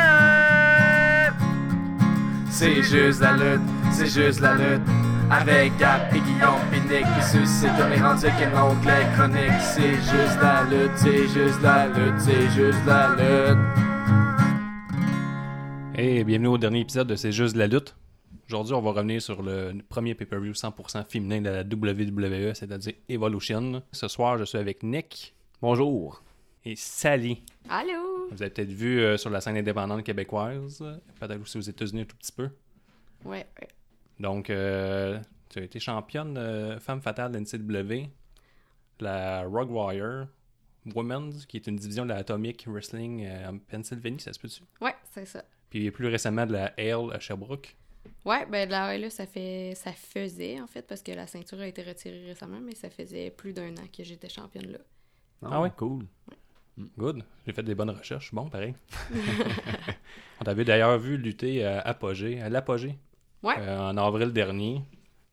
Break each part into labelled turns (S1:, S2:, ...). S1: J-D-L-L.
S2: C'est juste la lutte, c'est juste la lutte. Avec Gap et Guillaume Pinique qui suscite on est rendu qu'un onglet chronique. C'est juste la lutte, c'est juste la lutte, c'est juste la lutte.
S3: Hey, bienvenue au dernier épisode de C'est juste de la lutte. Aujourd'hui, on va revenir sur le premier pay-per-view 100% féminin de la WWE, c'est-à-dire Evolution. Ce soir, je suis avec Nick
S4: Bonjour.
S3: et Sally.
S5: Allô?
S3: Vous avez peut-être vu euh, sur la scène indépendante québécoise, euh, peut-être aussi aux États-Unis un tout petit peu.
S5: Ouais. ouais.
S3: Donc, euh, tu as été championne euh, femme fatale de NCW, la Rock Warrior Women's, qui est une division de la Atomic Wrestling euh, en Pennsylvanie, ça se peut-tu?
S5: Ouais, c'est ça.
S3: Puis plus récemment de la Hale à Sherbrooke.
S5: Ouais, ben là, là, ça fait ça faisait en fait parce que la ceinture a été retirée récemment, mais ça faisait plus d'un an que j'étais championne là.
S3: Ah ouais?
S4: Cool.
S3: Good. J'ai fait des bonnes recherches. Bon, pareil. On t'avait d'ailleurs vu lutter à Apogée, à l'Apogée,
S5: Ouais,
S3: euh, en avril dernier,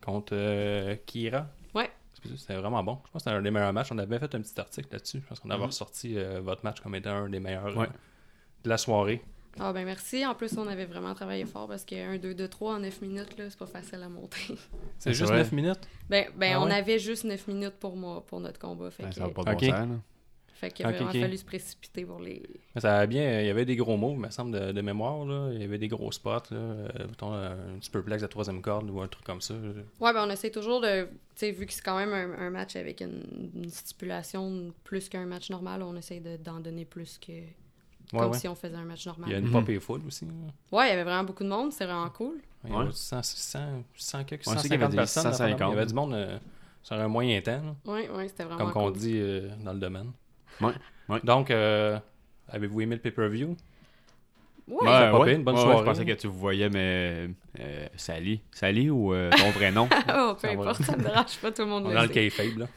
S3: contre euh, Kira.
S5: ouais,
S3: C'était vraiment bon. Je pense que c'était un des meilleurs matchs. On avait fait un petit article là-dessus. Je pense qu'on avait ressorti euh, votre match comme étant un des meilleurs euh,
S4: Ouais.
S3: de la soirée.
S5: Ah ben merci. En plus, on avait vraiment travaillé fort parce que 1, 2, 2, 3 en 9 minutes, là, c'est pas facile à monter.
S3: C'est
S4: C'est
S3: juste
S4: vrai.
S3: 9 minutes?
S5: Ben, ben
S3: Ah
S5: on
S3: ouais?
S5: avait juste 9 minutes pour moi pour notre combat. Fait
S4: Ben,
S5: que,
S4: ça n'a pas de
S3: Ok.
S4: bon sens, là.
S5: fait qu'il a
S3: Ok,
S5: vraiment
S3: ok.
S5: fallu se précipiter pour les.
S3: Mais ça allait bien. Il y avait des gros mots, il me semble, de, de mémoire. là. Il y avait des gros spots. Là. Euh, mettons, euh, un superplex de troisième corde ou un truc comme ça.
S5: Ouais, ben on essaie toujours de. Tu sais, vu que c'est quand même un, un match avec une, une stipulation plus qu'un match normal, on essaie de- d'en donner plus que.
S3: Ouais,
S5: comme
S3: ouais.
S5: si on faisait un match normal.
S3: Il y a une
S4: Mhm.
S3: pop et full aussi. là.
S5: Ouais, il y avait vraiment beaucoup de monde, c'est vraiment cool.
S3: Il y avait
S4: Ouais.
S3: 100, 100, 100 quelques,
S4: Ouais, je sais qu'il y avait
S3: 150
S4: des
S3: personnes. là,
S4: 150.
S3: pendant- Il y avait du monde euh, sur un moyen temps, là,
S5: Ouais, ouais, c'était vraiment
S3: comme qu'on
S5: cool.
S3: dit euh, dans le domaine.
S4: Ouais. Ouais.
S3: Donc, euh, avez-vous aimé le pay-per-view?
S5: Ouais,
S3: Ouais. ça a
S4: Ben,
S3: pas payé une bonne
S4: Je
S3: soirée.
S4: pensais que tu vous voyais, mais euh, Sally. Sally ou euh, ton vrai nom?
S5: oh, peu
S3: Ça va.
S5: importe, ça me dérange pas, tout le monde
S3: On est
S5: le
S3: dans le
S5: sait.
S3: kayfabe, là.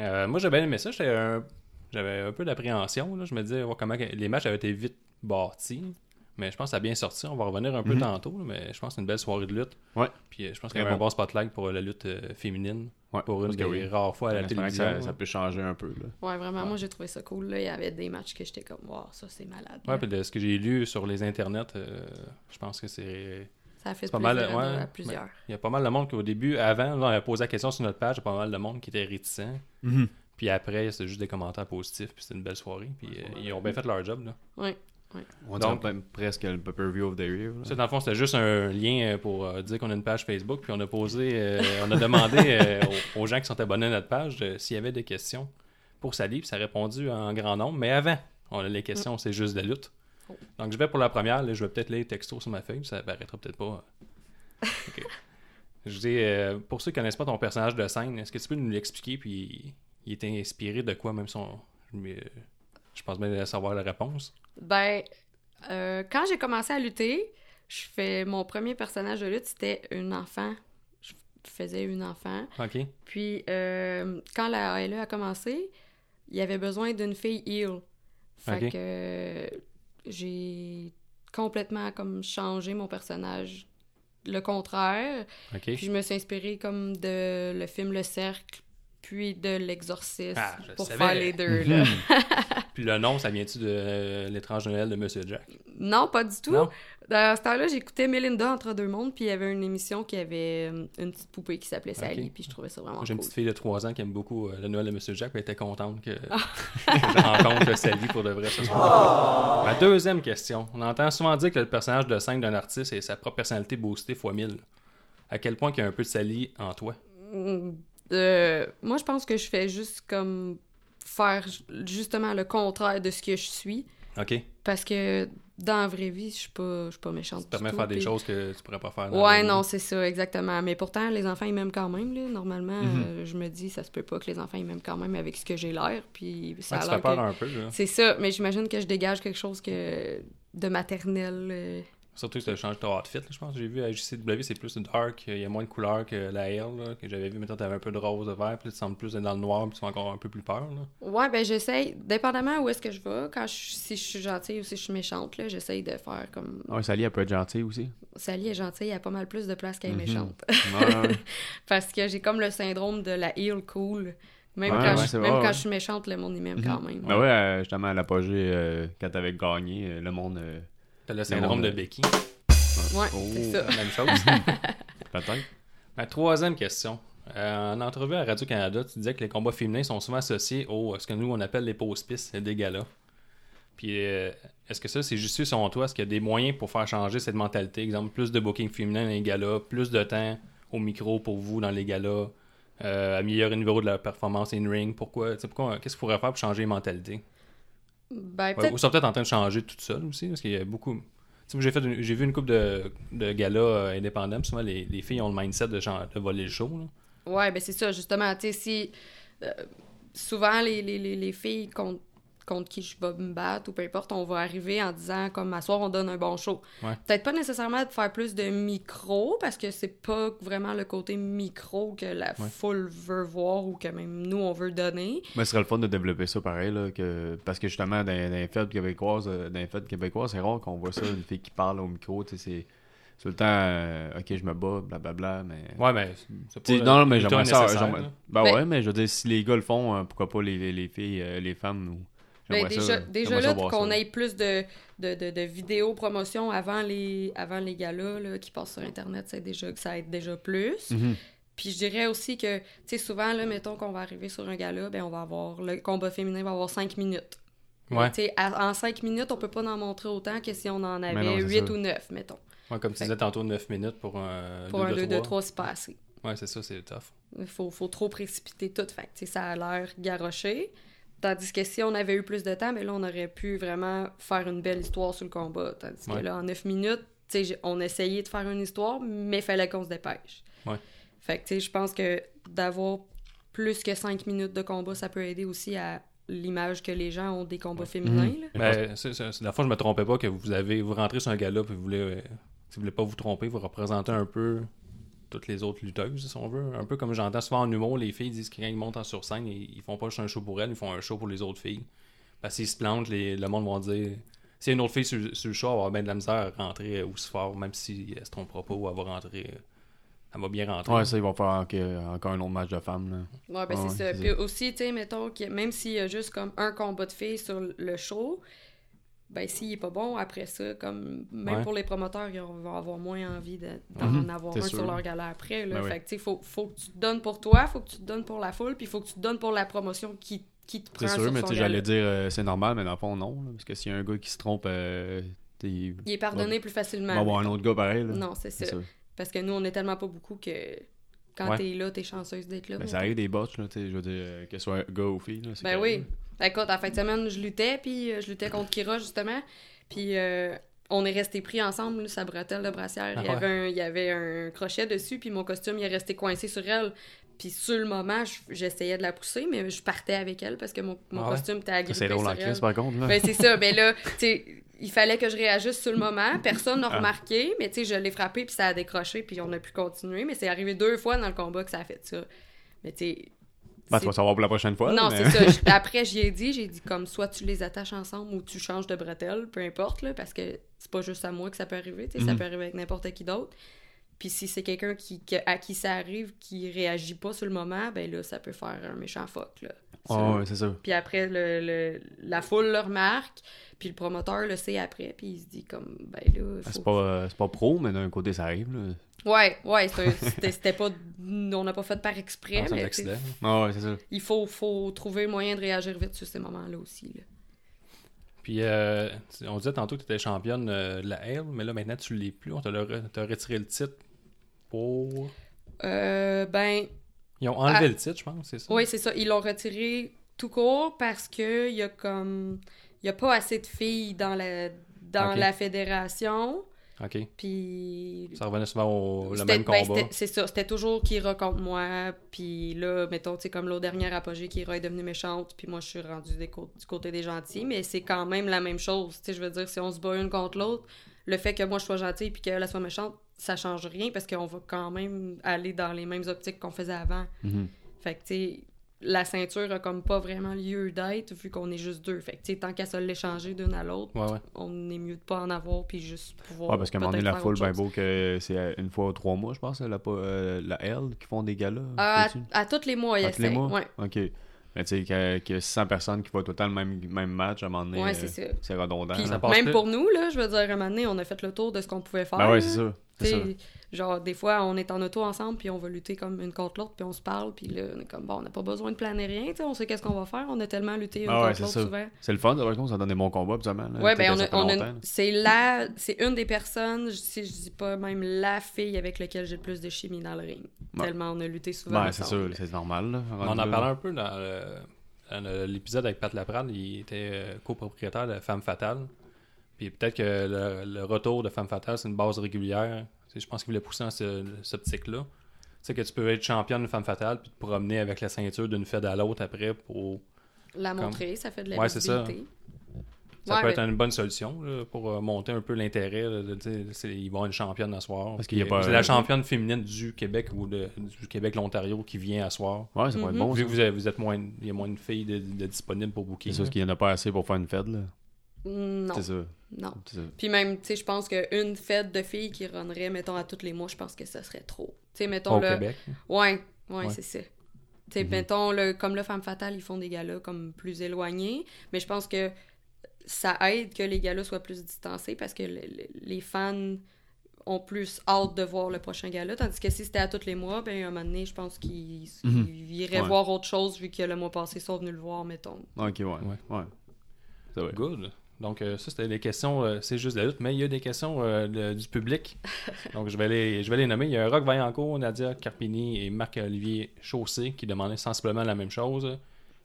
S3: Euh, moi, j'ai bien aimé ça. J'étais un- J'avais un peu d'appréhension. là. Je me disais oh, comment que- les matchs avaient été vite bâtis. Mais je pense que ça a bien sorti. On va revenir un peu
S4: Mhm.
S3: tantôt. là, mais je pense que c'est une belle soirée de lutte.
S4: Ouais.
S3: Puis euh, je pense
S4: Très
S3: qu'il y avait un
S4: bon.
S3: bon spotlight pour euh, la lutte euh, féminine.
S4: Ouais,
S3: Pour
S4: parce
S3: une
S4: que
S3: des
S4: oui.
S3: rares fois à la
S4: En espérant que
S3: télévision.
S4: ça,
S3: là.
S4: ça peut changer un peu. Là.
S5: Ouais, vraiment, moi j'ai trouvé ça cool. Là. Il y avait des matchs que j'étais comme, wow, ça c'est malade.
S3: Ouais,
S5: là.
S3: puis de ce que j'ai lu sur les internets, euh, je pense que c'est.
S5: ça a fait
S3: c'est pas
S5: plaisir
S3: mal,
S5: à,
S3: ouais,
S5: à plusieurs.
S3: Il y a pas mal de monde qui, au début, avant, là, on a posé la question sur notre page, il y a pas mal de monde qui était réticent. Puis après, c'est juste des commentaires positifs, puis c'est une belle soirée. Puis euh, ils ont bien fait leur job. Là.
S5: Ouais.
S4: On
S3: Donc-
S4: dirait même presque le pay-per-view of the year. là.
S3: Ça, dans le fond, c'était juste un lien euh, pour euh, dire qu'on a une page Facebook, puis on a posé, euh, on a demandé euh, aux, aux gens qui sont abonnés à notre page euh, s'il y avait des questions pour Sally, puis ça a répondu en grand nombre. Mais avant, on a les questions, c'est juste de la lutte.
S5: Oh.
S3: Donc je vais pour la première, là, je vais peut-être lire les textos sur ma feuille, ça paraîtra peut-être pas. Ok. Je dis, euh, pour ceux qui connaissent pas ton personnage de scène, est-ce que tu peux nous l'expliquer, puis il est inspiré de quoi, même son. Je, me- je pense bien savoir la réponse.
S5: Ben, euh, quand j'ai commencé à lutter, je fais mon premier personnage de lutte, c'était une enfant. Je faisais une enfant.
S3: Ok.
S5: Puis, euh, quand la ALE a commencé, il y avait besoin d'une fille heel. Fait
S3: Ok.
S5: que euh, j'ai complètement comme changé mon personnage. Le contraire.
S3: Ok.
S5: Puis je me suis inspirée comme de le film Le Cercle, puis de L'Exorciste
S3: Ah, je
S5: pour
S3: savais.
S5: faire les deux. là.
S4: Mhm.
S3: Puis le nom, ça vient-tu de euh, l'étrange Noël de Monsieur Jack?
S5: non, pas du tout.
S3: Non?
S5: Dans ce temps-là, j'écoutais Melinda entre deux mondes, puis il y avait une émission qui avait euh, une petite poupée qui s'appelait Sally,
S3: Ok.
S5: puis je trouvais ça vraiment
S3: J'ai une
S5: Ah, cool.
S3: petite fille de 3 ans qui aime beaucoup euh, le Noël de Monsieur Jack, puis elle était contente que,
S5: Ah.
S3: que je rencontre Sally pour de vrai ce soir.
S5: Ah!
S3: Ma deuxième question. On entend souvent dire que le personnage de scène d'un artiste est sa propre personnalité boostée fois 1000. À quel point il y a un peu de Sally en toi?
S5: Mm, euh, moi, je pense que je fais juste comme faire ju- justement le contraire de ce que je suis,
S3: OK? Tu
S5: parce que dans la vraie vie, je suis pas, je suis pas méchante.
S3: te
S5: du
S3: permets de
S5: tout,
S3: faire des
S5: puis-
S3: choses que tu pourrais pas faire. dans la
S5: Ouais,
S3: vie.
S5: non, c'est ça, exactement. Mais pourtant, les enfants, ils m'aiment quand même. Là. Normalement,
S4: Mhm.
S5: euh, je me dis, ça se peut pas que les enfants, ils m'aiment quand même avec ce que j'ai l'air. Puis ça
S3: Ouais, Ben,
S5: a
S3: tu
S5: l'air
S3: fais peur
S5: que-
S3: un peu. là.
S5: C'est ça, mais j'imagine que je dégage quelque chose que de maternel. euh.
S3: Surtout que tu as changé ton outfit, là, je pense. J'ai vu à JCW, c'est plus dark, il y a moins de couleurs que la L, là, que j'avais vu. Maintenant, tu avais un peu de rose, de vert, puis là, tu sembles plus dans le noir, puis tu fais encore un peu plus peur. Là.
S5: Ouais, ben j'essaye, dépendamment où est-ce que je vais, quand je- si je suis gentille ou si je suis méchante, là, j'essaye de faire comme.
S4: Ouais, Sally, elle peut être gentille aussi.
S5: Sally est gentille, elle a pas mal plus de place qu'elle est
S4: Mhm.
S5: méchante.
S4: Ouais, ouais.
S5: Parce que j'ai comme le syndrome de la heel cool. Même,
S4: Ouais,
S5: quand,
S4: ouais,
S5: je,
S4: c'est
S5: même
S4: vrai,
S5: quand
S4: ouais.
S5: je suis méchante, le monde y m'aime quand même.
S4: Ben ouais, euh, justement, à l'apogée, euh, quand t'avais gagné, euh, le monde. euh,
S3: T'as le syndrome de
S4: monde-
S3: Becky.
S5: Ouais,
S4: Oh.
S5: c'est ça.
S3: Même chose.
S4: Peut-être.
S3: Ma troisième question. Euh, en entrevue à Radio-Canada, tu disais que les combats féminins sont souvent associés au ce que nous on appelle les pauses-pistes, des galas. Puis euh, est-ce que ça, c'est juste selon toi? Est-ce qu'il y a des moyens pour faire changer cette mentalité? Exemple, plus de booking féminin dans les galas, plus de temps au micro pour vous dans les galas, euh, améliorer le niveau de la performance in-ring. Pourquoi? tu sais, pourquoi Qu'est-ce qu'il faudrait faire pour changer les mentalités?
S5: Ben,
S3: Ouais,
S5: peut-être.
S3: ou sont peut-être en train de changer toute seule aussi, parce qu'il y a beaucoup. Tu sais, moi, j'ai fait une- j'ai vu une coupe de, de galas euh, indépendants, puis souvent les, les filles ont le mindset de, genre, de voler le show. là.
S5: Ouais, ben c'est ça, justement. Tu sais, si. euh, souvent, les, les, les, les filles contre, contre qui je vais me battre ou peu importe, on va arriver en disant, comme, à soir, on donne un bon show.
S3: Ouais.
S5: Peut-être pas nécessairement de faire plus de micro, parce que c'est pas vraiment le côté micro que la
S3: Ouais.
S5: foule veut voir ou que même nous, on veut donner.
S4: Mais ce serait le fun de développer ça pareil, là, que... parce que justement, dans, dans les fêtes québécoises, euh, dans les fêtes québécoises, c'est rare qu'on voit ça, une fille qui parle au micro, tu sais, c'est c'est le temps, euh, ok, je me bats, blablabla, mais.
S3: Ouais, mais c'est
S4: Tu sais, non, non, mais
S3: le
S4: j'aimerais
S3: temps
S4: ça.
S3: nécessaire,
S4: j'aimerais-
S3: là.
S4: Ben
S5: Ben-
S4: ouais, mais je veux dire, si les gars le font, euh, pourquoi pas les, les, les filles, euh, les femmes ou...
S5: Ben,
S4: j'aimerais
S5: déjà,
S4: ça,
S5: déjà
S4: j'aimerais ça
S5: là,
S4: voir
S5: qu'on
S4: ça.
S5: ait plus de, de, de, de vidéos promotion avant les, avant les galas là, qui passent sur Internet, c'est déjà, ça aide déjà plus.
S4: Mhm.
S5: Puis je dirais aussi que, tu sais, souvent, là, mettons qu'on va arriver sur un gala, ben on va avoir, le combat féminin va avoir cinq minutes.
S3: Ouais.
S5: Tu sais, à- en cinq minutes, on peut pas en montrer autant que si on en
S4: Ben non,
S5: avait
S4: c'est
S5: huit
S4: ça.
S5: ou neuf, mettons.
S3: Ouais, comme tu
S5: Fait-
S3: disais tantôt, 9 minutes pour un
S5: Pour un
S3: 2
S5: 2-2-3, c'est pas assez.
S3: Ouais, c'est ça, c'est tough.
S5: Il faut, faut trop précipiter tout. Fait que, tu sais, ça a l'air garoché. Tandis que si on avait eu plus de temps, mais là, on aurait pu vraiment faire une belle histoire sur le combat. Tandis
S3: Ouais.
S5: que là, en 9 minutes, tu sais, j'ai- on essayait de faire une histoire, mais fallait qu'on se dépêche.
S3: Ouais.
S5: Fait que, tu sais, je pense que d'avoir plus que 5 minutes de combat, ça peut aider aussi à l'image que les gens ont des combats féminins. là.
S4: Je
S3: Mais c'est- c'est- c'est- la fois, je me trompais pas que vous avez vous rentrez sur un gala puis vous voulez, euh, si vous voulez pas vous tromper, vous représentez un peu toutes les autres lutteuses, si on veut. Un peu comme j'entends souvent en humour, les filles disent que quand ils montent sur scène, ils, ils font pas juste un show pour elles, ils font un show pour les autres filles. Parce qu'ils se plantent, les- le monde va dire. Si une autre fille sur, sur le show, elle va avoir bien de la misère à rentrer aussi fort, même si elle se trompera pas ou elle va rentrer. euh, Elle va bien rentrer.
S4: Ouais, ça, ils vont faire ok, encore un autre match de femmes, là.
S5: Ouais, ben
S4: Ouais,
S5: c'est
S4: ouais,
S5: ça.
S4: c'est
S5: Puis aussi, tu sais, mettons, que même s'il y a juste comme un combat de filles sur le show, ben s'il est pas bon, après ça, comme même
S3: Ouais.
S5: pour les promoteurs, ils vont avoir moins envie de- d'en
S4: Mhm,
S5: avoir
S4: c'est
S5: un
S4: sûr.
S5: sur leur gala après. Là.
S4: Ben oui.
S5: fait que, tu sais, faut, faut que tu te donnes pour toi, faut que tu te donnes pour la foule, puis faut que tu te donnes pour la promotion qui, qui te prend
S4: C'est sûr,
S5: sur
S4: mais
S5: son
S4: tu sais,
S5: gala.
S4: j'allais dire, euh, c'est normal, mais dans le fond, non, là, parce que s'il y a un gars qui se trompe, euh, t'es- il
S5: Il est pardonné plus
S4: va
S5: facilement.
S4: avoir un autre gars pareil, là.
S5: Non, c'est ça.
S4: C'est ça.
S5: Parce que nous, on est tellement pas beaucoup que quand
S3: Ouais.
S5: t'es là, t'es chanceuse d'être là.
S4: Mais
S5: mettons.
S4: Ben, ça arrive des botches, là, tu sais, je veux dire, euh, que ce soit gars ou fille, là. c'est
S5: Ben
S4: correct,
S5: oui. Écoute, en fin de semaine, je luttais, puis euh, je luttais contre Kira, justement. Puis euh, on est restés pris ensemble, là, sa bretelle de brassière. il, y
S3: Ah ouais.
S5: avait un, il y avait un crochet dessus, puis mon costume, il est resté coincé sur elle. Puis sur le moment, je- j'essayais de la pousser, mais je partais avec elle parce que mon, mon
S3: Ah ouais.
S5: costume était agrippé
S4: là. C'est
S5: sur
S4: drôle en
S5: elle.
S4: crise, par contre, là.
S5: Ben, c'est ça, mais là, tu sais, il fallait que je réagisse sur le moment. Personne
S4: Ah.
S5: n'a remarqué, mais tu sais, je l'ai frappé, puis ça a décroché, puis on a pu continuer. Mais c'est arrivé deux fois dans le combat que ça a fait ça. Mais tu sais...
S4: Ben,
S5: c'est-
S4: tu vas savoir pour la prochaine fois.
S5: non,
S4: mais-
S5: c'est ça. Je- Après, j'y ai dit, j'ai dit comme soit tu les attaches ensemble ou tu changes de bretelle, peu importe, là, parce que c'est pas juste à moi que ça peut arriver, tu sais, ça
S4: Mhm.
S5: peut arriver avec n'importe qui d'autre. Puis si c'est quelqu'un qui, que- à qui ça arrive, qui réagit pas sur le moment, ben là, ça peut faire un méchant fuck, là.
S4: Ah Ouais, ouais, c'est ça.
S5: Puis après, le, le- la foule le remarque, puis le promoteur le sait après, puis il se dit comme, ben là,
S4: Ben,
S5: faut-
S4: C'est pas, euh, c'est pas pro, mais d'un côté, ça arrive, là.
S5: Ouais, ouais, c'est un- c'était c'était pas... On n'a pas fait par exprès,
S3: C'est un
S5: mais
S3: accident.
S5: tu sais,
S4: Ah ouais, c'est ça.
S5: il faut, faut trouver moyen de réagir vite sur ces moments-là aussi, là.
S3: Puis, euh, tu- on disait tantôt que tu étais championne euh, de la L, mais là, maintenant, tu l'es plus. On t'a le re- t'a retiré le titre pour.
S5: Euh, ben,
S3: Ils ont enlevé
S5: Ah.
S3: le titre, je pense, c'est ça?
S5: oui, c'est ça. Ils l'ont retiré tout court parce que il y a comme il y a pas assez de filles dans la dans
S3: Ok.
S5: la fédération.
S3: OK.
S5: Puis
S3: Ça revenait souvent au le
S5: c'était-
S3: même
S5: ben,
S3: combat.
S5: c'était- c'est ça. C'était toujours Kira contre moi. Puis là, mettons, tu sais, comme l'autre dernière apogée, Kira est devenue méchante. Puis moi, je suis rendue des cô- du côté des gentils. Mais c'est quand même la même chose. Tu sais, je veux dire, si on se bat une contre l'autre, le fait que moi, je sois gentille puis qu'elle elle soit méchante, ça change rien parce qu'on va quand même aller dans les mêmes optiques qu'on faisait avant.
S4: Mhm.
S5: Fait que, tu sais, la ceinture a comme pas vraiment lieu d'être vu qu'on est juste deux. Fait que, tu sais, tant qu'à se l'échanger d'une à l'autre,
S3: Ouais, ouais.
S5: on est mieux de pas en avoir puis juste pouvoir.
S4: Ouais, parce qu'à un moment donné,
S5: peut-être
S4: la
S5: faire
S4: foule,
S5: autre
S4: ben
S5: chose.
S4: beau que c'est euh, une fois ou trois mois, je pense, la, po- euh, la L qui font des galas.
S5: Ah,
S4: c'est-tu?
S5: à, à tous les mois, il
S4: À tous les
S5: essaie.
S4: mois?
S5: Ouais.
S4: Ok. Mais tu sais, que, que 100 personnes qui voient tout le temps le même, même match, à un moment donné,
S5: Ouais,
S4: euh,
S5: c'est ça.
S4: c'est redondant.
S5: Puis
S4: là.
S3: passe
S5: même
S3: plus.
S5: pour nous, là, je veux dire, à un moment donné, on a fait le tour de ce qu'on pouvait faire.
S4: Ben ouais,
S5: là.
S4: c'est ça.
S5: Tu
S4: C'est ça.
S5: sais, genre, des fois, on est en auto ensemble, puis on va lutter comme une contre l'autre, puis on se parle, puis là, on est comme, bon, on n'a pas besoin de planer rien, tu sais, on sait qu'est-ce qu'on va faire, on a tellement lutté une
S4: Ah ouais,
S5: contre
S4: c'est
S5: l'autre
S4: ça.
S5: souvent.
S4: C'est le fun, de vrai qu'on s'en donne des bons combats, habituellement. là.
S5: Ouais,
S4: Tu sais,
S5: ben, on
S4: ça
S5: a,
S4: fait
S5: on a-
S4: longtemps, là.
S5: c'est la, c'est une des personnes, je- si je dis pas même la fille avec laquelle j'ai le plus de chimie dans le ring.
S4: Ouais.
S5: Tellement on a lutté souvent.
S4: Ben, c'est
S5: ensemble.
S4: sûr, c'est normal. là,
S3: On
S4: rendu
S3: en
S4: là.
S3: parlait un peu dans le- dans le- l'épisode avec Pat Laprade. Il était euh, copropriétaire de Femme Fatale. Puis peut-être que le, le retour de Femme Fatale, c'est une base régulière. Tu sais, Je pense qu'il voulait pousser dans ce, ce optique-là. C'est que tu peux être championne de Femme Fatale puis te promener avec la ceinture d'une fête à l'autre après pour.
S5: La
S3: Comme-
S5: montrer, ça fait de la
S3: Ouais, c'est ça.
S5: visibilité.
S3: Ça
S5: Ouais,
S3: peut
S5: mais-
S3: être une bonne solution là, pour euh, monter un peu l'intérêt. là, de- tu sais, c'est- Ils vont à une championne à soir.
S4: Parce qu'il y a
S3: Puis,
S4: pas-
S3: C'est la championne féminine du Québec ou de- du Québec-l'Ontario qui vient à soir.
S4: Ouais, ça pourrait
S5: Mm-hmm.
S4: être bon.
S3: Vu
S4: ça.
S3: que vous, avez- vous êtes moins, il y a moins de filles de, de disponibles pour booker.
S4: C'est sûr
S3: là.
S4: qu'il n'y en a pas assez pour faire une fête, là.
S5: Non,
S4: C'est ça.
S5: non.
S4: c'est ça.
S5: Puis même, tu sais, je pense qu'une fête de filles qui runnerait, mettons, à tous les mois, je pense que ça serait trop. Tu sais, mettons,
S3: Au
S5: là,
S3: Québec.
S5: Ouais, ouais,
S3: Ouais.
S5: c'est ça. Tu sais,
S4: Mhm.
S5: mettons, le, comme le Femme Fatale, ils font des galas comme plus éloignés, mais je pense que ça aide que les galas soient plus distancés parce que le- le- les fans ont plus hâte de voir le prochain gala, tandis que si c'était à tous les mois, ben à un moment donné, je pense qu'ils
S4: Mhm.
S5: qu'ils iraient
S4: Ouais.
S5: voir autre chose vu que le mois passé, ils sont venus le voir, mettons.
S4: Ok, ouais. Ouais. C'est vrai.
S3: Good. Donc, euh, ça, c'était les questions. euh, c'est juste la lutte, mais il y a des questions euh, de- du public. Donc, je vais, les, je vais les nommer. Il y a Rock Vaillancourt, Nadia Carpini et Marc-Olivier Chaussé qui demandaient sensiblement la même chose, euh,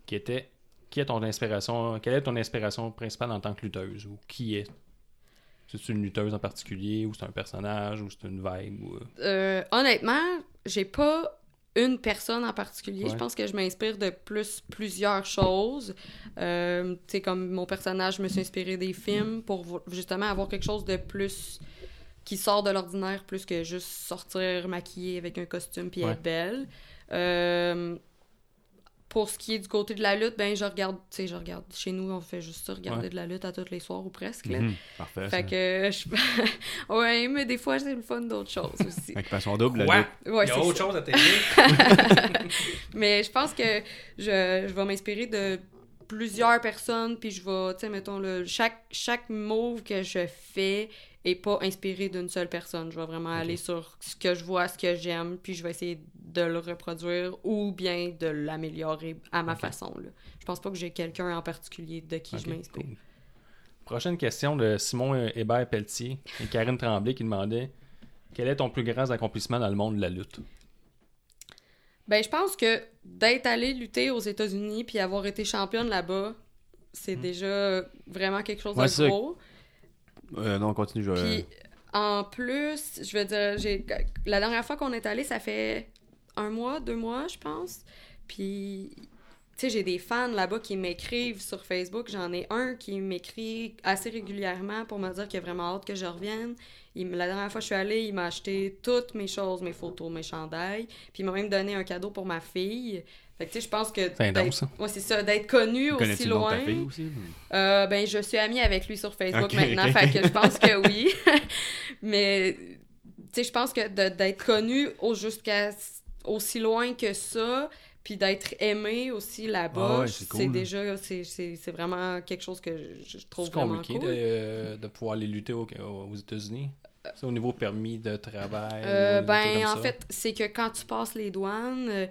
S3: qui était qui est ton inspiration, quelle est ton inspiration principale en tant que lutteuse ou qui est C'est une lutteuse en particulier ou c'est un personnage ou c'est une vague ou... euh,
S5: Euh, honnêtement, j'ai pas une personne en particulier. Je
S3: Ouais.
S5: pense que je m'inspire de plus plusieurs choses. Euh, tu sais, comme mon personnage, je me suis inspirée des films pour vo- justement avoir quelque chose de plus qui sort de l'ordinaire, plus que juste sortir maquillée avec un costume puis
S3: Ouais.
S5: être belle. Euh, pour ce qui est du côté de la lutte, ben je regarde, tu sais, je regarde. Chez nous, on fait juste ça, regarder
S3: Ouais. Mm-hmm.
S5: de la lutte à tous les soirs ou presque. là.
S4: Mhm. Parfait.
S5: Fait
S4: ça.
S5: que, je... ouais, mais des fois, j'ai le fun d'autres choses aussi.
S4: Occupation double, la lutte.
S5: Ouais, c'est ça.
S3: chose à t'aider.
S5: Mais je pense que je, je vais m'inspirer de plusieurs personnes, puis je vais, tu sais, mettons, le, chaque, chaque move que je fais est pas inspiré d'une seule personne. Je vais vraiment aller sur ce que je vois, ce que j'aime, puis je vais essayer de le reproduire ou bien de l'améliorer à ma façon. Là. Je pense pas que j'ai quelqu'un en particulier de qui je
S3: Ok,
S5: m'inspire.
S3: cool. Prochaine question de Simon euh, Hébert Pelletier et Karine Tremblay qui demandait Quel est ton plus grand accomplissement dans le monde de la lutte
S5: Ben, je pense que d'être allé lutter aux États-Unis puis avoir été championne là-bas, c'est déjà vraiment quelque chose
S4: Ouais,
S5: de
S4: c'est-
S5: gros.
S4: Euh, non, continue. Je...
S5: Puis en plus, je veux dire, j'ai la dernière fois qu'on est allé, ça fait un mois, deux mois, je pense. Puis tu sais, j'ai des fans là-bas qui m'écrivent sur Facebook. J'en ai un qui m'écrit assez régulièrement pour me dire qu'il a vraiment hâte que je revienne. Il me- la dernière fois que je suis allée, il m'a acheté toutes mes choses, mes photos, mes chandails. Puis il m'a même donné un cadeau pour ma fille. Fait que tu sais, je pense que.
S3: C'est intense,
S5: d'être-
S3: ça.
S5: Ouais, c'est ça, d'être connu
S4: Connais-tu
S5: aussi
S4: le nom de
S5: loin.
S4: ta fille aussi?
S5: Euh, ben, je suis amie avec lui sur Facebook
S4: Ok,
S5: maintenant,
S4: ok.
S5: fait que je pense que oui. Mais, tu sais, je pense que de- d'être connu au, jusqu'à s- aussi loin que ça, puis d'être aimé aussi là-bas,
S4: Ah ouais,
S5: c'est
S4: c'est cool.
S5: déjà, c'est- c'est c'est vraiment quelque chose que je, je trouve
S3: C'est
S5: vraiment
S3: compliqué
S5: cool.
S3: de, euh, de pouvoir aller lutter au- aux États-Unis Ça, Au niveau permis de travail
S5: Euh,
S3: ou des trucs
S5: ben,
S3: comme
S5: en
S3: ça?
S5: fait, c'est que quand tu passes les douanes, euh,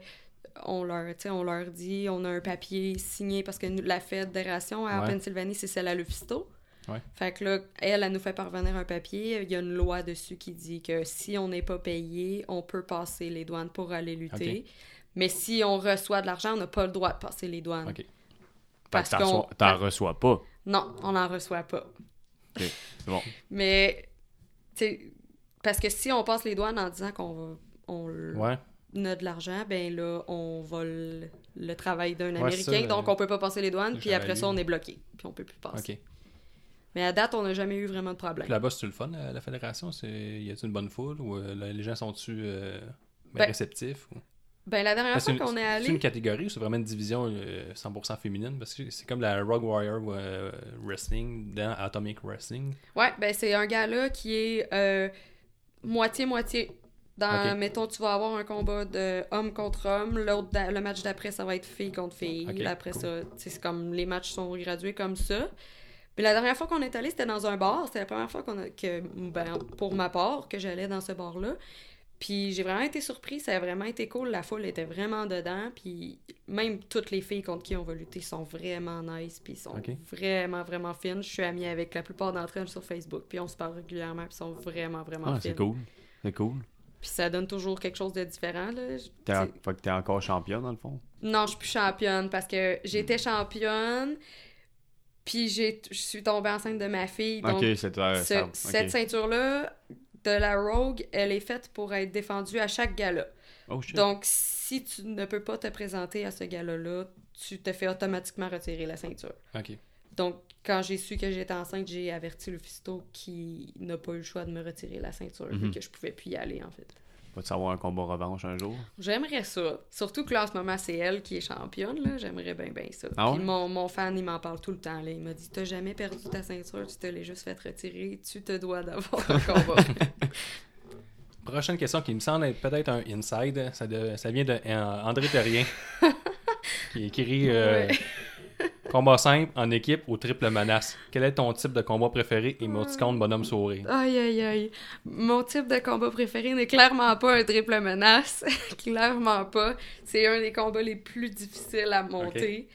S5: on leur, tu sais, on leur dit, on a un papier signé parce que nous- la fédération en
S3: Ouais.
S5: Pennsylvanie, c'est celle à l'Ofisto.
S3: Ouais.
S5: Fait que là, elle, elle nous fait parvenir un papier. Il y a une loi dessus qui dit que si on n'est pas payé, on peut passer les douanes pour aller lutter. Mais si on reçoit de l'argent, on n'a pas le droit de passer les douanes.
S3: Ok.
S5: parce
S4: T'en
S5: qu'on-
S4: reçois- t'en reçois pas.
S5: Non, on n'en reçoit pas.
S4: C'est bon.
S5: Mais, tu sais, parce que si on passe les douanes en disant qu'on va, on le-
S3: Ouais.
S5: on a de l'argent, ben là, on vole le travail d'un
S3: Ouais,
S5: Américain,
S3: ça,
S5: donc
S3: euh,
S5: on peut pas passer les douanes, puis
S3: j'avais
S5: après ça,
S3: lu.
S5: on est bloqué, puis on peut plus passer.
S3: Ok.
S5: Mais à date, on n'a jamais eu vraiment de
S3: Puis
S5: problème.
S3: là-bas, c'est-tu le fun, euh, la fédération C'est- Y a-t-il une bonne foule Ou euh, les gens sont-tu euh, ben,
S5: Ben,
S3: réceptifs ou-
S5: Ben, la dernière
S3: Ah, C'est
S5: fois
S3: une,
S5: qu'on est
S3: c'est
S5: allé,
S3: une catégorie ou c'est vraiment une division euh, 100% féminine Parce que c'est comme la Rogue Warrior euh, Wrestling dans Atomic Wrestling.
S5: ouais, ben c'est un gars là qui est euh, moitié-moitié. Dans,
S3: Ok.
S5: mettons, tu vas avoir un combat de homme contre homme, l'autre, da- le match d'après, ça va être fille contre fille.
S3: Ok,
S5: Après
S3: cool.
S5: ça, tu sais, c'est comme les matchs sont gradués comme ça. Puis la dernière fois qu'on est allé, c'était dans un bar. C'était la première fois qu'on a- que, ben, pour ma part, que j'allais dans ce bar-là. Puis j'ai vraiment été surprise, ça a vraiment été cool. La foule était vraiment dedans. Puis même toutes les filles contre qui on va lutter sont vraiment nice. Puis sont
S3: Ok.
S5: vraiment, vraiment fines. Je suis amie avec la plupart d'entre elles sur Facebook. Puis on se parle régulièrement. Puis sont vraiment, vraiment
S4: Ah,
S5: fines.
S4: c'est cool. C'est cool.
S5: Puis ça donne toujours quelque chose de différent. Là. Je-
S4: T'es en-
S5: t'sais-
S4: Fait que t'es encore champion, dans le fond.
S5: Non, je suis plus championne parce que j'étais championne. Puis j'ai- je suis tombée enceinte de ma fille. Donc,
S4: ok, c'est toi.
S5: ce- cette ceinture-là de la Rogue, elle est faite pour être défendue à chaque gala.
S4: Oh shit.
S5: Donc, si tu ne peux pas te présenter à ce gala-là, tu te fais automatiquement retirer la ceinture.
S3: Ok.
S5: Donc, quand j'ai su que j'étais enceinte, j'ai averti le fisto qui n'a pas eu le choix de me retirer la ceinture vu
S4: Mhm.
S5: que je pouvais plus y aller, en fait.
S4: Vas-tu avoir un combat revanche un jour?
S5: J'aimerais ça. Surtout que là, en ce moment, c'est elle qui est championne. Là. J'aimerais bien, bien ça.
S4: Ah ouais?
S5: Puis mon, mon fan, il m'en parle tout le temps. Là. Il m'a dit T'as jamais perdu ta ceinture, tu te l'es juste fait retirer, tu te dois d'avoir un combat.
S3: Prochaine question qui me semble être peut-être un inside. Ça, de- ça vient de euh, André Terrien qui écrit euh, Combat simple en équipe ou triple menace. Quel est ton type de combat préféré Émoticône, bonhomme sourire.
S5: Aïe, aïe, aïe. Mon type de combat préféré n'est clairement pas un triple menace. clairement pas. C'est un des combats les plus difficiles à monter.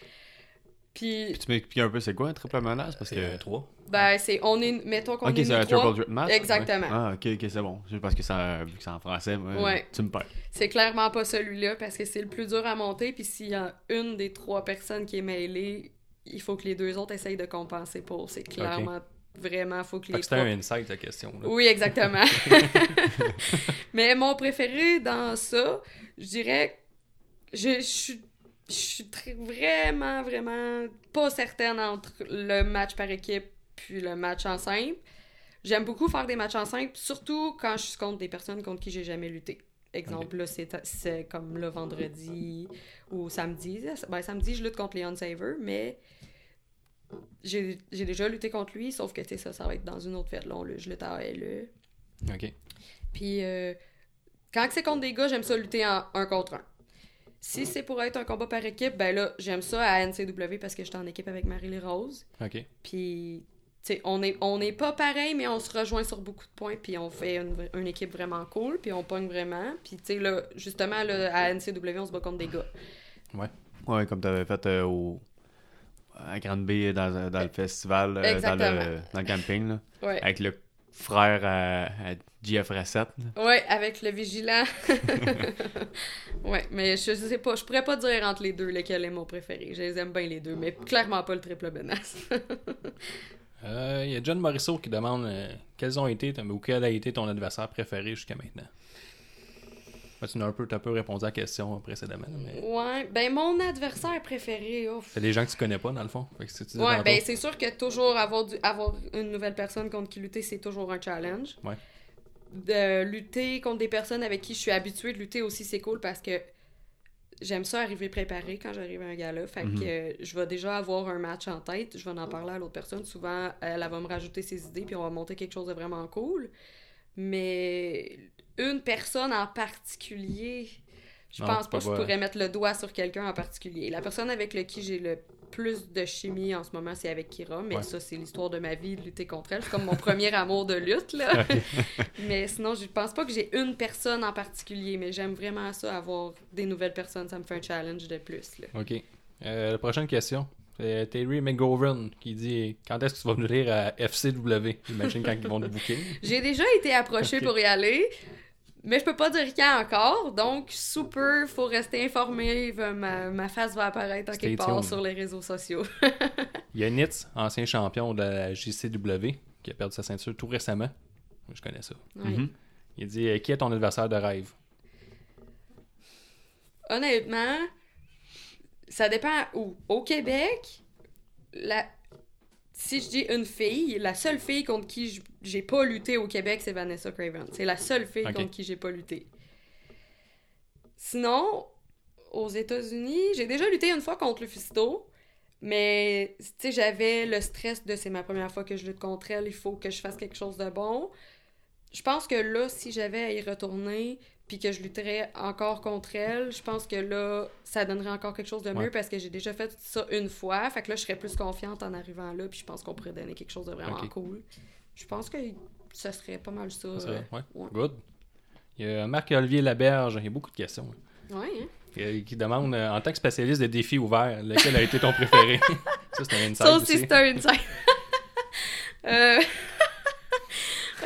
S5: Puis,
S4: Puis tu m'expliques un peu c'est quoi un triple menace? Parce
S3: C'est
S4: que.
S3: un 3.
S5: ben, c'est. On est. Mettons qu'on
S4: Ok,
S5: est.
S4: c'est
S5: nous
S4: un
S5: trois.
S4: triple threat match?
S5: Exactement.
S4: Ouais. Ah, ok, ok, c'est bon. C'est parce que ça, vu que c'est en français, moi,
S5: Ouais.
S4: tu me perds.
S5: C'est clairement pas celui-là parce que c'est le plus dur à monter. Puis s'il y a une des trois personnes qui est mêlée, il faut que les deux autres essayent de compenser pour. C'est clairement vraiment faut que
S3: Fait
S5: les
S3: que c'était
S5: trois-
S3: un inside la question. là.
S5: Oui, exactement. Mais mon préféré dans ça, je dirais, je je suis je suis très- vraiment, vraiment pas certaine entre le match par équipe puis le match en simple. J'aime beaucoup faire des matchs en simple, surtout quand je suis contre des personnes contre qui j'ai jamais lutté. Exemple, là, c'est- c'est comme le vendredi ou samedi. Ben, samedi, je lutte contre Leon Saver, mais j'ai j'ai déjà lutté contre lui, sauf que, tu sais, ça, ça va être dans une autre fête. Là, on le- je lutte à E. ALE.
S3: Ok.
S5: Puis, euh, quand c'est contre des gars, j'aime ça lutter en un contre un. Si c'est pour être un combat par équipe, ben là, j'aime ça à NCW parce que j'étais en équipe avec Marie-Lé Rose.
S3: Ok.
S5: Puis, tu sais, on est, on est pas pareil, mais on se rejoint sur beaucoup de points. Puis, on fait une, vra- une équipe vraiment cool. Puis, on pogne vraiment. Puis, tu sais, là, justement, là, à NCW, on se bat contre des gars.
S4: Ouais, comme t'avais fait euh, au. à Grande Bay dans, dans le festival, euh, dans, le,
S5: Eh, Exactement. Eh.
S4: dans le camping, là,
S5: Ouais.
S4: avec le frère à, à JF Racette. là.
S5: Ouais, avec le vigilant. ouais, mais je sais pas, je pourrais pas dire entre les deux lequel est mon préféré. Je les aime bien les deux, mais clairement pas le triple menace.
S3: Euh, Il y a John Morisseau qui demande euh, quels ont été ton- ou quel a été ton adversaire préféré jusqu'à maintenant. Ouais, tu as un peu, t'as un peu répondu à la question précédemment. là, Mais...
S5: ouais, ben mon adversaire préféré, ouf.
S3: C'est des gens que tu connais pas dans le fond. Fait que si tu dis
S5: Ouais,
S3: tantôt-
S5: ben c'est sûr que toujours avoir, du, avoir une nouvelle personne contre qui lutter, c'est toujours un challenge.
S3: Ouais.
S5: De lutter contre des personnes avec qui je suis habituée de lutter aussi, c'est cool parce que j'aime ça arriver préparée quand j'arrive à un gala. Fait
S4: Mhm.
S5: que euh,
S3: Mm-hmm.
S5: je vais déjà avoir un match en tête, je vais en parler à l'autre personne. Souvent, elle, elle va me rajouter ses idées, puis on va monter quelque chose de vraiment cool. Mais une personne en particulier, je
S3: Non,
S5: pense
S3: tu
S5: pas
S3: peux
S5: que je
S3: pas.
S5: pourrais mettre le doigt sur quelqu'un en particulier. La personne avec le qui j'ai le plus de chimie en ce moment, c'est avec Kira, mais
S3: Ouais.
S5: ça, c'est l'histoire de ma vie, de lutter contre elle. C'est comme mon premier amour de lutte, là. mais sinon, je pense pas que j'ai une personne en particulier, mais j'aime vraiment ça, avoir des nouvelles personnes. Ça me fait un challenge de plus, là.
S3: Ok. Euh, la prochaine question. C'est Terry McGovern qui dit Quand est-ce que tu vas venir à FCW J'imagine quand ils vont te booker.
S5: J'ai déjà été approchée
S3: Ok.
S5: pour y aller, mais je peux pas dire quand encore. Donc, sous peu, faut rester informé. Ma, ma face va apparaître en
S3: Stay
S5: quelque part
S3: tuned.
S5: sur les réseaux sociaux.
S3: Il y a Nitz, ancien champion de la JCW, qui a perdu sa ceinture tout récemment. Je connais ça.
S5: Ouais.
S4: Mhm.
S3: Il dit euh, Qui est ton adversaire de rêve
S5: Honnêtement, ça dépend où. Au Québec, la... si je dis une fille, la seule fille contre qui j- j'ai pas lutté au Québec, c'est Vanessa Craven. C'est la seule fille
S3: Ok.
S5: contre qui j'ai pas lutté. Sinon, aux États-Unis, j'ai déjà lutté une fois contre Lufisto, mais tu sais, j'avais le stress de c'est ma première fois que je lutte contre elle, il faut que je fasse quelque chose de bon. Je pense que là, si j'avais à y retourner, puis que je lutterais encore contre elle, je pense que là, ça donnerait encore quelque chose de mieux
S3: Ouais.
S5: parce que j'ai déjà fait ça une fois. Fait que là, je serais plus confiante en arrivant là, puis je pense qu'on pourrait donner quelque chose de vraiment
S3: Ok.
S5: cool. Je pense que ce serait pas mal ça.
S3: Ça
S5: euh,
S3: serait- ouais.
S5: ouais.
S3: Good. Il y a Marc-Olivier Laberge, il y a beaucoup de questions. hein,
S5: Ouais, hein?
S3: qui- Qui demande, euh, en tant que spécialiste de défis ouverts, lequel a été ton préféré? ça, c'est un insight
S5: Ça aussi,
S3: aussi.
S5: c'est un insight. Euh,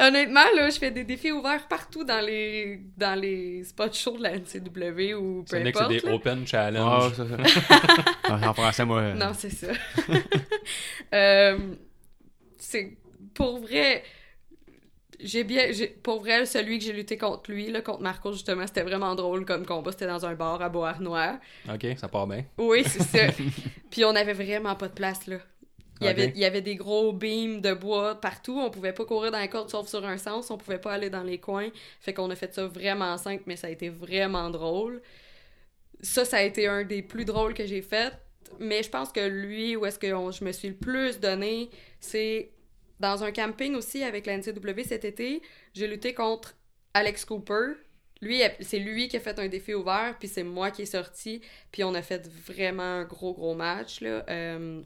S5: Honnêtement, là, je fais des défis ouverts partout dans les, dans les spots chauds de la NCW ou peu
S3: C'est que c'est
S5: importe.
S3: des
S5: là.
S3: open
S4: Ah,
S3: challenge.
S4: ça, ça. en français, moi. euh,
S5: Non, c'est ça. Euh, c'est pour vrai. J'ai bien. j'ai- Pour vrai, celui que j'ai lutté contre lui, là, contre Marco, justement, c'était vraiment drôle comme combat. C'était dans un bar à Beauharnois.
S3: ok, ça part bien.
S5: Oui, c'est ça. Puis on avait vraiment pas de place, là. Il y,
S3: Ok.
S5: avait, il y avait des gros beams de bois partout. On pouvait pas courir dans les cordes sauf sur un sens. On pouvait pas aller dans les coins. Fait qu'on a fait ça vraiment simple, mais ça a été vraiment drôle. Ça, ça a été un des plus drôles que j'ai fait. Mais je pense que lui, où est-ce que on- je me suis le plus donné, c'est dans un camping aussi avec la NCW cet été. J'ai lutté contre Alex Cooper. Lui, c'est lui qui a fait un défi ouvert, puis c'est moi qui est sorti. Puis on a fait vraiment un gros, gros match. Là. Euh,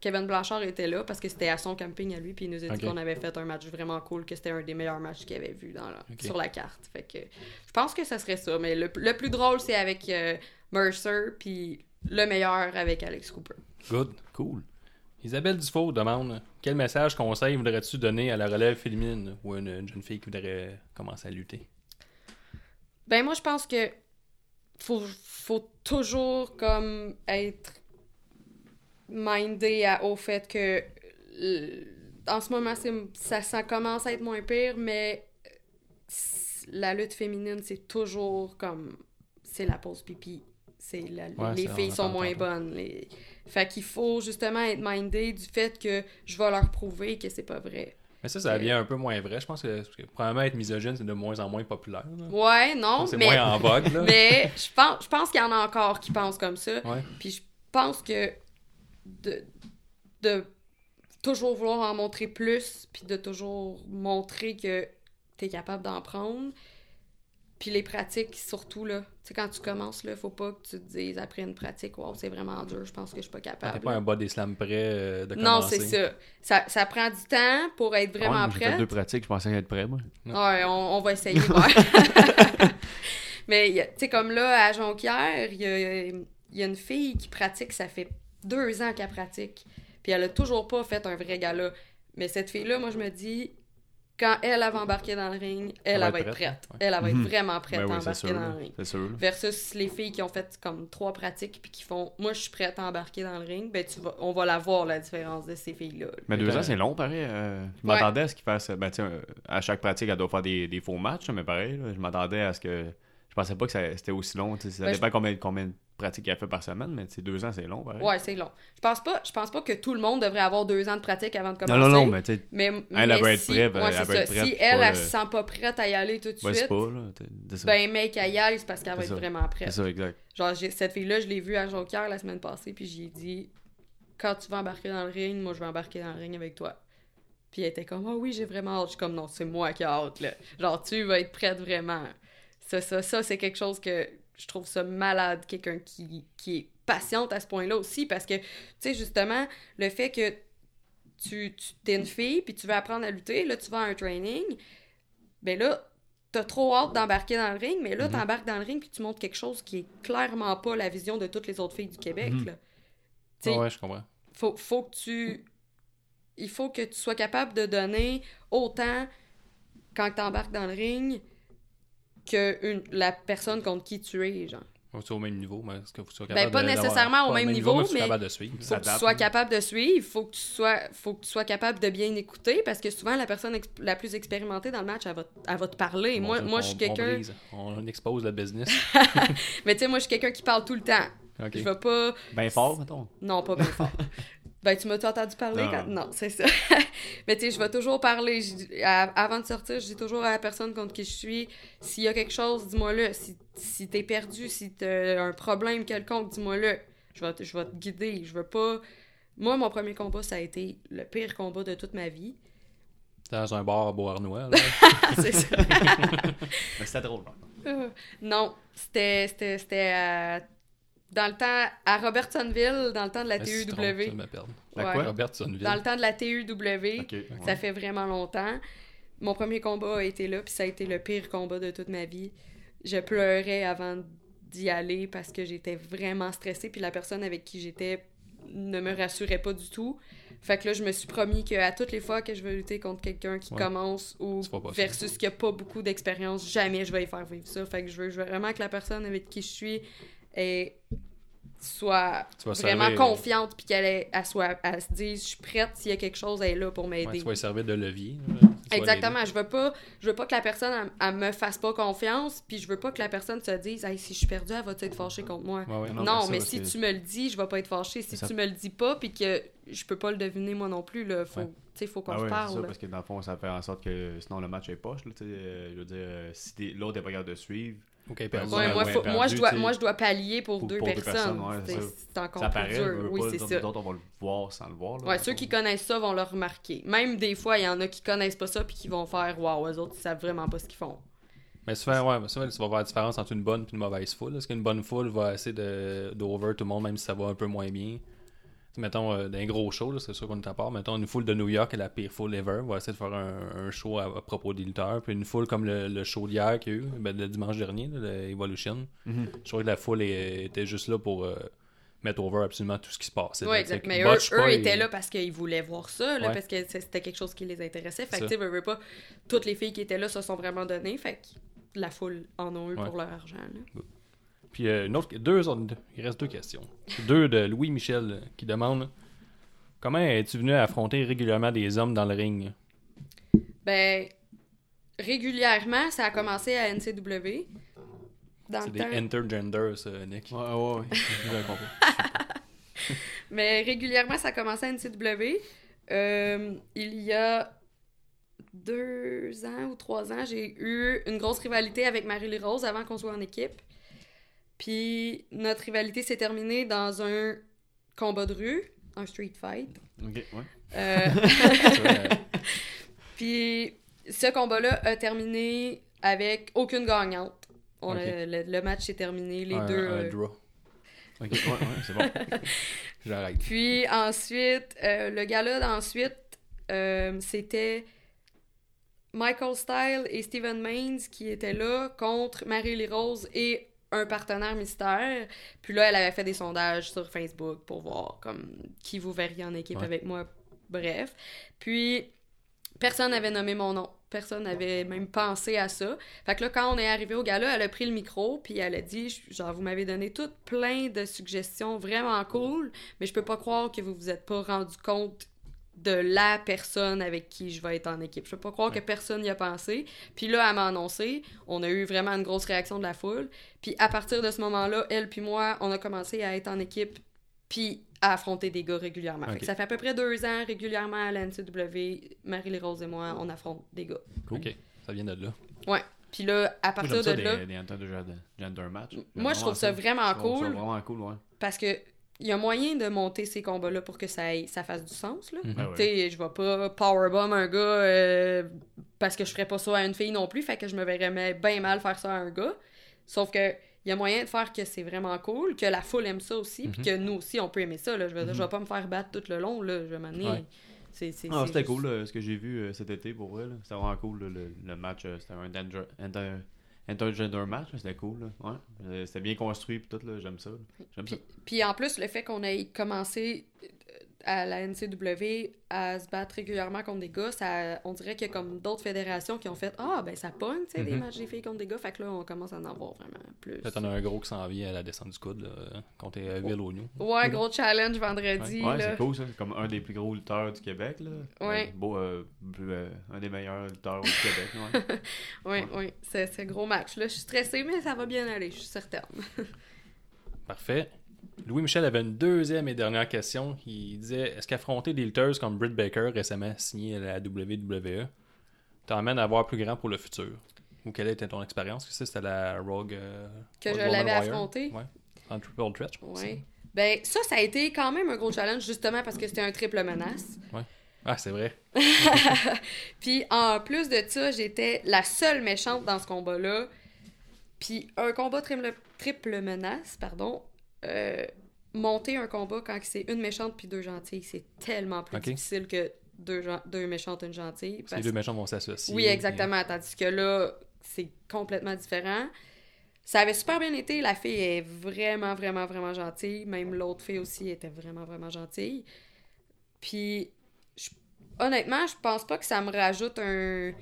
S5: Kevin Blanchard était là parce que c'était à son camping à lui, puis il nous a dit
S3: Ok.
S5: qu'on avait fait un match vraiment cool, que c'était un des meilleurs matchs qu'il avait vu dans la-
S3: Ok.
S5: sur la carte. Fait que je pense que ça serait ça. Mais le, le plus drôle, c'est avec euh, Mercer, puis le meilleur avec Alex Cooper.
S3: Good, cool. Isabelle Dufault demande Quel message, conseil voudrais-tu donner à la relève féminine ou à une jeune fille qui voudrait commencer à lutter
S5: Ben moi je pense que faut, faut toujours comme être mindé à- au fait que euh, en ce moment c'est ça, ça commence à être moins pire mais euh, c- la lutte féminine c'est toujours comme c'est la pause pipi c'est la-
S3: Ouais,
S5: les
S3: ça, on
S5: filles
S3: en
S5: sont
S3: parle
S5: moins
S3: tantôt.
S5: bonnes les- fait qu'il faut justement être mindé du fait que je vais leur prouver que c'est pas vrai
S3: Mais ça, ça devient un peu moins vrai. Je pense que, parce que probablement être misogyne, c'est de moins en moins populaire. là.
S5: ouais non
S3: c'est
S5: mais
S3: moins en vogue. Là.
S5: mais je pense je pense qu'il y en a encore qui pensent comme ça
S3: Ouais.
S5: Puis je pense que de, de toujours vouloir en montrer plus, puis de toujours montrer que t'es capable d'en prendre, puis les pratiques surtout, là. Tu sais, quand tu commences, là, faut pas que tu te dises après une pratique, wow, c'est vraiment dur, je pense que je suis pas
S3: Ah, T'es
S5: capable.
S3: pas un body slam prêt euh, de
S5: non,
S3: commencer.
S5: c'est ça. ça. Ça prend du temps pour être
S4: Ah ouais,
S5: vraiment
S4: moi, J'ai fait
S5: prête.
S4: deux pratiques, je pensais être prêt, moi.
S5: Ah Ouais, on, on va essayer. ouais. Mais il y a- tu sais, comme là, à Jonquière, il y a, il y a une fille qui pratique, ça fait deux ans qu'elle pratique. Puis elle a toujours pas fait un vrai gala. Mais cette fille-là, moi, je me dis, quand elle, elle va embarquer dans le ring, elle, elle va être prête.
S3: ouais.
S5: Elle, elle va être
S4: Mhm.
S5: vraiment prête
S4: Ben
S5: à
S4: oui, c'est
S5: embarquer
S4: sûr.
S5: dans
S4: là.
S5: le ring.
S4: C'est sûr. là.
S5: Versus les filles qui ont fait comme trois pratiques puis qui font, moi, je suis prête à embarquer dans le ring, ben, tu vas, on va la voir, la différence de ces filles-là.
S4: Mais
S3: Mais
S4: deux
S3: t'as-
S4: ans, c'est long, pareil. euh, je
S5: Ouais.
S4: m'attendais à ce qu'il fasse. Ben, tu sais, euh, à chaque pratique, elle doit faire des, des faux matchs, là, mais pareil, là, je m'attendais à ce que. Je pensais pas que ça- c'était aussi long. tu sais, Ça
S5: Ben, je-
S4: dépend combien, combien de pratiques elle fait par semaine, mais tu sais, deux ans, c'est long, pareil.
S5: Ouais, c'est long. Je pense pas, je pense pas que tout le monde devrait avoir deux ans de pratique avant de
S4: non,
S5: commencer.
S4: non, non, mais tu sais,
S5: Mais,
S4: elle
S5: mais
S4: va être
S5: si,
S4: prête,
S5: ouais,
S4: elle va
S5: c'est
S4: être
S5: ça.
S4: prête,
S5: Si
S4: pas
S5: elle, elle
S4: le-
S5: se sent pas prête à y aller tout de
S4: ouais, c'est
S5: suite,
S4: pas, là. tu sais, c'est ça.
S5: ben mec, elle y aille, c'est parce qu'elle va
S4: C'est ça.
S5: être vraiment
S4: C'est
S5: prête.
S4: ça, exact.
S5: Genre, j'ai- cette fille-là, je l'ai vue à Jonquière la semaine passée, puis j'ai dit Quand tu vas embarquer dans le ring, moi je vais embarquer dans le ring avec toi. Puis elle était comme Ah oui, j'ai vraiment hâte. Je suis comme Non, c'est moi qui ai hâte, là. Genre, tu vas être prête vraiment. Ça, ça, ça, c'est quelque chose que je trouve ça malade, quelqu'un qui, qui est patiente à ce point-là aussi, parce que, tu sais, justement, le fait que tu, tu t'es une fille, puis tu veux apprendre à lutter, là, tu vas à un training, ben là, t'as trop hâte d'embarquer dans le ring, mais
S3: Mhm.
S5: là, t'embarques dans le ring, puis tu montres quelque chose qui est clairement pas la vision de toutes les autres filles du Québec,
S4: Mhm.
S5: là. Tu sais,
S3: Ah Ouais, ouais, je comprends.
S5: faut, faut que tu. Il faut que tu sois capable de donner autant quand tu embarques dans le ring que une, la personne contre qui tu es. Genre.
S3: Faut que tu sois au même niveau, mais est-ce que vous soyez
S5: Ben,
S3: capable
S5: pas
S3: de- d'avoir-
S5: nécessairement au même niveau,
S3: mais. faut que tu sois
S5: mais-
S3: capable de suivre.
S5: Faut que tu sois capable de suivre, faut que tu sois, faut que tu sois capable de bien écouter parce que souvent la personne exp- la plus expérimentée dans le match, elle va, t- elle va te parler.
S3: Mon
S5: moi,
S3: Dieu,
S5: moi,
S3: on-
S5: je suis
S3: On,
S5: quelqu'un.
S3: brise. on expose le business.
S5: Mais tu sais, moi, je suis quelqu'un qui parle tout le temps.
S3: Ok.
S5: Je vais pas.
S4: Ben fort, mettons.
S5: Non, pas bien fort. ben, tu m'as-tu entendu parler
S4: Non.
S5: quand... Non, c'est ça. Mais tu sais, je vais toujours parler. Je- à- Avant de sortir, je dis toujours à la personne contre qui je suis, s'il y a quelque chose, dis-moi-le. Si, si t'es perdu, si t'as un problème quelconque, dis-moi-le. Je vais, te- je vais te guider. Je veux pas... Moi, mon premier combat, ça a été le pire combat de toute ma vie.
S3: Dans un bar à Beauharnois. là.
S5: Ah, c'est ça.
S4: Mais c'était Ben, drôle, par contre.
S5: Euh, non, c'était c'était- c'était à- dans le temps à Robertsonville, dans le temps de la
S3: Ah, si, trompe, ça
S5: TUW.
S3: me perd.
S4: La
S5: Ouais.
S4: quoi?
S3: Robertsonville.
S5: Dans le temps de la TUW,
S4: Ok.
S5: ça fait vraiment longtemps. Mon premier combat a été là, puis ça a été le pire combat de toute ma vie. Je pleurais avant d'y aller parce que j'étais vraiment stressée, puis la personne avec qui j'étais ne me rassurait pas du tout. Fait que là, je me suis promis qu'à toutes les fois que je vais lutter contre quelqu'un qui
S3: Ouais.
S5: commence ou
S3: Tu feras pas ça.
S5: versus qui a pas beaucoup d'expérience, jamais je vais y faire vivre ça. Fait que je veux, je veux vraiment que la personne avec qui je suis ait- soit
S3: Tu vas
S5: vraiment
S3: servir- euh,
S5: confiante puis qu'elle ait- elle soit elle se dise je suis prête s'il y a quelque chose elle est là pour
S3: Ouais,
S5: m'aider
S3: tu vas y servir de levier. là. Tu vas
S5: Exactement, je veux pas je veux pas que la personne elle, elle me fasse pas confiance, puis je veux pas que la personne se dise hey, si je suis perdue, elle va être fâchée contre moi.
S3: l'aider. Ouais, ouais,
S4: Non,
S5: Non,
S4: mais ça,
S5: mais
S4: parce
S5: si
S4: que-
S5: tu me le dis, je vais pas être fâchée. Si
S4: Ça-
S5: tu me le dis pas puis que je peux pas le deviner moi non plus là, faut
S3: Ouais.
S5: tu sais, faut qu'on
S4: Ah
S5: se
S4: ouais, c'est
S5: parle.
S4: ça,
S5: là.
S4: parce que dans le fond, ça fait en sorte que sinon le match est poche. Là, tu sais, euh, je veux dire, euh, si t'es- l'autre est pas capable de suivre,
S3: Ok, perdu.
S5: Ouais,
S4: Ouais,
S5: moi,
S4: ouais,
S5: faut-
S4: perdu,
S5: moi, je dois,
S4: tu sais.
S5: moi je dois pallier pour,
S4: Pour-
S5: deux
S4: pour deux
S5: personnes.
S4: personnes, ouais,
S5: c'est
S4: c'est ça.
S5: c'est encore
S4: ça
S5: plus
S4: paraît. on
S5: dur.
S4: veut
S5: Oui,
S4: pas,
S5: c'est
S4: nous
S5: ça.
S4: autres, on va le voir sans le voir. là,
S5: Ouais,
S4: dans
S5: ceux
S4: le
S5: qui
S4: fond.
S5: connaissent ça vont le remarquer. Même des fois, il y en a qui connaissent pas ça puis qui vont faire waouh, eux autres ils savent vraiment pas ce qu'ils font.
S3: Mais souvent, ouais, mais souvent, tu vas voir la différence entre une bonne et une mauvaise foule. Est-ce qu'une bonne foule va essayer de d'over tout le monde, même si ça va un peu moins bien? Tu sais, mettons, euh, d'un gros show, là, c'est sûr qu'on est à part. Mettons, une foule de New York est la pire foule ever. Va essayer de faire un, un show à, à propos des lutteurs. Puis une foule comme le, le show d'hier qu'il y a eu, ben, le dimanche dernier, là, le Evolution. Je trouvais que la foule est- était juste là pour euh, mettre over absolument tout ce qui se passait.
S5: Ouais,
S3: là, tu sais,
S5: exact. Mais eux,
S3: botch
S5: eux
S3: pas et-
S5: étaient là parce qu'ils voulaient voir ça, là,
S3: Ouais.
S5: parce que c'est- c'était quelque chose qui les intéressait. Fait
S3: Ça.
S5: que, tu sais, veux, veux pas, toutes les filles qui étaient là se sont vraiment données. Fait que la foule en ont eu
S3: Ouais.
S5: pour leur argent. là.
S3: Puis euh, une autre, deux autres, il reste deux questions. Deux de Louis Michel euh, qui demande comment es-tu venu à affronter régulièrement des hommes dans le ring
S5: Ben, régulièrement, ça a commencé à NCW. Dans
S3: C'est
S5: le
S3: des
S5: temps.
S3: intergenders, ça, Nick.
S4: Ouais, ouais, ouais. Je comprends.
S5: Mais régulièrement, ça a commencé à NCW. Euh, il y a deux ans ou trois ans, j'ai eu une grosse rivalité avec Marie-Lee Rose avant qu'on soit en équipe. Puis notre rivalité s'est terminée dans un combat de rue, un street fight.
S4: Ok, ouais.
S5: Euh,
S3: Ça, euh,
S5: puis ce combat-là a terminé avec aucune gagnante. On a- le, le match s'est terminé, les
S3: un-
S5: deux.
S3: un
S5: euh,
S3: draw.
S4: Ok, ouais, ouais, c'est bon.
S3: J'arrête.
S5: Puis ensuite, euh, le gala d'ensuite, euh, c'était Michael Style et Steven Maines qui étaient là contre Marie-Lee Rose et un partenaire mystère. Puis là, elle avait fait des sondages sur Facebook pour voir comme qui vous verriez en équipe
S3: Ouais.
S5: avec moi. Bref. Puis personne n'avait nommé mon nom. Personne n'avait même pensé à ça. Fait que là, quand on est arrivé au gala, elle a pris le micro, puis elle a dit, je- genre, vous m'avez donné toutes plein de suggestions vraiment cool, mais je peux pas croire que vous vous êtes pas rendu compte de la personne avec qui je vais être en équipe. Je peux pas croire que personne n'y a pensé. Puis là, elle m'a annoncé, on a eu vraiment une grosse réaction de la foule. Puis à partir de ce moment-là, elle puis moi, on a commencé à être en équipe, puis à affronter des gars régulièrement. Fait
S3: Ok.
S5: que ça fait à peu près deux ans, régulièrement, à la NCW, Marie-Lé Rose et moi, on affronte des gars.
S4: Cool.
S3: Ok, ça vient de là.
S5: Puis là, à partir
S4: J'aime ça,
S5: de
S4: des,
S5: là...
S4: des intergender- gender match. J'aime
S5: Moi, je trouve ça vraiment
S4: Je trouve ça
S5: cool
S4: vraiment cool, ouais.
S5: parce que il y a moyen de monter ces combats-là pour que ça, aille- ça fasse du sens. Là.
S3: Mhm.
S4: Ah ouais.
S5: Tu sais, je vais pas powerbomb un gars euh, parce que je ferais pas ça à une fille non plus, fait que je me verrais mais bien mal faire ça à un gars. Sauf que il y a moyen de faire que c'est vraiment cool, que la foule aime ça aussi, puis
S3: Mhm.
S5: que nous aussi on peut aimer ça. Là. Je veux dire, je vais pas me faire battre tout le long, là. je vais m'amener.
S3: Ouais.
S5: C'est- c'est-
S4: Mhm. Ah,
S5: c'est
S4: c'était
S5: juste-
S4: cool euh, ce que j'ai vu euh, cet été pour vrai. là. C'était vraiment cool là, le, le match. euh, c'était un danger- inter- intergender match. là, C'était cool. là. Ouais. Euh, C'était bien construit. Pis tout, là, j'aime ça. là. J'aime ça.
S5: Puis, puis en plus, le fait qu'on ait commencé euh, à la NCW à se battre régulièrement contre des gars, ça, on dirait qu'il y a comme d'autres fédérations qui ont fait Ah, ben ça pogne, tu sais, des
S3: Mhm.
S5: matchs des filles contre des gars. Fait que là, on commence à en avoir vraiment plus.
S3: Peut-être on a un gros qui s'en vient à la descente du coude, là, contre Ville au New.
S5: Ouais, gros challenge vendredi.
S4: Ouais,
S5: là.
S4: c'est cool ça. C'est comme un des plus gros lutteurs du Québec. Là.
S5: Ouais.
S4: Un beau, euh, plus, euh, un des meilleurs lutteurs au Québec. ouais.
S5: Ouais, ouais, c'est c'est un gros match. Là, je suis stressée, mais ça va bien aller, je suis certaine.
S3: Parfait. Louis-Michel avait une deuxième et dernière question. Il disait Est-ce qu'affronter des lutteurs comme Britt Baker, récemment signé à la WWE, t'emmène à voir plus grand pour le futur Ou quelle était ton expérience Que ça, c'était la Rogue. euh,
S5: Que
S3: Rogue
S5: je
S3: Woman
S5: l'avais
S3: Warrior.
S5: affrontée.
S3: Ouais. En Triple Threat, je pense.
S5: Ouais. Ben, ça, ça a été quand même un gros challenge, justement, parce que c'était un triple menace.
S3: Ah, c'est vrai.
S5: Puis en plus de ça, j'étais la seule méchante dans ce combat-là. Puis un combat triple, triple menace, pardon, euh, monter un combat quand c'est une méchante puis deux gentilles, c'est tellement plus
S3: Ok.
S5: difficile que deux, gen- deux méchantes, une gentille.
S3: Les
S5: parce
S3: deux méchants vont s'associer.
S5: oui, exactement. Tandis que là, c'est complètement différent. Ça avait super bien été. La fille est vraiment, vraiment, vraiment gentille. Même l'autre fille aussi était vraiment, vraiment gentille. Puis, je- honnêtement, je pense pas que ça me rajoute un,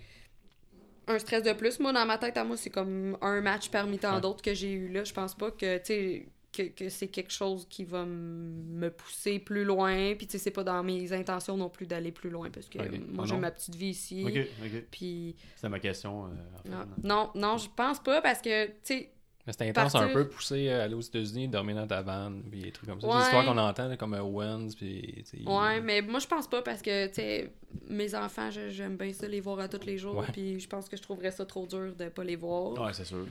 S5: un stress de plus. Moi, dans ma tête, à moi, c'est comme un match parmi tant
S3: Ouais.
S5: d'autres que j'ai eu là. Je pense pas que, tu sais, que, que c'est quelque chose qui va m- me pousser plus loin. Puis, tu sais, c'est pas dans mes intentions non plus d'aller plus loin parce que
S3: Ok.
S5: moi,
S4: Ah
S5: j'ai
S4: non?
S5: ma petite vie ici.
S4: Ok, ok.
S5: Puis
S4: C'était ma question. euh,
S3: Ah.
S4: en fait,
S5: non,
S4: là.
S5: non, non, je pense pas parce que, tu sais,
S3: Mais C'était intense un
S5: Partir-
S3: peu, pousser à aller aux États-Unis, dormir dans ta vanne, puis des trucs comme ça.
S5: Ouais.
S3: Des histoires qu'on entend, là, comme euh, Owens, puis... tu sais,
S5: ouais, mais moi je pense pas parce que, tu sais, mes enfants, je- j'aime bien ça les voir à tous les jours,
S3: Ouais.
S5: puis je pense que je trouverais ça trop dur de pas les voir.
S4: Ouais, c'est sûr.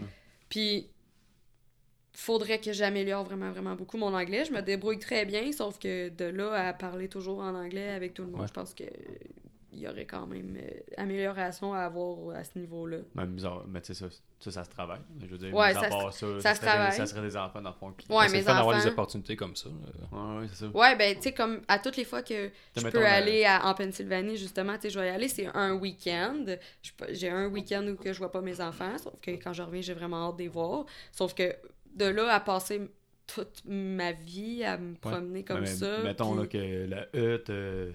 S5: Puis faudrait que j'améliore vraiment, vraiment beaucoup mon anglais. Je me débrouille très bien, sauf que de là à parler toujours en anglais avec tout le monde,
S3: Ouais.
S5: je pense que il y aurait quand même euh, amélioration à avoir à ce niveau-là.
S4: Même bizarre. Mais tu sais, ça, ça, ça se travaille. Je veux dire,
S5: Ouais,
S4: mis à
S5: ça se-
S4: part ça,
S5: ça se
S4: serait des-
S5: travaille.
S4: Ça serait des enfants, dans le fond. qui-
S5: Ouais,
S3: c'est
S5: mes
S3: le fun d'avoir des
S5: enfants.
S3: opportunités comme ça. là.
S4: Ouais, ouais, c'est ça.
S5: Ouais, ben, tu sais, comme à toutes les fois que je
S4: mettons,
S5: peux
S4: euh,
S5: aller à- en Pennsylvanie, justement, tu sais, je vais y aller, c'est un week-end. Je peux- J'ai un week-end où que je vois pas mes enfants, sauf que quand je reviens, j'ai vraiment hâte de les voir. Sauf que de là à passer toute ma vie à me promener comme
S4: Mais-
S5: ça.
S4: Mettons
S5: puis-
S4: là, que la E te,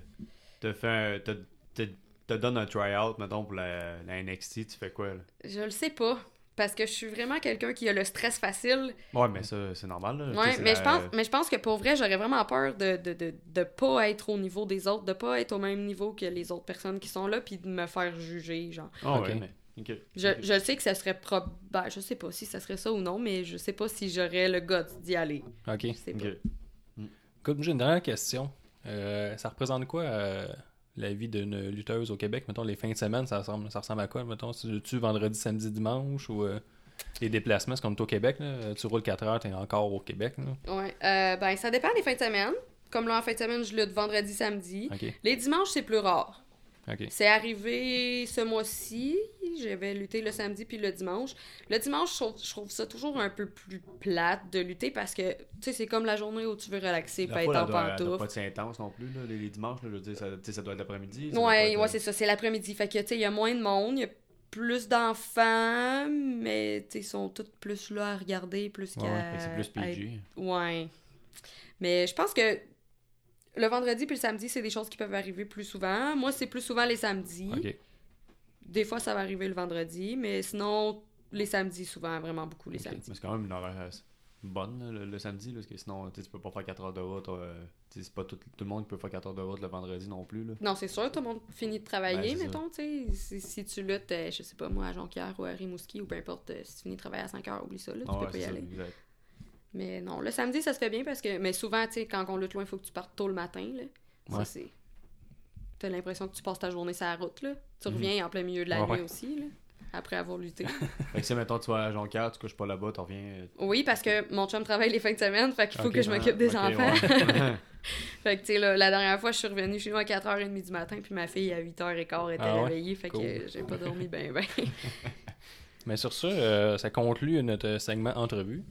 S4: te fait un- te, te- te donne un try-out, mettons, pour la, la NXT, tu fais quoi là?
S5: Je le sais pas. Parce que je suis vraiment quelqu'un qui a le stress facile.
S4: Ouais, mais ça, c'est normal. Là. Tu sais,
S5: Ouais,
S4: c'est
S5: mais,
S4: la-
S5: je pense, mais je pense que pour vrai, j'aurais vraiment peur de, de, de, de pas être au niveau des autres, de pas être au même niveau que les autres personnes qui sont là, puis de me faire juger, genre.
S4: Ah
S3: Ok.
S4: ouais, mais. ok.
S5: Je,
S4: Ok.
S5: je sais que ça serait probable. Je sais pas si ça serait ça ou non, mais je sais pas si j'aurais le guts d'y aller.
S3: OK.
S5: Je sais pas.
S4: Ok.
S3: Écoute, j'ai une dernière question. Euh, ça représente quoi euh, la vie d'une lutteuse au Québec? Mettons, les fins de semaine, ça ressemble, ça ressemble à quoi? Mettons, tu, tu vendredi, samedi, dimanche ou euh, les déplacements, c'est comme toi au Québec, là, tu roules 4 heures, t'es encore au Québec. là.
S5: Ouais. euh, ben, ça dépend des fins de semaine. Comme là, en fin de semaine, je lutte vendredi, samedi.
S3: OK,
S5: Les dimanches, c'est plus rare.
S3: OK.
S5: C'est arrivé ce mois-ci. J'avais lutté le samedi puis le dimanche. Le dimanche, je trouve, je trouve ça toujours un peu plus plate de lutter parce que, tu sais, c'est comme la journée où tu veux relaxer,
S4: La
S5: pas
S4: foule,
S5: être
S4: elle
S5: en
S4: doit- elle doit
S5: pantoufles.
S4: pas être si intense non plus, là, les, les dimanches, là, je veux dire, ça, tu sais, ça doit être l'après-midi. ça doit pas
S5: Ouais,
S4: être,
S5: ouais,
S4: euh,
S5: c'est ça. C'est l'après-midi. Fait que, tu sais, il y a moins de monde, il y a plus d'enfants, mais, tu sais, ils sont tous plus là à regarder, plus
S3: Ouais,
S5: qu'à...
S4: fait que c'est plus
S5: à
S4: PG.
S5: être- Ouais. Mais je pense que le vendredi puis le samedi, c'est des choses qui peuvent arriver plus souvent. Moi, c'est plus souvent les samedis.
S3: OK.
S5: Des fois, ça va arriver le vendredi, mais sinon, les samedis, souvent, vraiment beaucoup les samedis.
S4: Mais c'est quand même une heure bonne là, le, le samedi, là, parce que sinon, tu sais, tu peux pas faire 4 heures de route. euh, tu sais, c'est pas tout, tout le monde qui peut faire 4 heures de route le vendredi non plus. Là.
S5: Non, c'est sûr, tout le monde finit de travailler,
S4: Ben, c'est
S5: mettons, tu sais. Si, si tu luttes, euh, je sais pas, moi, à Jonquière ou à Rimouski, ou peu importe, euh, si tu finis de travailler à 5 heures, oublie ça, là, tu
S4: Ah
S5: peux
S4: ouais,
S5: pas y
S4: c'est ça,
S5: aller.
S4: exact.
S5: Mais non, le samedi, ça se fait bien parce que. Mais souvent, tu sais, quand on lutte loin, il faut que tu partes tôt le matin. Là. Ça,
S3: Ouais.
S5: c'est. T'as l'impression que tu passes ta journée sur la route, là. Tu reviens en plein milieu de
S3: Mhm.
S5: la
S3: Ouais,
S5: nuit
S3: ouais.
S5: aussi, là, après avoir lutté.
S4: Fait que si, mettons, tu vas à Jonquière, tu couches pas là-bas, tu reviens. euh,
S5: oui, parce que mon chum travaille les fins de semaine, fait qu'il faut
S4: Ok,
S5: que je m'occupe
S4: ah,
S5: des
S4: ok,
S5: enfants.
S4: ouais.
S5: fait que, tu sais, là, la dernière fois, je suis revenue chez nous à 4h30 du matin, puis ma fille, à 8h15, était
S3: Ah ouais?
S5: réveillée, fait que
S3: Cool.
S5: j'ai pas dormi ben, ben.
S3: Mais sur ça, euh, ça conclut notre segment entrevue.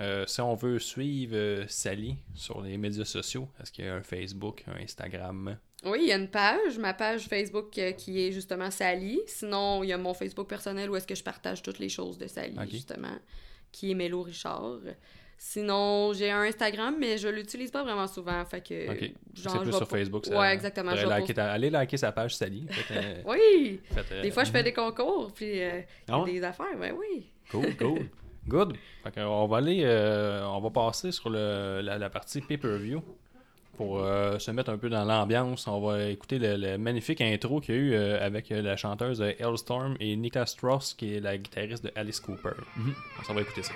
S3: Euh, si on veut suivre euh, Sally sur les médias sociaux, est-ce qu'il y a un Facebook, un Instagram?
S5: Oui, il y a une page, ma page Facebook euh, qui est justement Sally. Sinon, il y a mon Facebook personnel où est-ce que je partage toutes les choses de Sally,
S3: Ok.
S5: justement, qui est Mélo Richard. Sinon, j'ai un Instagram, mais je l'utilise pas vraiment souvent, fait que...
S3: Ok.
S5: genre,
S3: c'est
S5: je
S3: plus
S5: vais
S3: sur
S5: pas-
S3: Facebook. Ça,
S5: Ouais, exactement.
S3: Faudrait
S5: je vais
S3: liker ta- allez liker sa page Sally. Faites, euh,
S5: pas- Oui!
S3: faites, euh,
S5: Des fois, je fais des concours, puis euh, il y a
S4: Ah ouais?
S5: des affaires, ben oui.
S4: Cool, cool.
S3: Good. Fait que on va aller, euh, on va passer sur le, la, la partie pay-per-view pour euh, se mettre un peu dans l'ambiance. On va écouter le, le magnifique intro qu'il y a eu euh, avec euh, la chanteuse euh, Hellstorm et Niklas Strauss, qui est la guitariste de Alice Cooper.
S4: Mm-hmm.
S3: On va écouter ça.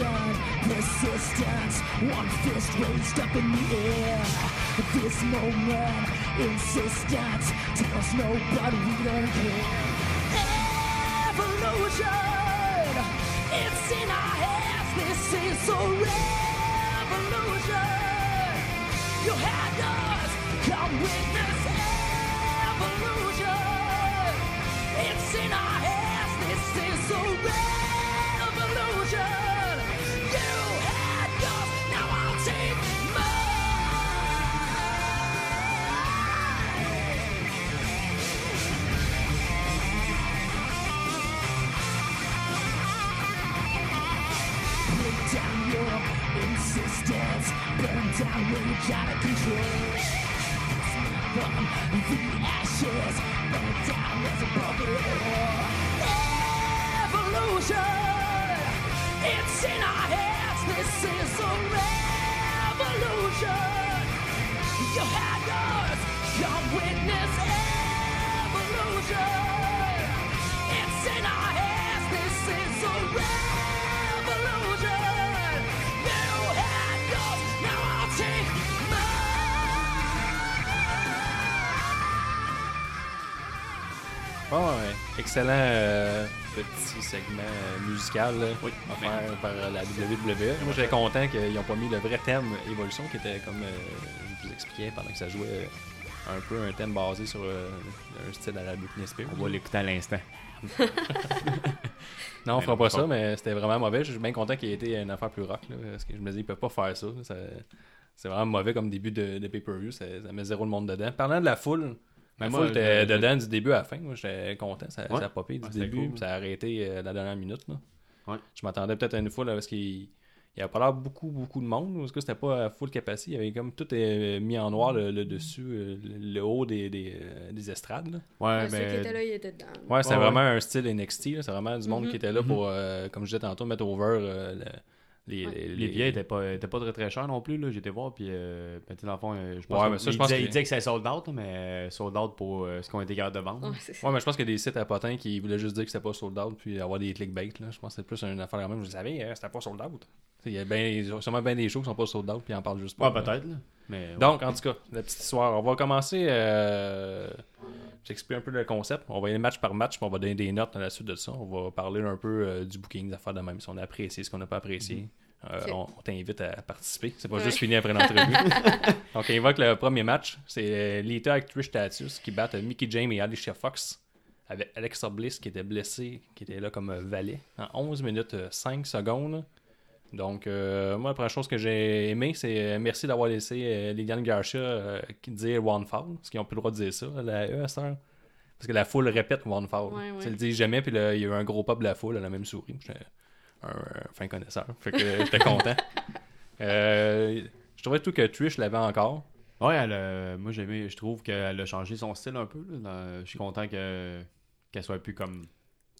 S6: of persistence. One fist raised up in the air. This moment, insistence tells nobody we don't care. Evolution, it's in our hands. This is a revolution. You had us, come witness evolution. It's in our hands. This is a revolution. You had yours, now I'll take mine. Break down your insistence. Burn down rage out of control. From the ashes, burn down as a broken Evolution, it's in our hands. This is a revolution. You had us, your witness. Evolution, it's in our hands. This is a revolution. You had yours, now I'll take mine.
S3: Bon, euh, excellent euh, petit segment euh, musical là, offert par la WWE. Moi, j'étais content qu'ils n'ont pas mis le vrai thème Evolution, qui était comme euh, je vous expliquais pendant que ça jouait euh, un peu un thème basé sur euh, un style à la Britney Spears.
S4: On va l'écouter à l'instant.
S3: Non, on
S4: Mais
S3: fera
S4: non,
S3: pas
S4: pas.
S3: ça, mais c'était vraiment mauvais. Je suis bien content qu'il ait été une affaire plus rock, là, parce que je me disais, ils peuvent pas faire ça. Ça- C'est vraiment mauvais comme début de, de pay-per-view. Ça, ça met zéro de monde dedans. Parlant de la foule, la
S4: Mais
S3: foule
S4: moi, je-
S3: était
S4: je-
S3: dedans du début à la fin. Moi, j'étais content. Ça,
S4: Ouais.
S3: ça a popé du
S4: Ouais, c'était
S3: début,
S4: cool.
S3: puis ça a arrêté euh, la dernière minute. là.
S4: Ouais.
S3: Je m'attendais peut-être à une foule, là, parce qu'il il y avait pas l'air beaucoup, beaucoup de monde. Parce que c'était pas à full capacité. Il y avait comme tout euh, mis en noir le, le dessus, euh, le, le haut des, des, euh, des estrades. là.
S4: Ouais,
S5: Ah, Ceux qui étaient
S4: ben,
S5: là, ils étaient dedans.
S3: Ouais, c'est
S4: Ouais,
S3: vraiment un style NXT. là. C'est vraiment du monde
S4: Mm-hmm.
S3: qui était là pour, euh, comme je disais tantôt, mettre over euh, le- les,
S5: Ouais.
S3: les,
S4: les billets étaient pas, étaient pas très très chers non plus. là. J'étais voir, puis euh, ben, tu sais, dans le fond, euh, je pense,
S3: Ouais,
S4: que-
S3: mais ça, je
S4: il
S3: pense
S4: disait-
S3: que-
S4: il disait que c'est sold out, là, mais euh, sold out pour euh, ce qu'on était capable de vendre.
S5: Ouais, c'est ça.
S3: Ouais, mais je pense qu'il y a des sites à potins qui voulaient juste dire que c'était pas sold out puis avoir des clickbait. Là. Je pense que c'est plus une affaire la même. Vous savez, hein, c'était pas sold out. Tu sais, Il y a ben, sûrement bien des shows qui sont pas sold out puis ils en parlent juste pas.
S4: Ouais, peut-être. là. Mais ouais.
S3: Donc, en tout cas, la petite histoire. On va commencer. Euh... J'explique un peu le concept. On va y aller match par match, puis on va donner des notes à la suite de ça. On va parler un peu euh, du booking, des affaires de même. Si on a apprécié, ce qu'on n'a pas apprécié. Euh,
S5: Mhm. Ok.
S3: on on t'invite à participer. C'est pas
S5: Ouais.
S3: juste fini après l'entrevue. Donc, on évoque le premier match. C'est euh, Lita avec Trish Stratus qui battent euh, Mickey James et Alicia Fox. Avec Alexa Bliss qui était blessée, qui était là comme euh, valet. En 11 minutes euh, 5 secondes. Donc, euh, moi, la première chose que j'ai aimé, c'est euh, merci d'avoir laissé euh, Liliane Garcia euh, qui dire One Fall, parce qu'ils n'ont plus le droit de dire ça, la E, à cette heure. Parce que la foule répète One Fall.
S5: Ouais, ouais.
S3: Ils le disent jamais, puis là, il y a eu un gros pop de la foule, elle a même souri. J'étais un, un fin connaisseur, fait que j'étais content. Euh, je trouvais tout que Trish l'avait encore.
S4: Ouais, elle, a- moi j'aimais, je trouve qu'elle a changé son style un peu. là, dans- je suis content que qu'elle soit plus comme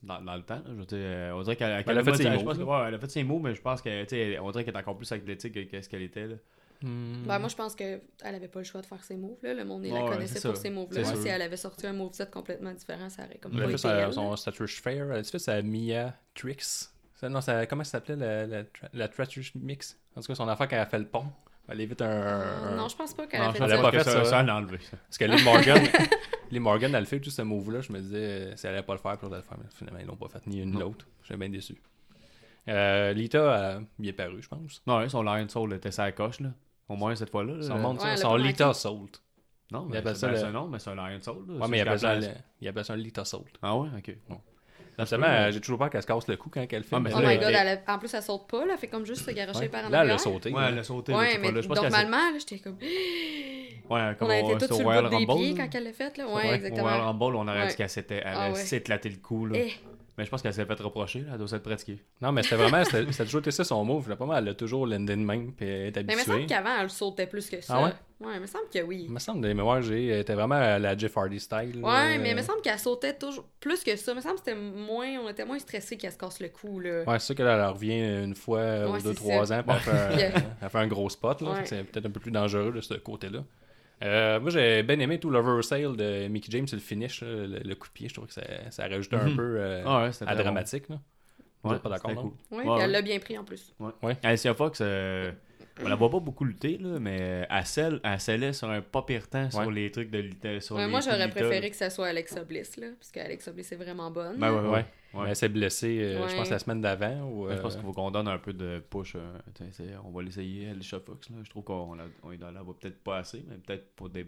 S4: dans, dans le temps. là. je veux dire, euh, on dirait qu'elle qu'elle
S3: elle a fait
S4: moi,
S3: ses
S4: je
S3: moves,
S4: pense que-
S3: là.
S4: ouais, elle a fait ses mots, mais je pense que tu sais, on dirait qu'elle est encore plus athlétique que, que ce qu'elle était. Là.
S3: Mm.
S5: Ben, moi, je pense qu'elle n'avait pas le choix de faire ses moves. Là. Le monde il
S4: Ouais,
S5: la
S4: ouais,
S5: connaissait
S4: c'est
S5: pour
S4: ça.
S5: ses moves-là.
S4: C'est
S5: Moi,
S4: sûr.
S5: Si elle avait sorti un move set complètement différent, ça aurait comme
S3: Elle
S5: pas
S3: a fait
S5: été
S3: sa-
S5: elle.
S3: son sa Trish Fair, elle a fait sa Mia Trix. Ça, non, ça, comment ça s'appelait la, la, tra- la Trish Mix En tout cas, son affaire quand elle a fait le pont. Elle évite un.
S5: Euh,
S3: un-
S5: Non, je pense pas qu'elle
S4: Non,
S5: a
S4: je
S5: fait
S3: elle
S4: pense
S3: a pas
S5: ça.
S4: que
S3: fait ça.
S4: Ça, elle l'a enlevé. ça.
S3: Parce que Lee Morgan, Lee Morgan, elle fait tout ce move-là. Je me disais, euh, si elle allait pas le faire, puis l'autre allait le faire. Mais finalement, ils l'ont pas fait, ni une ni l'autre. J'étais bien déçu. Euh, Lita, euh, il est paru, je pense.
S4: Non, ouais, son Lion Soul était sa coche. Là. Au moins cette fois-là. là.
S3: Son monde,
S5: Ouais,
S3: ça,
S5: elle a
S3: son
S5: pas manqué.
S3: Lita Salt.
S4: Non,
S3: Il
S4: mais
S3: appelle
S4: c'est
S3: ça
S4: ben,
S3: le-
S4: c'est un nom, mais c'est un Lion Soul. là.
S3: Ouais,
S4: C'est
S3: mais il
S4: ce
S3: appelle, ça,
S4: qu'elle
S3: le- il appelle ça un Lita Salt.
S4: Ah ouais, ok. Bon.
S3: Absolument, euh, j'ai toujours peur qu'elle se casse le cou quand elle fait.
S4: Ah, mais
S5: Oh
S4: là,
S5: my
S4: elle-
S5: god, elle a- en plus, elle saute pas. Là. Elle fait comme juste se garocher par
S3: Là,
S5: en
S3: elle a
S5: arrière.
S3: sauté.
S4: Ouais,
S3: là.
S4: elle a sauté. là,
S5: Ouais,
S4: cette
S5: mais
S4: fois-là. Je pense qu'elle s'est-
S5: normalement, là, j'étais comme. eh,
S4: Ouais, comme
S5: On a été tous
S4: c'était
S5: sur
S4: au
S5: le bout
S4: Royal
S5: des
S4: Rumble,
S5: pieds
S4: là.
S5: quand elle l'a faite. Là.
S4: Ouais,
S5: Ouais,
S4: au Royal
S5: exactement.
S4: Rumble, on aurait
S5: Ouais.
S4: dit qu'elle s'était elle
S5: Ah
S4: a
S5: ouais.
S4: s'éclaté le cou. Là.
S5: Eh.
S4: Mais je pense qu'elle s'est fait reprocher. là. Elle doit s'être pratiquée.
S3: Non, mais c'était vraiment, c'était c'était toujours été ça son move. Là, pas mal, elle a toujours l'ending même, puis elle est
S5: Mais il me semble
S3: habituée.
S5: qu'avant, elle le sautait plus que ça.
S3: Ah ouais?
S5: ouais? il me semble que oui.
S3: Il me semble, des mémoires, j'ai. Elle était vraiment à la Jeff Hardy style.
S5: Ouais,
S3: là.
S5: mais il me semble qu'elle sautait toujours plus que ça. Il me semble que c'était moins. On était moins stressé qu'elle se casse le cou, là.
S3: Ouais, c'est sûr qu'elle elle revient une fois euh,
S5: Ouais,
S3: ou deux,
S5: c'est
S3: trois
S5: ça.
S3: ans, puis elle fait, un,
S5: Yeah.
S3: elle fait un gros spot. là.
S5: Ouais.
S3: Fait que C'est peut-être un peu plus dangereux de ce côté-là. Euh, moi, j'ai bien aimé tout l'oversail de Mickey James sur le finish, là, le, le coup de pied. Je trouve que ça, ça rajoutait un peu euh,
S4: Mm-hmm. Ah ouais, c'était
S3: à
S4: très bon.
S3: dramatique. là. Vous êtes pas d'accord,
S4: c'était
S3: non?
S4: cool.
S5: Oui,
S4: Ouais,
S5: puis elle
S4: ouais.
S5: l'a bien pris en plus.
S4: Ouais.
S3: Ouais.
S4: Alicia Fox, euh, on la voit pas beaucoup lutter, là, mais euh, elle, scelle, elle scellait sur un pas pire temps sur
S3: Ouais.
S4: les trucs de lutte. euh, Sur
S5: Ouais,
S4: les
S5: moi,
S4: coups de
S5: j'aurais
S4: lutte,
S5: préféré
S4: là.
S5: que ça soit Alexa Bliss, là, parce qu'Alexa Bliss est vraiment bonne.
S4: Ben ouais, ouais.
S3: Ouais.
S4: Ouais.
S3: Mais elle s'est blessée, euh, je
S5: Ouais.
S3: pense, la semaine d'avant. Ou,
S4: Ouais, Je pense
S3: euh,
S4: qu'il faut qu'on donne un peu de push. euh, t'sais, c'est- on va l'essayer, Alicia Fox. Là. Je trouve qu'on la, on la la voit peut-être pas assez, mais peut-être pour des,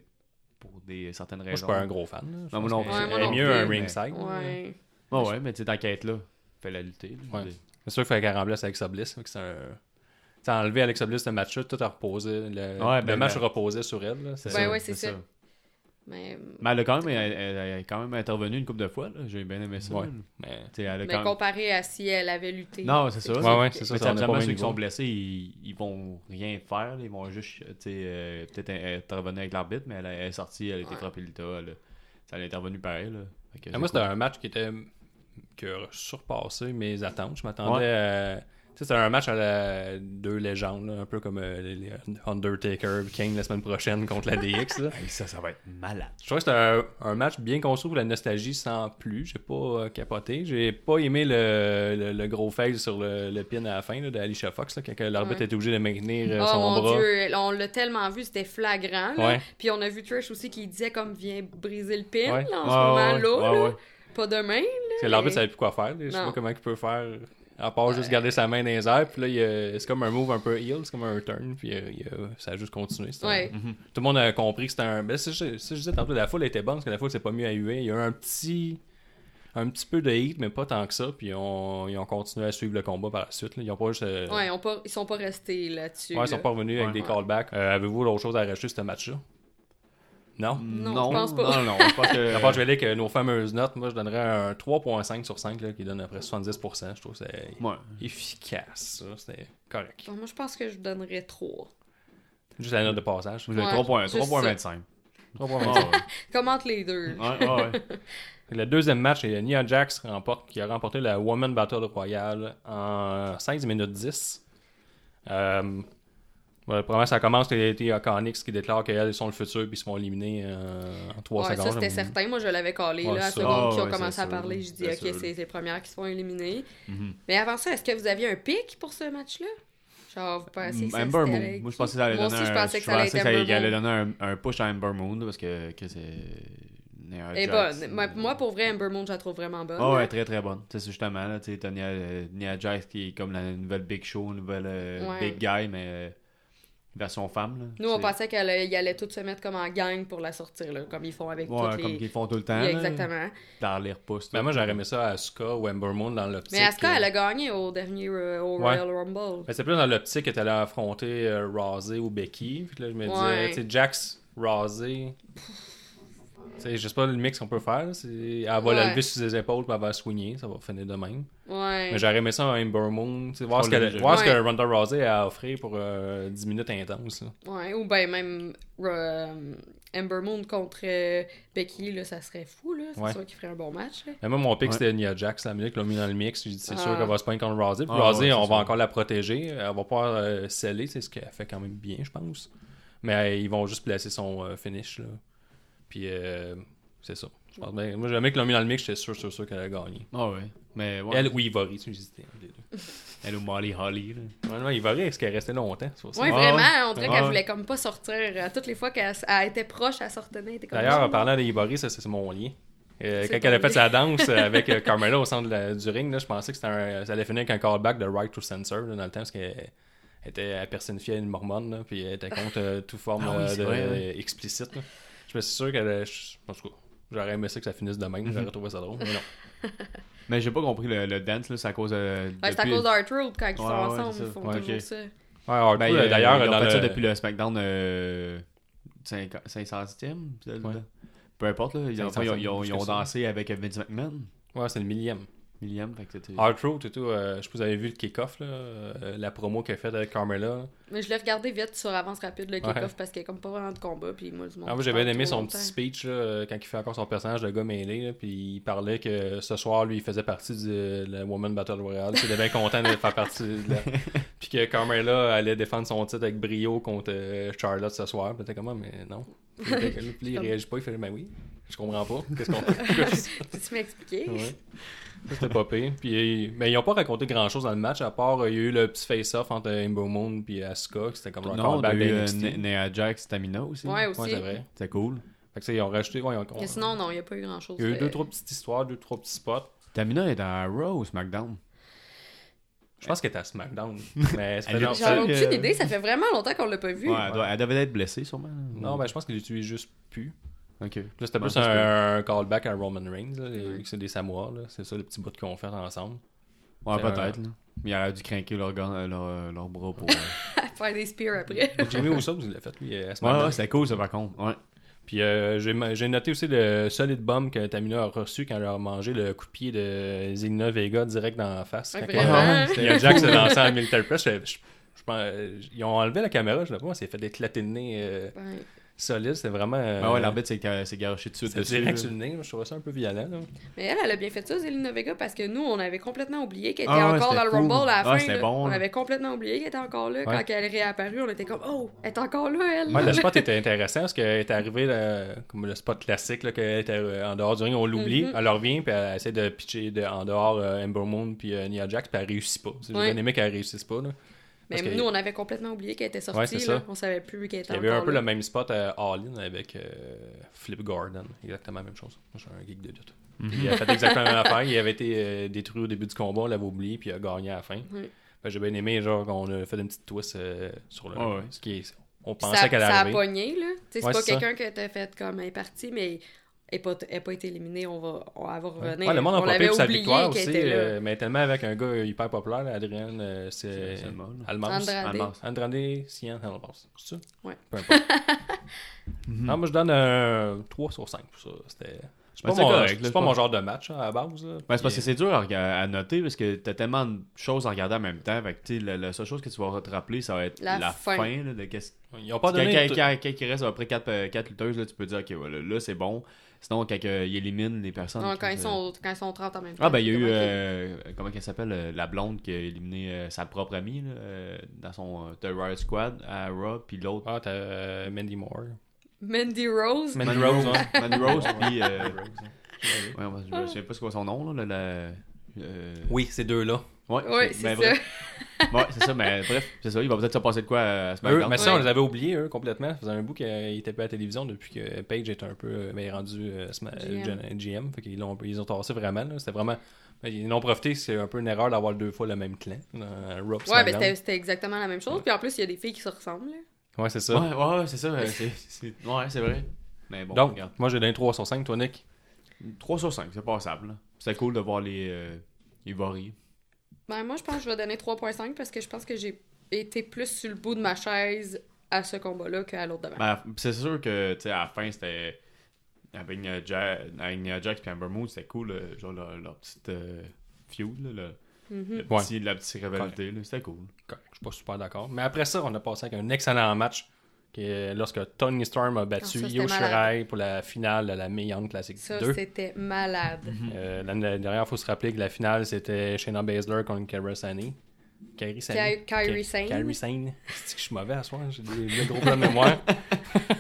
S4: pour des certaines
S3: Moi, je
S4: raisons.
S3: suis pas un gros fan. là. Je
S4: Non, moi
S3: pense
S4: non
S3: que
S4: plus.
S5: Ouais, moi
S3: elle est
S5: non
S3: mieux un
S5: plus, mais-
S3: ringside. là.
S5: Ouais.
S4: Ouais, ouais, mais tu t'inquiète là. Fais-la lutter. là, je
S3: Ouais.
S4: veux dire.
S3: C'est sûr qu'il fallait qu'elle remplace Alexa Bliss. fait hein, que c'est un... T'sais, enlever Alexa Bliss de match-là, tout a reposé. Le,
S4: Ouais,
S3: le
S4: ben,
S3: match
S4: ben-
S3: reposait sur elle. là. C'est
S5: Ben
S3: ça.
S5: ouais, c'est ça. Mais,
S4: Mais elle a quand même, elle, elle- elle a quand même intervenu une couple de fois. là. J'ai bien aimé ça.
S3: Ouais.
S4: là.
S3: Mais-
S4: T'sais, elle a
S5: mais
S4: quand même-
S5: comparé à si elle avait lutté.
S4: Non, c'est ça.
S3: Ouais, ouais, c'est ça.
S4: Mais
S3: ça, on est pas au
S4: certainement,
S3: même
S4: ceux qui
S3: niveau.
S4: sont blessés, ils, ils vont rien faire. là. Ils vont juste euh, tu sais, euh, peut-être euh, intervenir avec l'arbitre, mais elle, elle est sortie, elle a été
S5: Ouais.
S4: frappée le tas. Elle, a- ça, elle est intervenue pareil. Là. Fait que
S3: Ah,
S4: c'est
S3: moi,
S4: cool.
S3: c'était un match qui était qui a surpassé mes attentes. Je m'attendais
S4: Ouais.
S3: à. Tu sais, c'était un match à la deux légendes, là, un peu comme euh, les- les Undertaker et Kane la semaine prochaine contre la DX. là.
S4: Hey, ça, ça va être malade.
S3: Je trouve que c'était un, un match bien construit pour la nostalgie sans plus. J'ai pas euh, capoté. J'ai pas aimé le, le- le gros fail sur le, le pin à la fin là, d'Alicia Fox, là, quand que l'arbitre
S5: Ouais.
S3: était obligé de maintenir euh,
S5: Oh
S3: son
S5: mon
S3: bras.
S5: dieu, on l'a tellement vu, c'était flagrant. là.
S3: Ouais.
S5: Puis on a vu Trish aussi qui disait comme viens briser le pin
S3: Ouais.
S5: là, en
S4: Ouais,
S5: ce
S4: ouais,
S5: moment-là.
S4: ouais,
S5: là.
S4: ouais.
S5: Pas demain.
S3: Parce que l'arbitre savait plus quoi faire. là. Je sais
S5: Non.
S3: pas comment il peut faire. À part juste garder sa main dans les airs, puis là, il a- c'est comme un move un peu heel, c'est comme un turn, puis euh, il a- ça a juste continué. c'est un-
S5: Ouais.
S3: Tout le monde a compris que c'était un. Ben, c'est- c'est- c'est- je disais tantôt, la foule était bonne, parce que la foule s'est pas mieux à huer. Il y a eu un petit. Un petit peu de hit, mais pas tant que ça. Puis on- ils ont continué à suivre le combat par la suite. là. Ils ont pas juste. euh,
S5: Ouais, on pas- ils sont pas restés là-dessus.
S3: ouais, ils sont
S5: là.
S3: pas revenus avec des
S5: Ouais.
S3: callbacks. Euh, Avez-vous d'autre chose à rajouter sur ce match-là Non.
S4: Mm.
S5: Non, je pense pas.
S4: Non, non, je pense que.
S3: À part, je vais dire que nos fameuses notes, moi, je donnerais un 3.5 sur 5 là, qui donne à peu près 70%. Je trouve que c'est
S4: Ouais.
S3: efficace. ça. C'était correct.
S5: Bon, moi, je pense que je donnerais 3.
S3: Juste la note de passage.
S4: Moi, j'ai
S5: Ouais,
S4: 3.25.
S5: juste ça.
S4: 3.25.
S3: 3.25.
S5: Commente les deux.
S4: Ah Ouais, ouais, ouais.
S3: Le deuxième match, c'est Nia Jax remporte, qui a remporté la Woman Battle Royale en 16 minutes 10. Euh, ouais, probablement, ça commence que les Iconics qui déclarent qu'elles sont le futur puis ils se font éliminer euh, en 3
S5: Ouais,
S3: secondes.
S5: ça, c'était certain. Moi, je l'avais collé.
S3: Ouais,
S5: là, à
S3: ça.
S5: ce moment
S4: Ah,
S5: qui ont
S4: hein. ouais,
S5: commencé
S4: c'est
S5: à
S4: sûr,
S5: parler, je dis,
S4: c'est
S5: OK,
S4: sûr. Mm-hmm.
S5: c'est les premières qui se font éliminer. Mais avant ça, est-ce que vous aviez un pic pour ce match-là? Genre, vous pensez que ça,
S4: Ember
S5: c'était
S4: Moon.
S5: avec
S4: Moi, je
S5: qui?
S4: pensais que ça allait
S5: Moi
S4: donner
S5: aussi, je
S4: un,
S5: pensais que ça allait être
S4: qu'elle
S5: Ember
S4: allait
S5: Moon.
S4: donner un, un push à Ember Moon là, parce que, que c'est. Nia
S5: Elle est
S4: Jax, euh,
S5: bonne. Moi- Moi, pour vrai, Ember Moon, je la trouve vraiment bonne.
S4: Ah ouais,
S5: là.
S4: très très bonne. Tu sais, c'est justement, là, tu sais, t'as Nia, euh, Nia Jax qui est comme la nouvelle Big Show, nouvelle euh,
S5: Ouais.
S4: Big Guy, mais euh, version femme. Là,
S5: Nous, on
S4: C'est-
S5: pensait qu'elle allait- ils allaient toutes se mettre comme en gang pour la sortir, là, comme ils font avec
S4: Ouais,
S5: toutes
S4: comme
S5: les...
S4: qu'ils font tout le temps.
S5: Yeah,
S4: là,
S5: exactement.
S4: Dans les repousses.
S3: Ben, moi, j'aurais
S4: j'arrive
S3: aimé ça à Asuka ou Ember Moon dans l'optique.
S5: Mais Asuka,
S3: euh,
S5: elle a gagné au dernier euh, au
S3: Ouais.
S5: Royal Rumble.
S3: Ben, c'est plus dans l'optique que tu allais affronter euh, Razé ou Becky. Fait que là, je me disais,
S5: Ouais.
S3: tu sais, Jax, Razé. Tu sais, je sais pas le mix qu'on peut faire. c'est- Elle va
S5: Ouais.
S3: la lever sur ses épaules, puis elle va swinguer. Ça va finir de même.
S5: Ouais.
S3: Mais j'aurais aimé ça à Amber Moon. tu sais, Voir,
S4: Oh,
S3: ce,
S4: le
S3: qu'elle-
S4: jeu.
S3: voir ce que
S5: Ouais.
S3: Ronda Rousey a à offrir pour euh, 10 minutes intenses. là.
S5: Ouais, ou ben même euh, Ember Moon contre euh, Becky, là, ça serait fou, là. C'est
S3: Ouais.
S5: sûr qu'il ferait un bon match. là.
S3: Mais moi, mon pick,
S4: Ouais.
S3: c'était Nia Jax. La minute qu'ils l'ont mis dans le mix, j'ai dit, c'est sûr
S5: Ah.
S3: qu'elle va se peindre contre Rousey. Puis
S4: Ah,
S3: Rousey,
S4: ouais, c'est
S3: on va
S4: sûr.
S3: encore la protéger. Elle va pas euh, sceller. C'est ce qu'elle fait quand même bien, je pense. Mais euh, ils vont juste placer son euh, finish. Là. Puis euh, c'est ça. Je pense, ben, moi, jamais qu'ils l'ont mis dans le mix, j'étais sûr, sûr, sûr qu'elle a gagné.
S4: Ah ouais. Mais ouais.
S3: Elle ou Ivory, tu sais, j'hésitais. entre les deux.
S4: Elle ou Molly Holly. Là.
S3: Normalement, Ivory, est-ce qu'elle restait longtemps c'est pour ça.
S5: Ouais,
S4: Ah ouais.
S5: vraiment, on dirait
S4: Ah ouais.
S5: qu'elle voulait comme pas sortir. À toutes les fois qu'elle elle était proche, elle sortait elle était comme
S3: D'ailleurs, en
S5: non,
S3: parlant d'Ibori, ça c'est c'est mon lien. Euh,
S5: C'est
S3: quand
S5: ton
S3: elle a fait
S5: lien.
S3: sa danse euh, avec euh, Carmella au centre de la- du ring, là, je pensais que c'était un- ça allait finir avec un callback de Right to Censor là, dans le temps, parce qu'elle était, elle personnifiait une mormone, là, puis elle était contre euh, toute forme
S4: Ah oui,
S3: euh,
S4: c'est
S3: de-
S4: vrai, ouais.
S3: explicite. là. Je me suis sûr qu'elle. je- En tout cas, j'aurais aimé ça que ça finisse de même,
S4: Mhm.
S3: j'aurais trouvé ça drôle, mais non.
S4: Mais j'ai pas compris le, le dance, là, c'est à cause. euh,
S5: Ouais, c'est à
S4: depuis-
S5: cause d'Art Road quand ils sont
S4: Ouais, ouais,
S5: ensemble,
S4: c'est ça.
S5: ils font
S4: Ouais,
S5: toujours
S4: ok.
S5: ça.
S3: Ouais, Hardcore,
S4: Ben,
S3: là,
S4: euh,
S3: d'ailleurs,
S4: ils ont
S3: dans
S4: fait
S3: le...
S4: ça depuis le SmackDown euh, 50 500e. puis là,
S3: Ouais.
S4: Peu importe, là, ils, ont,
S3: 500e,
S4: ils ont- ils ont- ils ont
S3: jusqu'à ça.
S4: dansé avec euh, Vince McMahon,
S3: Ouais, c'est le millième.
S4: William. Fait que c'était-
S3: Hard Road et tout, euh, je sais pas si vous avez vu le kick-off, là, euh, la promo qu'elle a faite avec Carmella.
S5: Mais je l'ai regardé vite sur Avance Rapide, le kick-off,
S3: Ouais.
S5: parce qu'il y a comme pas vraiment de combat. Puis moi,
S3: Ah, moi, j'ai bien aimé son petit speech là, euh, quand il fait encore son personnage de gars mêlé. là, Puis il parlait que ce soir, lui, il faisait partie du- de la Woman Battle Royale. puis Il était bien content de faire partie de la. Puis que Carmella allait défendre son titre avec brio contre euh, Charlotte ce soir. Puis t'es comme, Ah, mais non. Puis il était- puis il réagit pas, il fait, ben oui. Je comprends pas. Qu'est-ce qu'on fait?
S5: Peux-tu m'expliquer?
S3: Ouais. Ça, C'était pas pire. Puis, euh, mais ils n'ont pas raconté grand chose dans le match, à part euh, il y a eu le petit face-off entre Imbo Moon et Asuka. que C'était comme un
S4: Non, t'as
S3: combat
S4: eu euh,
S3: d'NXT.
S4: Nia Nia Jax Stamina aussi.
S5: Ouais, aussi.
S3: Ouais, c'est vrai.
S4: C'était cool.
S3: Fait que ça, ils ont rajouté. ouais, ils ont-
S5: Mais sinon, non, il n'y a pas eu grand-chose. Euh,
S3: il y a eu
S5: de-
S3: deux, trois petites histoires, deux, trois petits spots.
S4: Stamina est dans Raw ou SmackDown
S3: Je pense qu'elle était à SmackDown. Mais ça fait
S4: Elle est
S3: longtemps-
S5: J'en ai
S4: Euh,
S5: aucune idée, ça fait vraiment longtemps qu'on l'a pas vu.
S4: Ouais, elle, doit- elle devait être blessée sûrement.
S3: Non, ben, je pense qu'il l'utilise juste plus.
S4: Ok.
S3: Là, c'était
S4: Ouais,
S3: plus
S4: ça se
S3: un, un callback à Roman Reigns, là, les- c'est des Samois, là. c'est ça le petit bout qu'on fait ensemble.
S4: Ouais,
S3: C'est un-
S4: peut-être. là. Mais elle a dû craquer leur, gant- euh, leur, leur bras pour. ouais,
S5: Faire des spears après.
S3: Jimmy Uso, vous l'avez fait, lui, à ce
S4: ouais,
S3: moment-là.
S4: c'était cool ça par contre. Ouais.
S3: Puis euh, j'ai ma- j'ai noté aussi le solide bomb que Tamina a reçu quand elle a mangé le coup de pied de Zelina Vega direct dans la face.
S5: Ouais,
S3: Quand
S5: vraiment.
S3: elle-
S4: Ah ouais,
S3: Il y a Jack qui s'est lancé en military press. Je, je- je pense- euh, ils ont enlevé la caméra, je sais pas, elle s'est fait éclater le nez euh,
S5: Ouais.
S3: solide, c'est vraiment... euh,
S4: Ben ouais, l'arbitre s'est ca- s'est garoché dessus.
S3: c'est direct sur le nez, là. je trouvais ça un peu violent. là.
S5: Mais elle, elle a bien fait ça, Zelina Vega, parce que nous, on avait complètement oublié qu'elle était
S4: Ah ouais,
S5: encore dans
S4: c'était
S5: le
S4: cool.
S5: Rumble à la
S4: Ah,
S5: fin.
S4: c'était
S5: là.
S4: bon,
S5: on
S4: là.
S5: avait complètement oublié qu'elle était encore là.
S4: Ouais.
S5: Quand elle est réapparue, on était comme Oh, elle est encore là, elle.
S3: Ouais, le spot était intéressant parce qu'elle est arrivée, là, comme le spot classique, là, qu'elle était euh, en dehors du ring, on l'oublie,
S5: Mhm.
S3: elle revient, puis elle essaie de pitcher de- en dehors euh, Ember Moon puis euh, Nia Jax, puis elle réussit pas. C'est
S5: Ouais.
S3: bien aimé qu'elle réussisse pas. Là,
S5: Mais
S3: Parce que-
S5: nous, on avait complètement oublié qu'elle était
S3: Ouais,
S5: sortie.
S3: c'est
S5: là.
S3: ça.
S5: On savait plus qu'elle était
S3: Il y avait
S5: encore
S3: un peu
S5: là.
S3: le même spot à All-In avec euh, Flip Gordon. Exactement la même chose. Moi, je suis un geek de lutte. Il a fait exactement la même affaire. Il avait été euh, détruit au début du combat, on l'avait oublié, puis il a gagné à la fin. Fait que J'ai bien aimé, genre, qu'on a fait une petite twist euh, sur le.
S4: Ouais, ouais.
S3: Ce qui est- On
S5: Puis
S3: pensait
S5: ça,
S3: qu'elle
S5: ça a
S3: allait arriver.
S5: pogné, là. Tu sais, C'est
S3: Ouais,
S5: pas
S3: c'est ça.
S5: quelqu'un que t'as fait comme un parti, mais elle n'a pas, elle a pas été éliminée. On va, on va revenir.
S3: Ouais, le monde a
S5: on
S3: popé
S5: l'avait
S3: pour sa
S5: oublié
S3: victoire
S5: qu'elle
S3: aussi,
S5: était là.
S3: euh, mais tellement avec un gars hyper populaire, là, Adrian, euh, c'est
S4: C'est Almas, là.
S3: Almas.
S5: Andrade.
S4: Almas.
S3: Andrade, Sian, Almas. C'est ça?
S5: Ouais.
S3: Peu importe.
S4: Mhm.
S3: Non, moi, je donne un 3 sur 5 pour ça. C'était... C'est
S4: Ben,
S3: pas,
S4: c'est
S3: mon,
S4: correct, là,
S3: c'est
S4: je
S3: pas mon
S4: pense.
S3: genre de match hein, à la base. là.
S4: Ouais, Ben, c'est parce que
S3: Puis,
S4: c'est dur à, rega- à noter parce que t'as tellement de choses à regarder en même temps. Fait que tu sais, la, la seule chose que tu vas te rappeler, ça va être
S5: La
S4: la,
S5: fin.
S4: fin. là, de qu'est-ce
S3: euh, Ils ont pas
S4: Quand,
S3: donné...
S4: quand- quand- quand il reste à peu près 4, lutteuses, là, tu peux dire, OK, voilà, là, c'est bon. Sinon, quand euh, il élimine les personnes.
S5: Non,
S4: qui-
S5: quand, ils
S4: euh,
S5: sont, quand ils sont 30 en même temps.
S4: Ah, ben, il y a eu.
S5: comment qu'ils-
S4: euh, comment qu'elle s'appelle euh, La blonde qui a éliminé euh, sa propre amie là, euh, dans son euh, Terror Squad à Raw, puis l'autre.
S3: Ah, t'as euh, Mandy Moore.
S5: Mandy Rose.
S3: Mandy Rose, hein.
S4: Mandy Rose, puis. euh,
S3: Mandy Rose, hein.
S4: ouais, on va- je ne sais pas c'est quoi son nom, là. la- euh,
S3: Oui, ces deux-là.
S4: Ouais,
S5: Ouais,
S4: mais
S5: c'est ça.
S4: bref. Ouais, c'est ça, mais bref, c'est ça. Il va peut-être se passer de quoi euh, à ce
S3: Eux,
S4: moment
S3: mais ça, on
S5: Ouais.
S3: les avait oubliés, eux, complètement. Ça faisait un bout qu'ils étaient pas à la télévision depuis que Page était un peu euh, ben, rendu euh, sma-
S5: GM.
S3: Gen- GM. Fait qu'ils l'ont- ils ont tassé vraiment. là. C'était vraiment. ben, Ils n'ont profité, c'est un peu une erreur d'avoir deux fois le même clan. euh, Raw,
S5: Ouais, ben
S3: SmackDown.
S5: c'était- c'était exactement la même chose. Puis en plus, il y a des filles qui se ressemblent. là.
S3: Ouais, c'est ça.
S4: Ouais, ouais, ouais, c'est ça. euh, c'est- c'est- Ouais, c'est vrai. Mais bon,
S3: Donc,
S4: regarde.
S3: moi j'ai donné 3 sur 5, toi, Nick.
S4: 3 sur 5, c'est passable. là. C'était cool de voir les, euh, les varies.
S5: Ben, moi, je pense que je vais donner 3.5 parce que je pense que j'ai été plus sur le bout de ma chaise à ce combat-là qu'à l'autre devant.
S4: Ben, c'est sûr que, tu sais, à la fin, c'était. Avec Nia Ja- avec Nia Jax et Amber Moon, c'était cool, euh, genre leur, leur petite euh, feud, là, le-
S5: Mm-hmm.
S4: le petit- la petite rivalité, là, c'était cool.
S3: Correct, Je suis pas super d'accord. Mais après ça, on a passé avec un excellent match. qui est lorsque Tony Storm a battu
S5: Ah, ça, c'était
S3: Io Shirai
S5: malade.
S3: pour la finale de la Meion Classic
S5: ça,
S3: 2.
S5: c'était malade.
S3: Euh, L'année dernière, il faut se rappeler que la finale, c'était Shayna Baszler contre Kairi Sane. Kairi Sane.
S5: Ky- Kairi
S3: Ka-
S5: Sane.
S3: Kairi Sane. C'est que je suis mauvais à soir, j'ai des des gros problèmes de mémoire.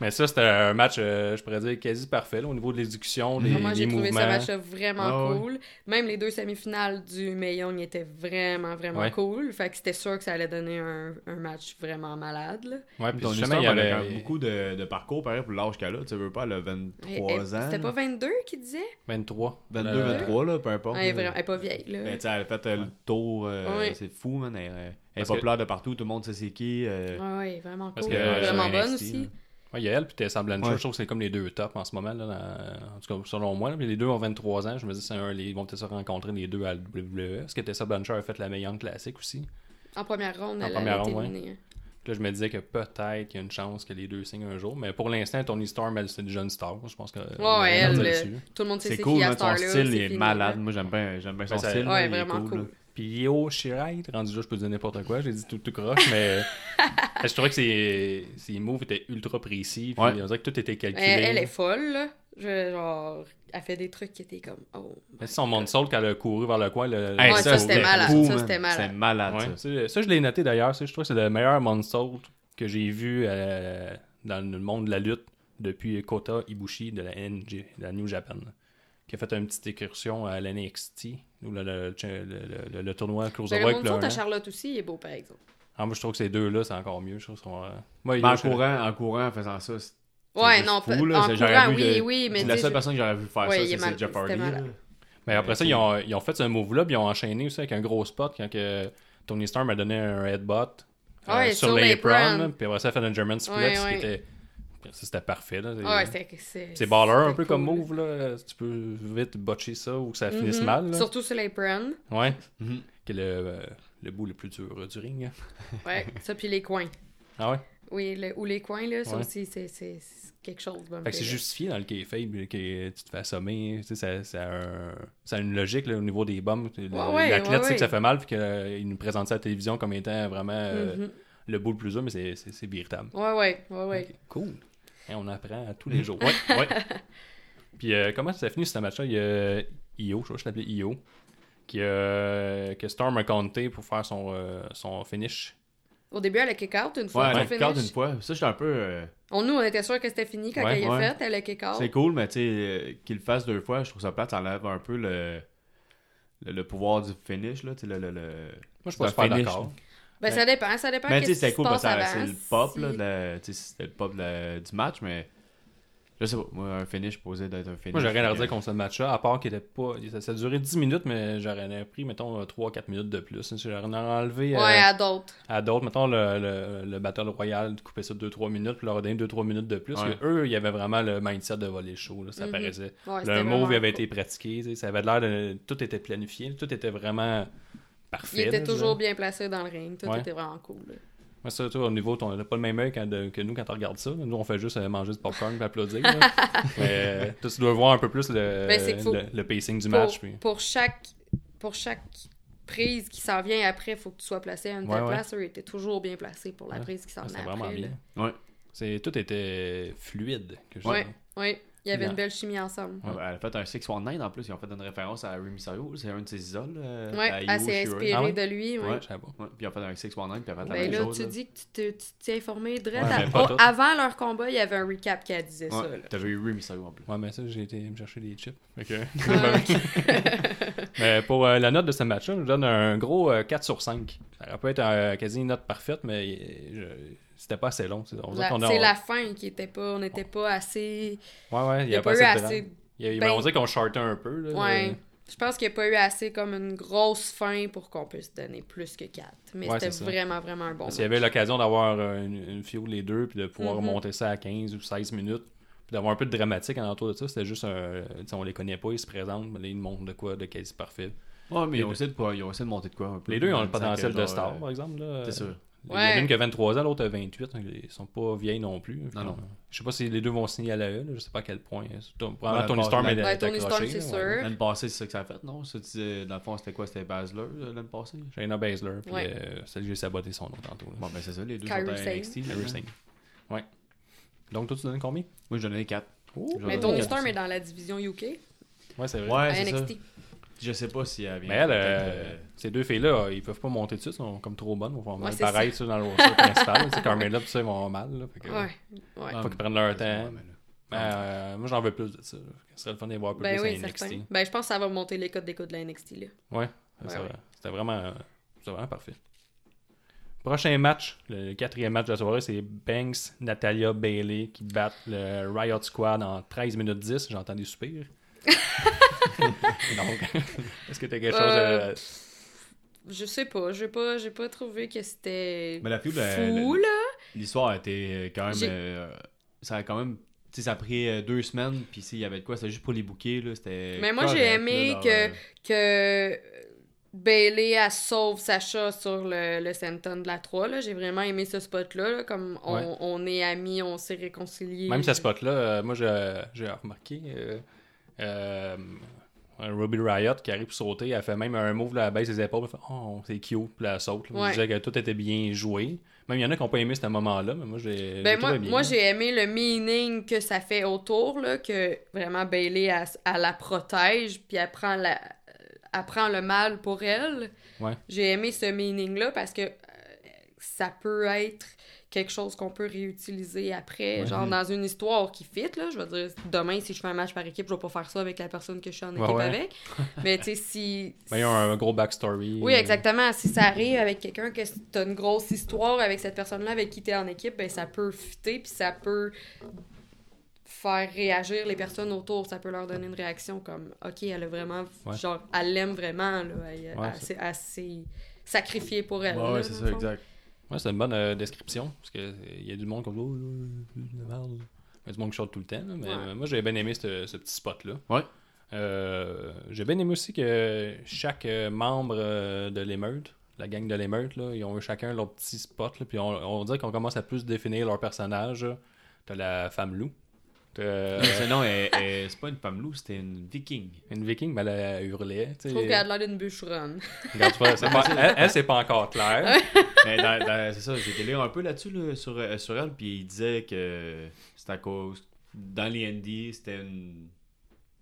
S3: Mais ça, c'était un match, euh, je pourrais dire, quasi parfait là, au niveau de l'exécution, des,
S5: Ah, Moi,
S3: des
S5: j'ai trouvé ce
S3: mouvements.
S5: match vraiment
S4: Ah, ouais.
S5: cool. Même les deux semi-finales du Mayon étaient vraiment, vraiment
S3: Ouais.
S5: cool. Fait que c'était sûr que ça allait donner un, un match vraiment malade. là.
S3: Ouais, puis
S4: Ton
S3: justement,
S4: histoire,
S3: il y
S4: elle a
S3: avait
S4: quand même beaucoup de, de parcours, pareil, pour l'âge qu'elle a. Tu veux pas, elle a
S5: Et-
S4: 23
S5: et-
S4: ans.
S5: C'était pas 22 qui disait
S3: 23.
S4: 22,
S3: Euh,
S4: 23, là, peu importe.
S5: Ah, Elle est
S4: là.
S5: vraiment- elle est pas vieille. là.
S4: Mais tu sais, elle a fait euh, le tour, euh,
S5: Ouais.
S4: c'est fou, man. Elle, elle est
S3: Parce
S4: populaire de partout, tout le monde sait c'est qui. euh,
S5: Ouais, Ah ouais, vraiment cool.
S3: Parce que, euh,
S5: vraiment
S4: sur
S5: bonne
S4: NXT,
S5: aussi.
S3: Ouais, il y a elle, puis Tessa Blanchard.
S4: Ouais.
S3: Je trouve que c'est comme les deux tops en ce moment, là, dans- en tout cas, selon moi. là. Puis les deux ont 23 ans. Je me dis, c'est un- les- ils vont peut-être se rencontrer les deux à la WWE. Est-ce que Tessa Blanchard a fait la Meion Classic aussi?
S5: En première ronde,
S3: En
S5: elle
S3: première
S5: a été
S3: ronde, ouais.
S5: éliminée.
S3: Puis Là, je me disais que peut-être qu'il y a une chance que les deux signent un jour. Mais pour l'instant, Tony Storm, elle, c'est une jeune star. Je pense que.
S5: Ouais, ouais, elle, euh,
S3: là-dessus.
S5: le- tout le monde sait
S4: C'est
S5: c'est
S4: cool,
S5: qui à
S4: man,
S5: cette
S4: son
S5: heure-là,
S4: style
S5: c'est
S4: est
S5: fini,
S4: malade.
S5: là.
S4: Moi, j'aime bien, j'aime bien son
S3: Ouais, ça-
S4: style.
S5: Ouais,
S4: là, il est
S5: vraiment cool.
S4: là.
S3: Puis Yo Shirai, rendu là, je peux dire n'importe quoi. J'ai dit tout, tout croche, mais. euh, je trouvais que ses, ses moves étaient ultra précis. Puis
S4: Ouais.
S3: on dirait que tout était calculé.
S5: Elle, elle est folle, là. Je- genre, elle fait des trucs qui étaient comme. Oh.
S3: Mais son moonsault, quand elle a couru vers le coin, le.
S4: Hey,
S5: Ouais, ça, c'était malade.
S4: fou,
S5: Ça,
S4: man.
S5: c'était malade.
S4: C'était malade,
S3: Ouais,
S4: ça.
S3: ça, ça, je l'ai noté d'ailleurs. Ça, Je trouve que c'est le meilleur moonsault que j'ai vu euh, dans le monde de la lutte depuis Kota Ibushi de la, NG, de la New Japan, là, qui a fait une petite excursion à l'NXT, ou le, le, le- le- le tournoi
S5: Mais le
S3: Cruiserweight.
S5: monde
S3: là, un
S5: saute à
S3: an.
S5: Charlotte aussi, il est beau, par exemple.
S3: Ah, moi, je trouve que ces deux-là, c'est encore mieux. Je trouve qu'ils sont, euh, moi,
S4: Mais Ben, en
S3: je-
S4: courant, en courant, en faisant ça, c'est
S5: Ouais,
S4: juste
S5: non,
S4: fou,
S5: pas-
S4: là.
S5: en
S4: C'est- j'aurais
S5: courant,
S4: vu
S5: oui,
S4: le-
S5: oui, mais
S4: La
S5: tu sais,
S4: seule
S5: je-
S4: personne que j'aurais vu faire
S5: Ouais,
S4: ça,
S5: il est
S4: c'est-
S5: mal-
S4: c'est Jeff
S5: c'était
S4: Hardy.
S5: malade.
S4: là.
S3: Mais après ça, ils ont, ils ont fait ce move-là, puis ils ont enchaîné aussi avec un gros spot quand que Tony Storm a donné un headbutt euh,
S5: Ouais,
S3: sur
S5: sur
S3: l'apron.
S5: l'apron.
S3: là, Puis après ça, a fait un German split,
S5: Ouais,
S3: ce
S5: ouais.
S3: qui était. Ça, c'était parfait. là.
S5: Ouais, c'est- c'est.
S3: c'est baller un peu
S5: c'était
S3: comme
S5: cool.
S3: move. Là. Tu peux vite botcher ça ou que ça finisse
S5: Mhm.
S3: mal. là.
S5: Surtout sur l'apron.
S3: Ouais. Qui est le, euh, le bout le plus dur euh, du ring.
S5: Ouais, ça, puis les coins.
S3: Ah ouais.
S5: Oui, le- ou les coins, là, ça
S3: Ouais.
S5: aussi, c'est c'est- c'est quelque chose. bon,
S3: Fait que c'est
S5: là.
S3: justifié dans le kayfabe là, que tu te fais assommer. Tu sais, ça, ça, a un- ça a une logique là, au niveau des bombes. Le-
S5: ouais,
S3: L'athlète
S5: ouais,
S3: sait
S5: ouais.
S3: que ça fait mal, puis qu'il nous présente ça à la télévision comme étant vraiment euh,
S5: Mhm.
S3: le bout le plus dur, mais c'est- c'est c'est véritable.
S5: Ouais, ouais, ouais, ouais. Mm-hmm.
S3: Ok, Cool. Et on apprend à tous les jours. Ouais, ouais. Puis euh, comment ça a fini ce match-là Il y a Io, je crois que je l'appelais Io, qui, euh, que Storm a compté pour faire son, euh, son finish.
S5: Au début, elle a kick-out une fois.
S4: Ouais,
S5: elle a
S4: la carte
S5: finish.
S4: une fois. Ça, j'étais un peu. euh,
S5: On, nous, on était sûrs que c'était fini quand
S3: Ouais,
S5: elle a
S4: ouais.
S5: fait. Elle a kick-out.
S4: C'est cool, mais tu sais, euh, qu'il le fasse deux fois, je trouve ça plate. Ça enlève un peu le, le, le pouvoir du finish, là. tu sais, Le, le, le...
S3: Moi, je suis pas
S4: Le
S3: super
S4: finish.
S3: d'accord.
S5: Ben, ça dépend. Ça dépend.
S4: Mais tu sais,
S5: qu'est-ce qui
S4: c'était
S5: se
S4: cool parce
S5: passe
S4: que ça-
S5: avant,
S4: c'est le pop, là.
S5: si-
S4: de la- Tu sais, c'était le pop de la- du match, mais. Je sais pas, moi, un finish posé d'être un finish. euh,
S3: Moi, j'ai rien à redire
S4: qu'on
S3: contre ce match-là, à part qu'il était pas. Ça, ça a duré 10 minutes, mais j'aurais pris, mettons, 3-4 minutes de plus. Hein, J'aurais enlevé euh,
S5: Ouais, à d'autres.
S3: à d'autres, mettons, le, le- le Battle Royale, de couper ça 2-3 minutes, puis leur donner 2-3 minutes de plus.
S4: Ouais.
S3: parce que eux, il y avait vraiment le mindset de voler chaud, là, ça
S5: Mhm.
S3: paraissait.
S5: Ouais, c'était
S3: le
S5: vraiment
S3: move avait
S5: cool.
S3: été pratiqué, tu sais, ça avait l'air de. Tout était planifié, tout était vraiment parfait.
S5: Il était
S3: là,
S5: toujours
S3: je-
S5: bien placé dans le ring. Tout
S3: Ouais.
S5: était vraiment cool. là.
S3: Moi, ça, toi, au niveau, on n'a pas le même œil quand- de- que nous quand on regarde ça. Nous, on fait juste euh, manger du popcorn et applaudir. là. Mais euh, toi, tu dois voir un peu plus le,
S5: Ben, c'est qu'il faut-
S3: le, le pacing du
S5: Pour-
S3: match. puis-
S5: Pour chaque pour chaque prise qui s'en vient après, il faut que tu sois placé à une
S3: Ouais,
S5: telle
S3: ouais.
S5: place. Eux, ils étaient toujours bien placés pour la
S3: Ouais.
S5: prise qui s'en
S3: Ah,
S5: venait
S3: C'était
S5: après.
S3: vraiment
S5: là.
S3: bien.
S4: Ouais.
S3: C'est, tout était fluide. Que je
S5: Ouais,
S3: dirais.
S5: ouais. Il y avait
S3: Bien.
S5: une belle chimie ensemble.
S4: Ouais, Elle a fait un 619 en plus, ils ont fait une référence à Remy Mysterio, c'est un de ses idoles. euh,
S5: Ouais,
S4: à Io
S5: elle s'est
S4: Shirai.
S5: inspirée
S3: Ah ouais?
S5: de lui. ouais.
S4: Ouais.
S3: Je sais pas.
S4: Ouais, puis ils ont fait un 619 puis elle a fait la
S5: Ben
S4: même
S5: là,
S4: chose.
S5: tu
S4: là.
S5: dis que tu te- tu t'es informé direct.
S3: Ouais,
S5: à-
S3: mais pas
S5: oh,
S3: tout.
S5: avant leur combat, il y avait un recap qui disait ça.
S4: Ouais, T'avais eu Remy Mysterio en plus.
S3: Ouais, mais ça, j'ai été me chercher des chips. Fait que-
S5: là.
S3: mais pour euh, la note de ce match-là, je donne un gros euh, 4 sur 5. Ça aurait pu être euh, quasi une note parfaite, mais euh, je- c'était pas assez long. C'est, on dirait
S5: La-
S3: qu'on a-
S5: C'est la fin qui était pas. On n'était pas assez.
S3: Ouais, ouais, il
S5: Il
S3: y
S5: n'y
S3: a
S5: a pas
S3: assez
S5: eu
S3: de drame.
S5: assez.
S3: Il y a-
S5: ben-
S3: On dirait qu'on chartait un peu. Là,
S5: Ouais. Je pense qu'il n'y a pas eu assez comme une grosse fin pour qu'on puisse donner plus que 4. Mais
S3: Ouais, c'est
S5: c'était
S3: ça.
S5: vraiment, vraiment un bon
S3: S'il y avait l'occasion d'avoir euh, une, une fio les deux, puis de pouvoir
S5: Mhm.
S3: monter ça à 15 ou 16 minutes, puis d'avoir un peu de dramatique en entour de ça, c'était juste un. euh, tu sais, On les connaît pas, ils se présentent, mais là, ils nous montrent de quoi de quasi parfait.
S4: Ouais, mais ils
S3: deux.
S4: ont, essayé de, quoi- ils ont essayé de monter de quoi un peu.
S3: Les deux ils ont le
S4: Dans sens
S3: potentiel
S4: que,
S3: de
S4: genre,
S3: star, par exemple. là.
S4: euh, C'est sûr.
S3: Il y en a
S5: Ouais.
S3: une qui a 23 ans, l'autre a 28. donc Ils sont pas vieilles non plus. Puis
S4: non.
S3: on- Je sais pas si les deux vont signer à l'AE, là, je sais pas à quel point. C'est- Probablement
S4: Ouais,
S3: Tony
S4: bon,
S3: Storm
S4: la-
S3: est,
S5: Ouais,
S3: est
S5: Tony Storm,
S3: accroché,
S5: c'est
S3: ouais.
S5: sûr.
S4: L'année passée, c'est ça que ça a fait, non Ça, tu disais, dans le fond, c'était quoi C'était Basler euh, l'année passée
S3: Shayna Baszler, puis
S5: Ouais.
S3: euh, celle que j'ai saboté son nom tantôt. là.
S4: Bon, ben c'est ça, les deux
S5: Kairi
S4: sont à
S5: Sane.
S4: NXT. là.
S3: Kairi Sane. Ouais. Donc, toi, tu donnes combien
S4: Moi, je donnais 4.
S5: Mais Tony Storm est dans la division UK
S3: Ouais, c'est vrai.
S4: Ouais,
S5: à
S4: c'est ça.
S5: NXT.
S4: Je sais pas si elle vient.
S3: Mais elle,
S4: peut-être,
S3: euh,
S4: euh,
S3: ces deux filles-là, euh, ils peuvent pas monter dessus, ils sont comme trop bonnes. Ils vont mal
S5: c'est
S3: pareil ça. dans le roster principal. Tu sais, Carmella, pis ça, ils vont mal. Là, fait que, euh,
S5: Ouais. ouais.
S4: Ah,
S3: Faut qu'ils prennent leur
S4: ouais,
S3: temps.
S4: mais là.
S3: Mais, euh, moi, j'en veux plus de ça. Ce serait le fun de les voir un peu
S5: Ben
S3: plus
S5: oui,
S3: à NXT.
S5: certain. Ben je pense que ça va monter les codes des codes de la NXT. Là.
S3: Ouais, ça,
S5: Ouais,
S3: ça-
S5: ouais.
S3: c'était vraiment, euh, c'était vraiment parfait. Prochain match, le quatrième match de la soirée, c'est Banks, Natalia, Bailey qui battent le Riot Squad en 13 minutes 10. J'ai entendu soupir. Donc, est-ce que t'as quelque chose
S5: Euh,
S3: euh,
S5: Je sais pas. J'ai pas, j'ai pas trouvé que c'était
S4: Mais la feud, la-
S5: fou,
S4: la-
S5: là.
S4: L'histoire a été euh, quand même.
S5: J'ai-
S4: euh, ça a quand même. Tu sais, ça a pris euh, deux semaines, puis s'il y avait de quoi, c'était juste pour les bouquets, là. C'était.
S5: Mais moi,
S4: correct,
S5: j'ai aimé
S4: là, leur,
S5: que-
S4: euh,
S5: que Bailey elle sauve Sacha sur le, le senton de la 3. là. J'ai vraiment aimé ce spot-là. là, Comme on,
S3: Ouais.
S5: on est amis, on s'est réconciliés.
S3: Même ce spot-là, euh, moi, je- j'ai remarqué euh, euh, un Ruby Riot qui arrive pour sauter. Elle fait même un move, là, elle baisse ses épaules. Elle fait « Oh, c'est cute », puis là, elle saute. là.
S5: Ouais.
S3: Je disais que tout était bien joué. Même il y en a qui n'ont pas aimé ce moment-là, mais moi, j'ai j'ai
S5: Ben
S3: trouvé
S5: moi,
S3: bien.
S5: moi j'ai aimé le meaning que ça fait autour, là, que vraiment Bailey, elle, elle la protège, puis elle prend, la, elle prend le mal pour elle.
S3: Ouais.
S5: J'ai aimé ce meaning-là parce que euh, ça peut être quelque chose qu'on peut réutiliser après,
S3: Mm-hmm.
S5: genre dans une histoire qui fit, là. Je veux dire, demain, si je fais un match par équipe, je vais pas faire ça avec la personne que je suis en
S3: Ouais,
S5: équipe
S3: ouais.
S5: avec. Mais tu sais, si...
S3: Ben, ils ont un gros backstory. euh,
S4: euh,
S5: Oui, exactement. Si ça arrive avec quelqu'un que tu une grosse histoire avec cette personne-là avec qui tu en équipe, ben ça peut fitter puis ça peut faire réagir les personnes autour. Ça peut leur donner une réaction comme OK, elle a vraiment.
S3: Ouais.
S5: Genre, elle l'aime vraiment. Là, elle
S3: Ouais,
S5: elle s'est- elle s'est sacrifiée pour elle.
S4: Ouais,
S5: là,
S4: c'est
S5: dans
S4: ça,
S5: le fond.
S4: exact.
S3: Ouais, c'est une bonne euh, description. Parce qu'il y a du monde comme oh, là, de la merde. Il y a du monde qui chante tout le temps. là, mais
S5: Ouais.
S3: euh, moi, j'ai bien aimé ce, ce petit spot-là.
S4: Ouais.
S3: Euh, j'ai bien aimé aussi que chaque euh, membre euh, de l'émeute, la gang de l'émeute, là, ils ont eu chacun leur petit spot. là, puis on, on dirait qu'on commence à plus définir leur personnage. là. T'as la femme loup. T'as euh,
S4: Mais non, elle- elle- c'est pas une femme loup, c'était une viking.
S3: une viking, mais elle a hurlé. tu sais.
S5: Je trouve qu'elle a l'air d'une bûcheronne.
S3: Regarde, tu vois, c'est pas- elle, elle, c'est pas encore clair.
S4: Mais dans- dans- c'est ça, j'étais lire un peu là-dessus là, sur, euh, sur elle, puis il disait que c'était à cause. Dans les ND, c'était une.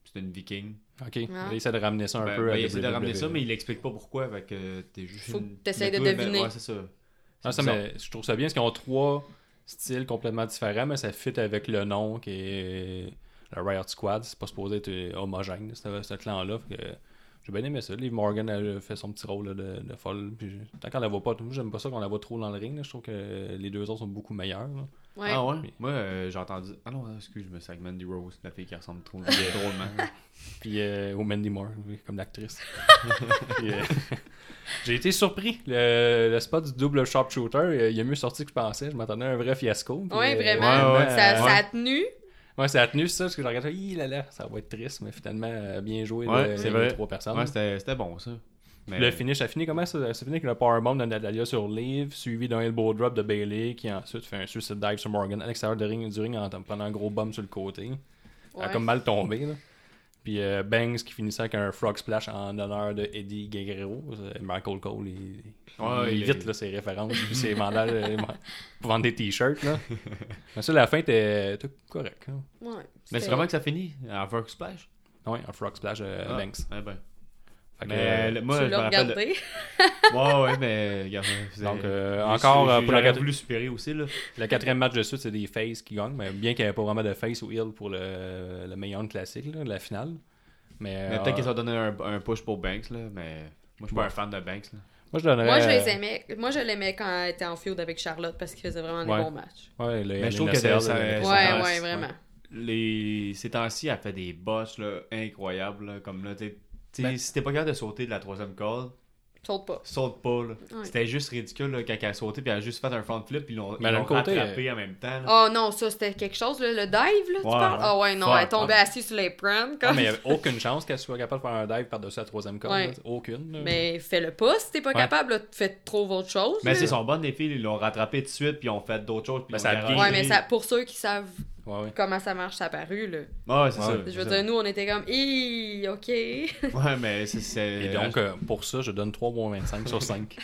S4: C'était une viking.
S3: Ok, il essaie de ramener ça un
S4: Ben,
S3: peu
S4: ben,
S3: à E.
S4: il essaie de
S3: WWE.
S4: ramener ça, mais il explique pas pourquoi. Fait que euh, t'es juste.
S5: Faut
S4: une-
S5: que t'essayes
S4: Mais
S5: de
S4: toi,
S5: deviner.
S4: ben, ouais, c'est ça.
S3: Non, Ah, ça,
S4: bizarre.
S3: mais je trouve ça bien parce qu'ils ont trois styles complètement différents, mais ça fit avec le nom qui est le Riot Squad. C'est pas supposé être euh, homogène, ce, ce clan-là. Fait que euh, J'ai bien aimé ça. Liv Morgan elle, euh, fait son petit rôle là, de, de folle. Puis, je- tant qu'on la voit pas, moi, j'aime pas ça qu'on la voit trop dans le ring. là. Je trouve que les deux autres sont beaucoup meilleurs. là.
S5: Ouais.
S4: Ah ouais? Moi, euh, j'ai entendu. Ah non, excuse, je me avec Mandy Rose, la fille qui ressemble trop drôlement.
S3: Puis euh, au Mandy Moore, oui, comme l'actrice. Puis, euh, J'ai été surpris. Le, le spot du double sharpshooter, euh, il a mieux sorti que je pensais. Je m'attendais à un vrai fiasco. Puis,
S5: Ouais,
S3: euh,
S5: vraiment.
S4: ouais, ouais,
S5: ça,
S4: euh,
S5: ça a tenu.
S3: Ouais, ça a tenu ça, parce que je regardais, Hi, là, là, ça va être triste, mais finalement, euh, bien joué
S4: Ouais,
S3: de-
S4: c'est
S3: des
S4: vrai.
S3: trois personnes.
S4: Ouais, c'était c'était bon ça. Mais-
S3: le finish, ça finit comment ça? Ça finit avec le powerbomb de Natalia sur Liv, suivi d'un elbow drop de Bailey, qui ensuite fait un suicide dive sur Morgan à l'extérieur de ring, du ring en en prenant un gros bomb sur le côté. Elle a
S5: Ouais.
S3: comme mal tombé, là. Puis euh, Bangs qui finissait avec un frog splash en honneur de Eddie Guerrero. Euh, Michael Cole, il, il
S4: Ouais, il est-
S3: évite là, ses références, puis ses mandats euh, pour vendre des t-shirts. là. Mais ça, la fin était était correcte. hein.
S5: Ouais,
S4: Mais c'est
S5: c'était-
S4: vraiment que ça finit à Frog Splash.
S3: Ouais, un frog splash euh,
S4: Ah,
S3: Banks.
S4: ouais, ben.
S3: Fait que,
S4: Mais
S3: euh,
S4: le- moi,
S5: Tu
S4: je me
S5: l'as
S4: rappelle. de-
S5: regardé.
S4: Ouais, ouais, mais regarde. c'est-
S3: Donc, euh,
S4: j'ai-
S3: encore
S4: j'ai-
S3: euh, pour la Euh,
S4: j'aurais
S3: quatri-
S4: voulu supérer aussi, là.
S3: le quatrième match de suite, c'est des faces qui gagnent. Mais bien qu'il n'y ait pas vraiment de face ou heel pour le, le meilleur classique, là, la finale. Mais,
S4: Mais
S3: euh,
S4: peut-être qu'ils ont donné un, un push pour Banks, là. Mais moi, je suis pas un fan de Banks, là.
S3: moi, je donnerais.
S5: Moi, je les aimais. Moi, je l'aimais quand elle était en feud avec Charlotte parce qu'il faisait vraiment
S3: Ouais.
S5: des bons matchs.
S3: euh, Ouais, le-
S4: Mais je trouve
S3: le
S4: que
S3: NSL,
S4: ça-
S3: le-
S5: Ouais,
S4: sont dans-
S5: ouais, vraiment.
S4: Les... Ces temps-ci, elle fait des botches, là, incroyables, là, Comme là, t'sais, t'sais,
S3: Ben-
S4: si t'es pas capable de sauter de la troisième corde,
S5: Saute pas.
S4: saute pas, là.
S5: Ouais.
S4: C'était juste ridicule, là, quand elle a sauté, puis elle a juste fait un front flip, puis ils l'ont ils
S3: Mais d'un
S4: l'ont
S3: Ben, côté,
S4: rattrapé en même temps, là.
S5: Oh non, ça, c'était quelque chose, là, le dive, là, tu
S4: Ouais,
S5: parles? Ah ouais, non,
S4: Fuck,
S5: elle tombait assise sur les prams.
S3: Ah,
S5: Comme...
S3: mais il n'y
S5: mais
S3: avait aucune chance qu'elle soit capable de faire un dive par-dessus la troisième corde.
S5: Ouais.
S3: là. Aucune. là.
S5: fais-le pas si t'es pas capable, là, fais trop autre chose.
S4: Mais
S5: là.
S4: c'est son bon, les filles, ils l'ont rattrapé tout de suite, puis ils ont fait d'autres choses, puis
S3: Ben,
S4: ils
S3: ça
S4: ont
S3: a
S4: garagé.
S3: bien-
S5: Ouais, mais ça, pour ceux qui savent
S3: Ouais, ouais.
S5: comment ça marche, ça a paru, là.
S4: Ah, Ouais, c'est
S3: Ouais.
S4: ça.
S5: Je
S4: c'est
S5: veux
S4: ça.
S5: dire, nous, on était comme, hi, ok.
S4: Ouais, mais c'est- c'est.
S3: Et donc, euh, pour ça, je donne 3.25 sur 5.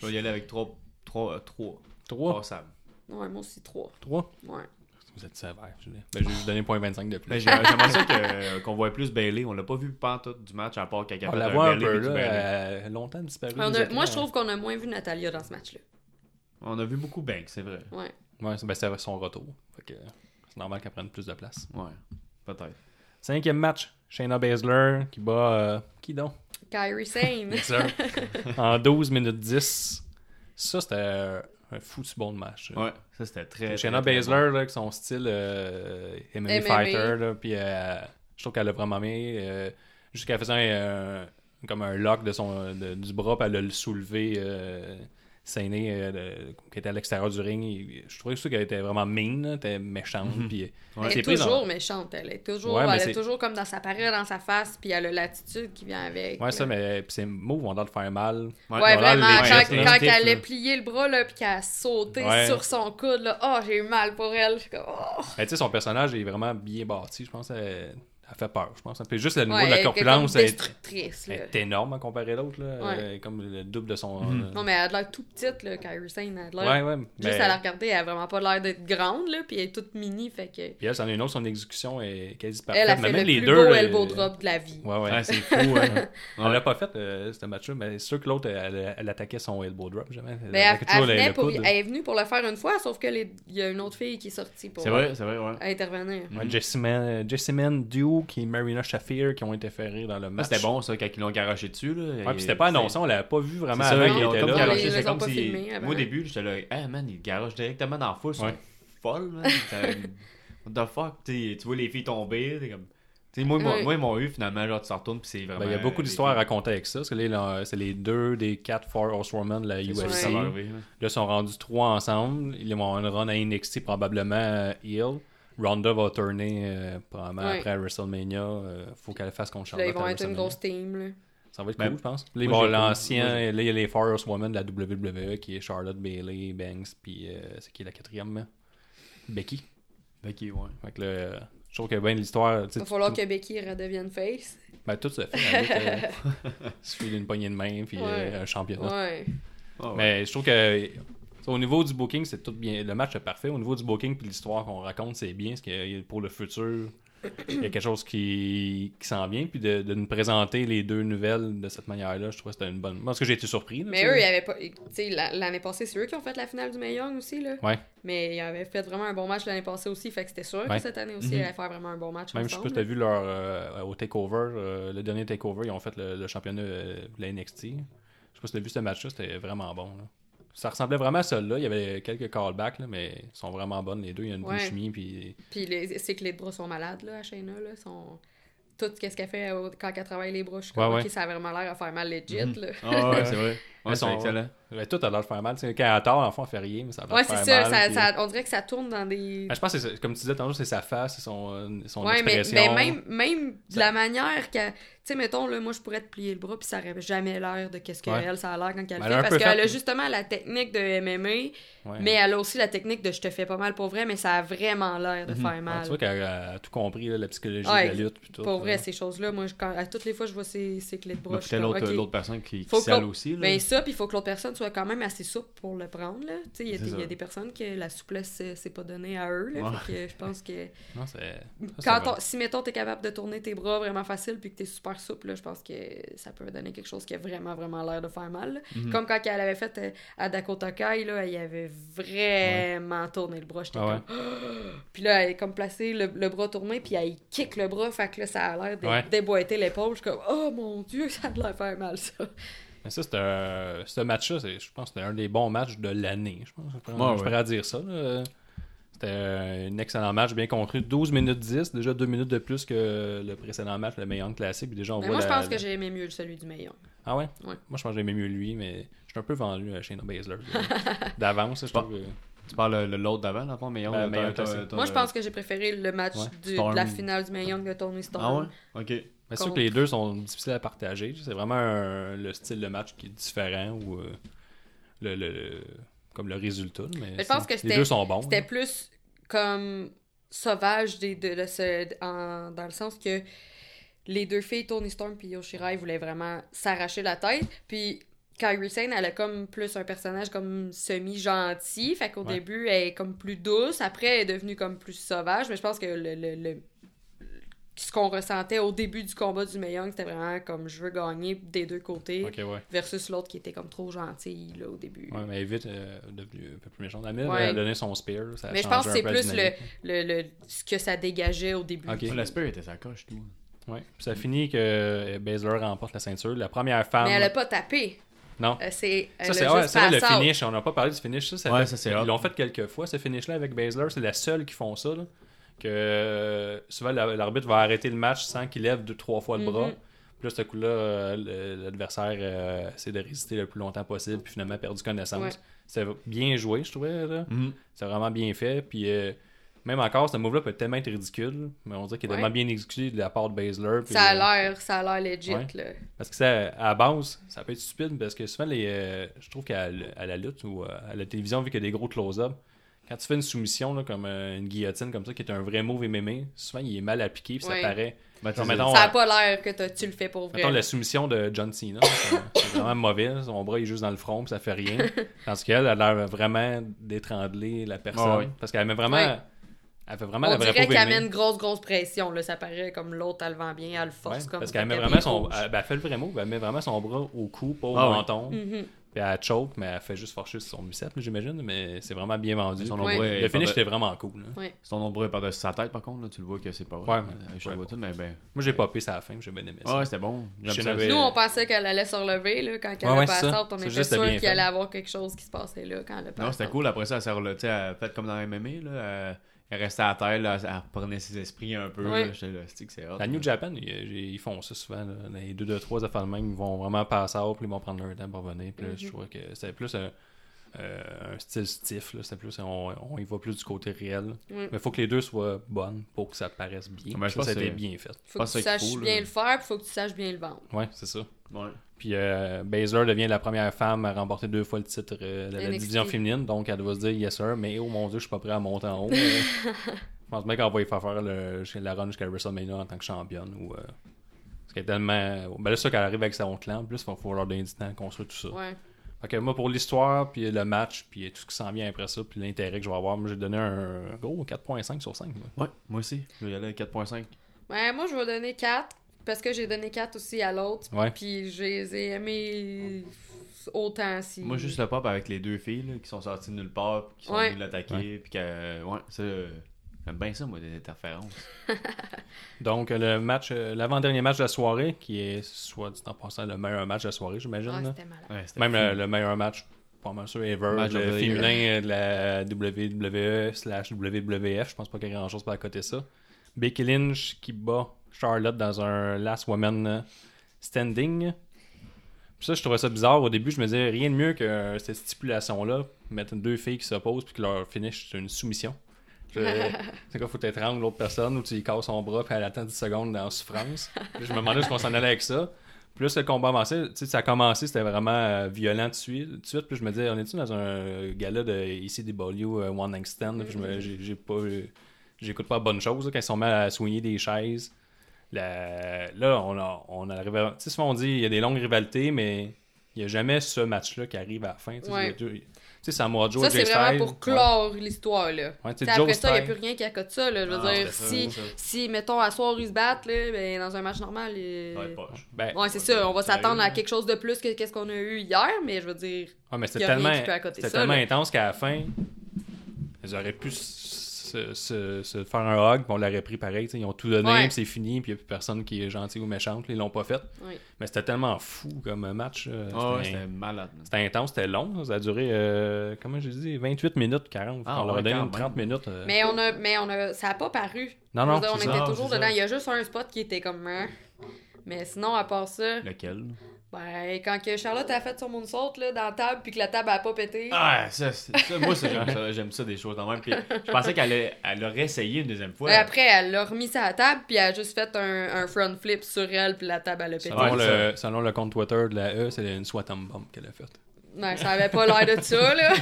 S4: Je vais y aller avec 3. 3. 3.
S3: 3
S4: Passables.
S5: ouais, moi aussi, trois.
S3: 3
S5: Ouais.
S3: Vous êtes sévère, Julien. Ben, j'ai juste donné 0.25 de plus.
S4: Mais Ben, j'ai- j'aimerais ça que- euh, qu'on voit plus Bailey. On l'a pas vu pantoute du match à part qu'elle a
S3: On
S4: fait
S3: la
S4: un
S3: voit un
S4: Bailey
S3: peu,
S4: puis du
S3: là. euh.
S4: Bailey.
S3: elle a longtemps disparu.
S5: On
S3: des hein.
S5: a-
S3: écrans.
S5: moi, je trouve qu'on a moins vu Natalia dans ce match-là.
S4: On a vu beaucoup Banks, c'est vrai.
S5: Ouais.
S3: Ouais, c'est- ben, c'est son retour. Fait que c'est normal qu'elle prenne plus de place.
S4: Ouais. Peut-être.
S3: Cinquième match, Shayna Baszler qui bat. euh, qui donc
S5: Kyrie Sane.
S3: Baszler. En 12 minutes 10. Ça, c'était euh, un foutu bon match. là.
S4: Ouais. Ça, c'était très.
S3: Shayna
S4: très, très
S3: Baszler, là, avec son style euh, MMA,
S5: MMA.
S3: fighter, là, puis euh, je trouve qu'elle a vraiment bien. euh, Jusqu'à faisant euh, comme un lock de son, de- du bras, puis elle a le soulevé, euh, sainé, euh, de- qui était à l'extérieur du ring. Et Je trouvais que ça qu'elle était vraiment mean, là, elle était méchante.
S4: Mm-hmm.
S3: puis,
S4: Ouais.
S5: Elle
S3: c'est
S5: est
S3: pris dans-
S5: toujours méchante, elle est toujours,
S3: Ouais, mais
S5: elle
S3: c'est-
S5: est toujours comme dans sa parole, dans sa face, puis elle a l'attitude qui vient avec.
S3: Ouais, ça, mais puis ses moves ont l'air de faire mal.
S5: Ouais,
S4: Ouais, voilà,
S5: vraiment,
S4: les-
S5: quand,
S4: ouais,
S5: quand
S4: c'est-
S5: elle
S4: là.
S5: allait plier le bras, là, puis qu'elle a sauté
S3: Ouais.
S5: sur son coude, là, oh, j'ai eu mal pour elle. Je suis comme, oh.
S3: Mais tu sais, son personnage est vraiment bien bâti. Je pense qu'elle elle fait peur, je pense. Puis juste le niveau
S5: Ouais,
S3: de la
S5: elle est
S3: corpulence,
S5: comme
S3: elle est,
S5: destructrice,
S3: elle
S5: là.
S3: est énorme à comparer à l'autre. là.
S5: Ouais.
S3: Elle est comme le double de son.
S4: Mm-hmm.
S3: euh,
S5: Non, mais elle a l'air tout petite, là, Kyrie Sane. Elle a l'air.
S3: Ouais, ben ouais. mais-
S5: Juste à la regarder, elle a vraiment pas l'air d'être grande, là, puis elle est toute mini, fait que.
S3: Puis elle, c'en est une autre, son exécution est quasi parfaite.
S5: Elle a
S3: mais
S5: fait le
S3: même les
S5: plus
S3: deux,
S5: beau
S3: euh,
S5: elbow drop de la vie.
S3: Ouais, ouais.
S4: Ouais, c'est fou, hein.
S3: On l'a pas fait, euh, ce match-là, mais c'est sûr que l'autre, elle, elle- elle attaquait son elbow drop, jamais.
S5: Mais elle,
S3: attaquait toujours
S5: elle
S3: le-
S5: venait
S3: le
S5: pour-
S3: coude.
S5: elle est venue pour le faire une fois, sauf que les- il y a une autre fille qui est sortie pour
S4: C'est vrai, c'est vrai, ouais.
S5: intervenir.
S3: Ouais, euh, Jessamine- Jessamine Duke et Marina Shafir qui ont interféré dans le
S4: Ah,
S3: match.
S4: c'était bon, ça, quand ils l'ont garoché dessus, là.
S3: Ouais, puis c'était pas annoncé, on l'avait pas vu
S4: C'est
S3: vraiment
S4: ça,
S3: avant
S4: ils
S3: qu'il
S4: l'ont
S3: était
S4: comme
S3: là.
S5: Ils
S4: garoché,
S5: les
S4: c'est
S5: ont
S4: comme
S5: pas
S4: si...
S5: filmés avant.
S4: Moi, au début, j'étais là, hey man, ils garochent directement dans la foule,
S3: Ouais.
S4: c'est folle, man. C'est- What the fuck, t'sais, tu vois les filles tomber, t'es comme... T'sais, moi, ils m'ont-
S5: Ouais.
S4: moi, ils m'ont eu, finalement, genre, tu t'en retournes, puis c'est
S3: Ben,
S4: vraiment...
S3: Il y a beaucoup
S4: euh,
S3: d'histoires à
S4: les filles-
S3: raconter avec ça, parce que là, là, c'est les deux des quatre Four Horsewomen de la
S4: C'est sûr que ça va
S3: UFC. Là,
S4: arriver, là.
S3: ils sont rendus trois ensemble. Ils vont un run à NXT, probablement euh, Hill. Ronda va tourner euh, probablement
S5: Ouais.
S3: après à Wrestlemania. Euh, faut qu'elle fasse contre
S5: Là,
S3: Charlotte.
S5: ils vont
S3: à
S5: être une
S3: WrestleMania.
S5: grosse team, là.
S3: Ça va être
S4: Ben,
S3: cool, je pense. Là, il
S4: moi,
S3: va y
S4: j'ai-
S3: avoir l'ancien.
S4: moi,
S3: et Là, il y a les Four Horsewomen de la WWE qui est Charlotte, Bailey, Banks, puis euh, c'est qui la quatrième hein? Becky. Ben,
S4: Ok, ouais.
S3: Fait que là, euh, je trouve que bien l'histoire. tu sais,
S5: Il va
S3: tu-
S5: falloir
S3: tu-
S5: que Becky redevienne face.
S3: Ben, tout se fait. Avec, euh, il suffit d'une poignée de main, puis euh,
S5: Ouais.
S3: un championnat.
S5: Ouais.
S4: Ah, ouais.
S3: Mais je trouve que tu sais, au niveau du booking, c'est tout bien. Le match est parfait. Au niveau du booking puis l'histoire qu'on raconte, c'est bien. Parce que euh, pour le futur, il y a quelque chose qui, qui s'en vient. Puis de, de nous présenter les deux nouvelles de cette manière-là, je trouve que c'était une bonne. Parce que j'ai été surpris. là,
S5: Mais
S3: tu
S5: eux,
S3: sais.
S5: ils avaient pas. Tu sais, la- l'année passée, c'est eux qui ont fait la finale du Young aussi, là.
S3: Ouais.
S5: Mais ils avaient fait vraiment un bon match l'année passée aussi, fait que c'était sûr
S3: Ouais. Mm-hmm.
S5: que cette année aussi, ils allaient faire vraiment un bon match.
S3: Même, je sais
S5: ensemble. hein.
S3: pas si t'as vu leur, euh, au Takeover, euh, le dernier Takeover, ils ont fait le, le championnat euh, de la NXT. Je sais pas si t'as vu ce match-là, c'était vraiment bon. là. Ça ressemblait vraiment à celui-là. Il y avait quelques callbacks, là, mais ils sont vraiment bonnes les deux. Il y a une bonne
S5: Ouais.
S3: chimie. Puis...
S5: Puis les, ses clés de bras sont malades, là, à Shayna, là. Sont... Tout ce qu'elle fait euh, quand elle travaille les bras, je suis comme,
S3: Ouais, Mm-hmm. ouais.
S5: ok, ça a vraiment l'air à faire mal legit, là.
S4: Ah, ouais, c'est vrai. Ouais, c'est
S3: Elles sont-
S4: excellent.
S3: Ouais, Ben, tout a l'air de faire mal. Tu sais, quand elle a tort, l'enfant fait rien, mais ça a l'air
S5: Ouais,
S3: de
S5: c'est
S3: faire
S5: ça,
S3: mal,
S5: ça-
S3: puis-
S5: ça- On dirait que ça tourne dans des.
S3: Ben, je pense que, c'est- comme tu disais tantôt, c'est sa face, c'est son, euh, son
S5: ouais, mais,
S3: expression.
S5: mais même, même de
S3: Ça-
S5: la manière que. Tu sais, mettons, là, moi, je pourrais te plier le bras, puis ça aurait jamais l'air de qu'est-ce qu'elle,
S3: Ouais.
S5: ça a l'air quand elle
S3: Ben,
S5: le
S3: elle a un
S5: fait. Parce
S3: peu
S5: qu'elle
S3: fait-
S5: a justement la technique de MMA,
S3: Ouais.
S5: mais elle a aussi la technique de je te fais pas mal pour vrai, mais ça a vraiment l'air
S4: Mhm.
S5: de
S4: Ah,
S5: faire
S3: Ouais,
S5: mal.
S3: tu vois qu'elle a tout compris, là, la psychologie
S5: Ouais,
S3: de la lutte. puis tout,
S5: pour vrai,
S3: là.
S5: ces choses-là, moi, je- quand- à toutes les fois, je vois ces, ces clés de bras.
S4: Mais
S5: je suis
S4: Peut-être
S5: comme,
S4: l'autre
S5: ok,
S4: l'autre personne qui, qui
S5: faut que
S4: sale
S5: l'autre-
S4: aussi, là.
S5: Ben ça, puis il faut que l'autre personne soit quand même assez souple pour le prendre. là. Tu sais, Il y, a
S4: C'est
S5: des- il y a
S4: ça.
S5: des personnes que la souplesse, c'est c'est pas donné à eux. là.
S4: Ouais.
S5: Fait que je pense que
S3: Non, c'est- ça, c'est
S5: quand
S3: vrai.
S5: on- si, mettons, t'es capable de tourner tes bras vraiment facile puis que t'es super souple, là, je pense que ça peut donner quelque chose qui a vraiment, vraiment l'air de faire mal. là.
S3: Mhm.
S5: Comme quand elle avait fait euh, à Dakota Kai, là, elle y avait vraiment tourné le bras. J'étais
S3: Ah ouais.
S5: comme... Puis là, elle est comme placée, le, le bras tourné, puis elle y kick le bras. Fait que là, ça a l'air de
S3: Ouais.
S5: déboîter l'épaule. Je suis comme « Oh mon Dieu, ça a l'air de faire mal, ça! »
S3: Mais ça, c'était un- ce match-là, c'est- je pense que c'était un des bons matchs de l'année. Je pense. Je pourrais,
S4: Ouais,
S3: je
S4: ouais.
S3: pourrais dire ça. là. C'était un excellent match, bien construit. 12 minutes 10, déjà 2 minutes de plus que le précédent match, le meilleur classique. Puis déjà, on
S5: Mais
S3: voit
S5: Ben, moi, je
S3: la-
S5: pense que
S3: la-
S5: j'ai aimé mieux celui du meilleur.
S3: Ah ouais?
S5: Ouais.
S3: Moi, je pense que j'aimais mieux lui, mais je suis un peu vendu à Shayna Baszler. là. D'avance, je trouve. que-
S4: Tu parles le- l'autre d'avant, là, pas meilleur.
S3: Ben,
S4: là,
S3: meilleur
S4: t'as-
S3: classique.
S4: t'as-
S5: Moi, je pense que j'ai préféré le match
S3: Ouais.
S5: du-
S4: Storm.
S5: de la finale du Mae Young de Tony Storm.
S4: Ah ouais? Ok.
S3: Mais c'est sûr que les deux sont difficiles à partager. C'est vraiment un- le style de match qui est différent ou euh, le, le- le- comme le résultat. Mais,
S5: Mais je pense
S3: c'est-
S5: que
S3: les
S5: c'était-
S3: deux sont bons.
S5: C'était
S3: là.
S5: plus comme sauvage des, de, de ce- en- dans le sens que les deux filles, Tony Storm puis Yoshirai, voulaient vraiment s'arracher la tête. Puis Kairi Sane, elle a comme plus un personnage comme semi-gentil. Fait qu'au
S3: Ouais.
S5: début, elle est comme plus douce. Après, elle est devenue comme plus sauvage. Mais je pense que le, le- le- ce qu'on ressentait au début du combat du Mae Young, c'était vraiment comme je veux gagner des deux côtés.
S3: Ok, ouais.
S5: Versus l'autre qui était comme trop gentille là, au début.
S3: Ouais, mais vite euh, devenue un peu plus méchante. Amel
S5: Ouais.
S3: elle a donné son spear. Ça a
S5: Mais je
S3: changé
S5: pense que
S3: un
S5: c'est
S3: peu la
S5: plus le,
S3: dynamique.
S5: le, le- ce que ça dégageait au début.
S3: Ok.
S4: Le spear était sa coche, tout.
S3: Ouais. Puis ça finit que euh, Baszler remporte la ceinture. La première femme.
S5: Mais elle a pas tapé.
S3: Non.
S5: Euh, C'est, elle
S3: Ça,
S5: a
S3: c'est
S5: juste
S3: ouais, c'est vrai, le
S5: passé out.
S3: finish. On n'a pas parlé du finish. Ça, ça
S4: Ouais,
S3: fait-
S4: ça, c'est hot.
S3: Ils l'ont fait quelques fois, ce finish-là avec Baszler. C'est la seule qui font ça. là. Que euh, souvent, la- l'arbitre va arrêter le match sans qu'il lève deux, trois fois le bras. Puis là, ce coup-là, euh, le- l'adversaire euh, essaie de résister le plus longtemps possible. Puis finalement, a perdu
S5: Ouais.
S3: connaissance. C'était bien joué, je trouvais. là.
S4: Mm-hmm.
S3: C'est vraiment bien fait. Puis euh, même encore, ce move-là peut tellement être ridicule. Mais on dirait qu'il est
S5: Ouais.
S3: tellement bien exécuté de la part de Baszler. puis, euh,
S5: Ça a l'air, ça a l'air legit,
S3: Ouais.
S5: là.
S3: parce que ça, à la base, ça peut être stupide parce que souvent, les, euh, je trouve qu'à l- à la lutte ou euh, à la télévision, vu qu'il y a des gros close-up, Quand tu fais une soumission, là, comme euh, une guillotine, comme ça, qui est un vrai move MMA, souvent il est mal appliqué, puis
S5: Ouais.
S3: ça paraît.
S4: Ben, tu
S3: Genre,
S4: sais,
S3: mettons,
S5: Ça
S3: euh,
S5: a pas l'air que t'as- tu le fais pour vrai.
S3: Mettons la soumission de John Cena, c'est c'est vraiment mauvais. Son bras il est juste dans le front, puis ça fait rien. Tandis qu'elle, elle a l'air vraiment d'étrangler la personne.
S4: Ah oui.
S3: Parce qu'elle met vraiment.
S5: Ouais.
S3: Elle fait vraiment
S5: On
S3: la vraie
S5: dirait
S3: pauvre
S5: qu'elle
S3: aimée.
S5: met une grosse, grosse pression. Là. Ça paraît comme l'autre, elle le vend bien, elle le
S3: Ouais,
S5: force comme
S3: Parce qu'elle met
S5: paquet
S3: vraiment
S5: de
S3: son.
S5: rouge.
S3: Elle, ben, elle fait le vrai mot, elle met vraiment son bras au cou, pas au
S4: Ah oui.
S3: menton.
S5: Mhm.
S3: Puis elle choke, mais elle fait juste forcher sur son bicep, là, j'imagine. Mais c'est vraiment bien vendu.
S4: Son
S3: Puis
S4: ombre
S5: Ouais.
S4: est
S3: Le
S4: par-
S3: finish était vraiment cool. là.
S4: Son ombre est par-dessus sa tête, par contre, là, tu le vois que c'est pas
S3: Ouais,
S4: Euh,
S3: ouais.
S4: je le vois tout, mais ben.
S3: Moi, j'ai popé ça à la fin, j'ai bien aimé ça.
S4: Ouais, c'était bon. J'aime
S3: Je
S4: ça.
S3: n'avais-
S5: Nous, on pensait qu'elle allait se relever là, quand elle
S3: Ouais, ouais,
S5: a
S3: c'est
S5: passé
S3: ça.
S5: out. On
S3: C'est
S5: était
S3: juste, c'était
S5: sûr
S3: bien
S5: qu'il
S3: fait.
S5: allait avoir quelque chose qui se passait là quand elle a
S4: Non,
S5: passé
S4: c'était
S5: out.
S4: cool. Après ça, elle s'est relevée. Tu sais, elle a fait comme dans MMA, là. euh, Elle restait à terre, là, elle reprenait ses esprits un peu.
S5: Ouais.
S4: là. J'étais là, c'est que c'est hot.
S3: La New Japan, ils, ils font ça souvent. là. Les deux, deux, trois affaires de même, ils vont vraiment passer à puis ils vont prendre leur temps pour revenir. Puis là,
S5: Mhm.
S3: je trouvais que c'était plus un, euh, un style stiff. là. C'était plus, on, on y va plus du côté réel. Mais il faut que les deux soient bonnes pour que ça paraisse bien.
S4: Mais Ben, je
S3: ça,
S4: pense
S3: ça a
S4: que
S3: été
S4: c'est-
S3: bien fait.
S5: Faut
S4: Ah,
S5: que
S4: c'est
S5: tu saches
S4: cool,
S5: bien
S4: là.
S5: le faire, puis faut que tu saches bien le vendre.
S3: Ouais, c'est ça.
S4: Ouais.
S3: Puis euh, Baszler devient la première femme à remporter deux fois le titre euh, de la
S5: NXT.
S3: division féminine. Donc, elle doit se dire yes, sir, mais oh mon dieu, je suis pas prêt à monter en haut. Euh, je pense même qu'elle va y faire faire le, chez la run jusqu'à WrestleMania en tant que championne. Ou, euh, parce qu'elle est tellement. Ben là, c'est ça qu'elle arrive avec son clan. En plus, il va falloir leur donner du temps à construire tout ça.
S5: Ouais.
S3: Fait que moi, pour l'histoire, puis le match, puis tout ce qui s'en vient après ça, puis l'intérêt que je vais avoir, moi, j'ai donné un gros 4.5 sur 5. moi.
S4: Ouais, moi aussi. Je vais y aller à 4.5.
S5: Ouais, Ben, moi, je vais donner 4 parce que j'ai donné 4 aussi à l'autre.
S3: Ouais.
S5: Puis je les ai aimés autant si.
S4: Moi, juste le pop avec les deux filles, là, qui sont sorties de nulle part, puis qui sont
S5: Ouais.
S4: venues l'attaquer, puis que. Ouais, ça. euh, J'aime bien ça, moi, des interférences.
S3: Donc, euh, le match, euh, l'avant-dernier match de la soirée, qui est, soit dit en passant, le meilleur match de la soirée, j'imagine.
S5: Ah,
S3: là.
S5: c'était malade.
S4: Ouais, c'était
S3: Même
S4: fou.
S3: le, le meilleur match, pas mal sûr, ever,
S4: Match E.
S3: le
S4: of the
S3: féminin euh, de la WWE slash WWF. Je pense pas qu'il y a grand-chose pour à côté ça. Becky Lynch qui bat Charlotte dans un Last Woman euh, Standing. Puis ça, je trouvais ça bizarre. Au début, je me disais rien de mieux que euh, cette stipulation-là, mettre deux filles qui s'opposent puis que leur finish c'est une soumission. Je- C'est quoi, faut t'étrangler l'autre personne ou tu lui casses son bras puis elle attend 10 secondes dans la souffrance. Puis je me demandais ce qu'on s'en allait avec ça. Plus le combat avançait, tu sais, ça a commencé, c'était vraiment euh, violent tout de suite. tout de suite. Puis je me disais, on est-tu dans un gala de ECW euh, One Night Stand? Puis je me- j'ai- j'ai pas. euh, J'écoute pas la bonne chose là, quand ils sont mis à soigner des chaises. La- Là, on, a, on arrive à- Tu sais, souvent on dit, il y a des longues rivalités, mais il n'y a jamais ce match-là qui arrive à la fin. Tu sais,
S5: Ouais.
S3: c'est- tu sais, Samoa Joe,
S5: Ça, c'est
S3: Jay
S5: vraiment
S3: Styles,
S5: pour clore l'histoire, là.
S3: Ouais, tu
S5: Tu sais,
S3: sais,
S5: après
S3: Joe
S5: ça, il n'y a
S3: Stein.
S5: plus rien qui accote ça, là. Je veux
S4: Ah,
S5: dire,
S4: c'était
S5: si,
S4: ça,
S5: si, mettons, à soir, ils se battent, là, ben, dans un match normal... euh,
S4: Ouais, poche.
S3: Ben,
S5: Ouais, c'est ça. On va
S4: Ça arrive,
S5: s'attendre à
S4: là.
S5: quelque chose de plus que qu'est-ce qu'on a eu hier, mais je veux dire...
S3: Ah, mais
S5: Y
S3: c'était
S5: a rien
S3: tellement,
S5: qui peut accoter
S3: c'était
S5: ça,
S3: tellement
S5: là.
S3: intense qu'à la fin, ils auraient pu se, se- se faire un hug, puis on l'aurait pris pareil. tu sais, Ils ont tout donné,
S5: Ouais.
S3: puis c'est fini, puis il n'y a plus personne qui est gentil ou méchante. là, Ils l'ont pas fait.
S5: ouais.
S3: Mais c'était tellement fou comme match. euh,
S4: Ah ouais,
S3: c'était,
S4: c'était malade. man.
S3: c'était intense, c'était long. Ça a duré, euh, comment j'ai dit, 28 minutes, 40.
S4: Ah,
S3: on leur a
S4: ouais,
S3: donné
S4: quand
S3: une 30 minutes. euh.
S5: Mais on a... Mais on a... Ça a pas paru.
S3: Non,
S5: Je
S3: non,
S5: veux dire, on
S3: c'est
S5: était
S4: ça,
S5: toujours
S4: c'est ça.
S5: dedans. Il y a juste un spot qui était comme... hein. Mais sinon, à part ça...
S4: Lequel
S5: Ben, quand que Charlotte a fait son moonsault, là, dans la table, puis que la table a pas pété...
S4: Ah, ça, c'est- ça, moi, ça, j'aime ça. J'aime ça, des choses en même. Puis, je pensais qu'elle allait- elle aurait essayé une deuxième fois.
S5: Et Après, elle l'a remis ça à la table, puis elle a juste fait un, un front flip sur elle, puis la table, elle a pété.
S3: Selon,
S4: Ouais,
S3: le, selon le compte Twitter de la E, c'est une Swatam Bomb qu'elle a faite.
S5: Ouais, ça avait pas l'air de ça, là.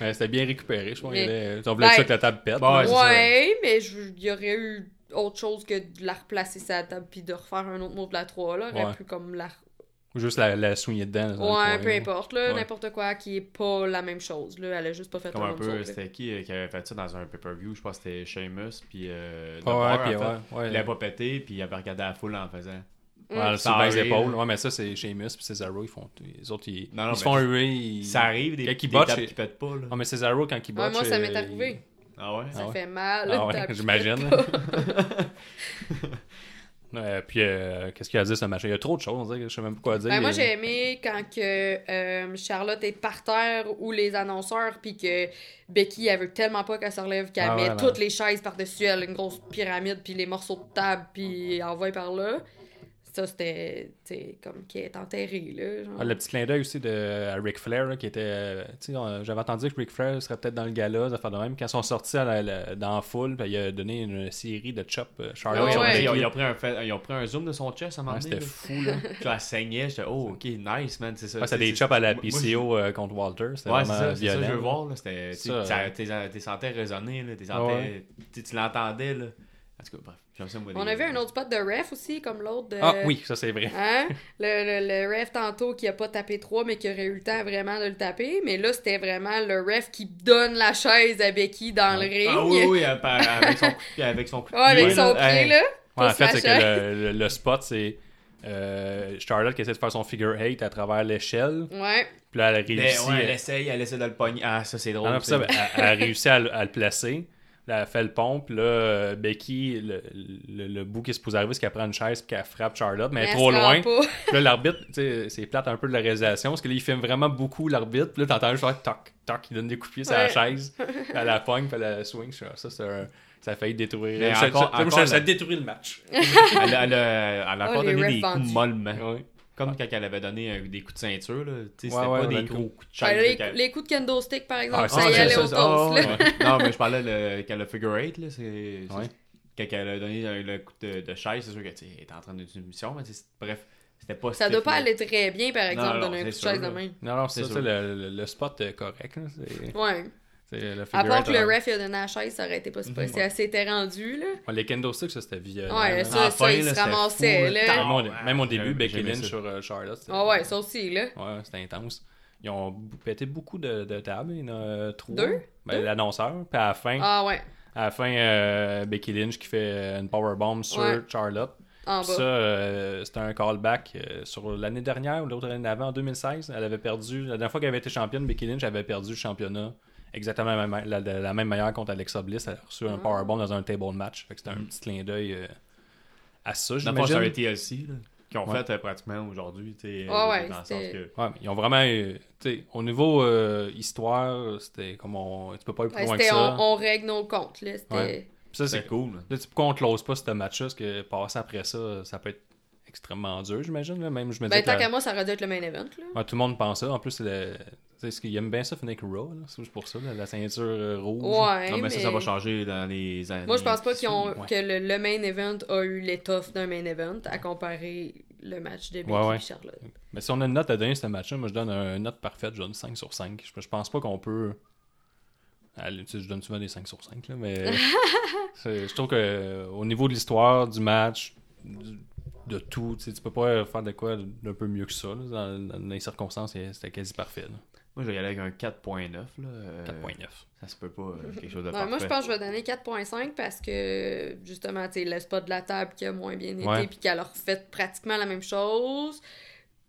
S3: Mais c'était bien récupéré, je crois.
S5: Mais-
S3: il y avait- On voulait
S5: Ben-
S3: ça que la table pète.
S4: Bon,
S3: là.
S4: ouais, c'est ça.
S5: ouais, mais je- il y aurait eu autre chose que de la replacer sur la table, puis de refaire un autre mot de la 3, là. Aurait
S3: Ouais.
S5: pu comme la...
S3: Ou juste la, la soigner dedans. là, dans le coin,
S5: Ouais, peu
S3: là.
S5: importe, là.
S3: Ouais.
S5: N'importe quoi qui est pas la même chose, là. Elle a juste pas fait
S4: Comme
S5: un
S4: un peu,
S5: moonsault, là.
S4: c'était qui euh, qui avait fait ça dans un pay-per-view Je pense que c'était Sheamus, puis. Euh,
S3: Ouais,
S4: Navarre,
S3: puis
S4: en fait.
S3: ouais, ouais.
S4: Il a pas pété, puis il avait regardé la foule en faisant.
S3: Ouais, sur
S4: Ça
S3: les
S4: arrive.
S3: épaules. Ouais, mais ça, c'est Sheamus puis Cesaro, ils font. Les autres, ils,
S4: Non, non,
S3: ils se
S4: mais
S3: font
S4: ça-
S3: huer. Ils...
S4: Ça arrive des,
S3: Quand
S4: des
S3: il botche,
S4: tapes
S3: il-
S4: qui pètent pas, là.
S3: Non, mais Cesaro, quand il botche.
S5: Ouais, moi, ça m'est
S3: euh,
S5: arrivé.
S4: Ah ouais
S5: Ça
S3: Ah ouais.
S5: fait mal,
S3: Ah
S5: là,
S3: ouais,
S5: t'as-
S3: j'imagine. il- euh, puis, euh, qu'est-ce qu'il a dit, ce match Il y a trop de choses, on dirait que je sais même pas quoi dire.
S5: Ben, moi,
S3: Euh,
S5: j'ai aimé quand que, euh, Charlotte est par terre ou les annonceurs, puis que Becky, elle veut tellement pas qu'elle se relève qu'elle
S3: Ah
S5: met
S3: ouais,
S5: toutes les chaises par-dessus elle, une grosse pyramide, puis les morceaux de table, puis elle envoie par là. Ça, c'était, tu sais, comme qui est enterré, là. genre.
S3: Ah, le petit clin d'œil aussi de à Ric Flair, là, qui était. euh, tu sais, on- J'avais entendu que Ric Flair serait peut-être dans le gala, ça fait de même. Quand ils sont sortis à la- la- dans la foule, puis il a donné une série de chops. euh, Charlotte
S5: Ah ouais.
S3: Chop avec
S4: Ils, ont,
S3: lui.
S4: ils ont pris un fait- ils ont pris un zoom de son chest à un moment
S3: Ouais,
S4: donné.
S3: C'était
S4: là.
S3: fou, là.
S4: Puis là, elle saignait. J'étais, oh, ok, nice, man. C'est ça.
S3: Ouais,
S4: tu sais,
S3: C'était des
S4: c'est-
S3: chops à la
S4: Moi, je-
S3: PCO euh, contre Walter. C'était
S4: Ouais, c'est
S3: vraiment
S4: ça, c'est ça que
S3: violent.
S4: je veux voir. là, C'était, tu
S3: Ça,
S4: sais, ça-
S3: euh,
S4: t'es- t'es sentais résonner, là, t'es
S3: Ouais.
S4: sentais, tu tu l'entendais. Là. En tout cas, bref, j'aime ça. moi,
S5: On
S4: les-
S5: a vu un autre spot de ref aussi, comme l'autre de...
S3: Ah oui, ça c'est vrai.
S5: Hein? Le, le, le ref tantôt qui a pas tapé 3, mais qui aurait eu le temps vraiment de le taper. Mais là, c'était vraiment le ref qui donne la chaise à Becky dans le ring.
S4: Ah oui, oui, euh, par- avec son coup de pied. Avec son, coup de
S5: Ouais, avec
S4: pied, là,
S5: son pied,
S4: hey,
S5: là.
S3: Ouais, en
S5: Pousse
S3: fait,
S5: la
S3: c'est que
S5: chaise.
S3: le, le- le spot, c'est euh, Charlotte qui essaie de faire son figure 8 à travers l'échelle.
S5: Ouais.
S3: Puis là, elle
S4: mais
S3: réussit.
S4: Ben, ouais, elle
S3: elle-
S4: essaye, elle essaie de le pogner. Ah, ça, c'est drôle.
S3: hein. Ah non, puis ça,
S4: c'est-
S3: ben, elle, elle réussit à, le- à le placer. Là, elle fait le pont. Puis là, euh, Becky, le, le, le bout qui se pose arriver, c'est qu'elle prend une chaise puis qu'elle frappe Charlotte, mais, elle est
S5: elle
S3: trop
S5: se rend
S3: loin.
S5: pas.
S3: Puis là, l'arbitre, tu sais, c'est plate un peu de la réalisation parce que là, il filme vraiment beaucoup l'arbitre. Puis là, t'entends juste faire toc, toc, il donne des coups de pied sur la
S5: Ouais.
S3: chaise. Puis elle la pogne, puis elle la swing. Ça, ça, c'est un- ça a failli détruire.
S4: Mais
S3: ça,
S4: encore-
S3: ça- ça-
S4: encore,
S3: ça
S4: là.
S3: détruit le match.
S4: Elle, a- elle a elle a
S5: Oh,
S4: encore
S5: les
S4: donné des
S5: refs vendus.
S4: coups mollement.
S3: Ouais.
S4: Comme quand elle avait donné euh, des coups de ceinture. là, tu sais, C'était
S3: Ouais, ouais,
S4: pas
S3: on a
S4: des
S3: le
S4: gros coups de
S5: Ben,
S4: chaise. là,
S5: les,
S4: qu'elle-
S5: les coups de kendo stick, par exemple,
S3: Ah,
S5: ça y
S3: ça,
S5: allait
S3: ça,
S5: au toast.
S3: ça,
S5: là.
S4: ouais. non, mais je parlais le, quand le figure 8, là, c'est. c'est-
S3: Ouais.
S4: Quand elle a donné euh, le coup de, de chaise, c'est sûr que tu sais, elle était en train de d'une mission, mais tu sais, c'est- bref, c'était pas
S5: Ça
S4: stiff,
S5: doit pas
S4: là.
S5: aller très bien, par exemple,
S4: non,
S5: donner un
S4: c'est
S5: coup de
S4: sûr,
S5: chaise de
S4: là.
S5: main.
S3: Non, non, c'est
S4: C'est
S3: ça,
S4: sûr.
S3: le, le- le spot est correct. là, c'est-
S5: Ouais.
S3: c'est le
S5: À
S3: figure
S5: part
S3: eight,
S5: que le
S3: là. Mhm.
S5: ref il a donné la chaise, ça aurait été pas si possible. Elle s'était rendue, là.
S3: Ouais, les kendo sticks, ça, c'était violent.
S5: Ouais,
S3: là.
S5: ça,
S4: Enfin,
S5: ça, il
S4: là,
S5: se
S4: c'était
S5: ramassait,
S4: fou,
S5: là.
S4: là.
S3: Même, au-
S4: Ah,
S3: même au début,
S4: j'aimais-
S3: Becky
S4: j'aimais
S3: Lynch
S4: ça.
S3: sur euh, Charlotte. c'était-
S5: Ah ouais, ça aussi, là.
S3: Ouais, c'était intense. Ils ont b- pété beaucoup de, de tables. Il y en a euh, trois.
S5: Deux?
S3: Ben, L'annonceur. Puis à la fin,
S5: Ah ouais,
S3: à la fin euh, Becky Lynch qui fait euh, une powerbomb sur
S5: Ouais.
S3: Charlotte.
S5: en
S3: Puis
S5: bas.
S3: ça, euh, c'était un callback euh, sur l'année dernière ou l'autre année d'avant, en 2016. Elle avait perdu, la dernière fois qu'elle avait été championne, Becky Lynch avait perdu le championnat exactement la même, la, la- la même manière contre Alexa Bliss. Elle a reçu
S5: Ah.
S3: un powerbomb dans un table match. Fait que c'était un petit clin d'œil euh, à ça,
S4: Mm. Dans le fond, c'est un
S3: j'imagine.
S4: TLC, là, qu'ils ont
S3: Ouais.
S4: fait euh, pratiquement aujourd'hui, tu sais,
S5: Ah
S4: euh,
S5: ouais,
S4: dans le sens
S5: c'était-
S4: que.
S3: Ouais, mais ils ont vraiment. euh, tu sais, au niveau euh, histoire, c'était comme on. Tu peux pas aller plus
S5: Ouais,
S3: loin que
S5: c'était
S3: ça.
S5: on, on règle nos comptes, là. C'était.
S3: Ouais. Puis ça, c'est
S4: C'est cool. là.
S3: Là, tu pourquoi on close pas ce match-là? Parce que passer après ça, ça peut être extrêmement dur, j'imagine. là. Même, je me
S5: Ben,
S3: disais
S5: tant
S3: que la-
S5: qu'à moi, ça aurait dû être le main event, là.
S3: Ouais, tout le monde pense ça. En plus, c'est le... tu sais, ce qu'ils aiment bien ça, finir avec Raw. là. C'est juste pour ça, là, la ceinture euh, rouge.
S5: Ouais.
S4: non, mais, ça, ça va
S5: mais-
S4: changer dans les années.
S5: Moi, je pense pas qu'ils ont,
S3: Ouais.
S5: que le, le main event a eu l'étoffe d'un main event à comparer le match de Becky
S3: Ouais, ouais.
S5: et Charlotte.
S3: Mais si on a une note à donner à ce match-là, moi, je donne un- une note parfaite. Je donne 5 sur 5. Je, je pense pas qu'on peut... Allez, tu sais, je donne souvent des 5 sur 5, là, mais c'est- je trouve que euh, au niveau de l'histoire, du match, du- de tout, tu sais, tu peux pas faire de quoi d'un peu mieux que ça. là. Dans, dans les circonstances, c'est- c'était quasi parfait. là.
S4: Moi, je vais y aller avec un 4.9. là, euh,
S3: 4.9.
S4: Ça se peut pas, euh, quelque chose de
S5: Ouais,
S4: parfait.
S5: moi, je pense que je vais donner 4.5 parce que, justement, tu sais, le spot de la table qui a moins bien été
S3: Ouais.
S5: puis qu'elle a refait pratiquement la même chose.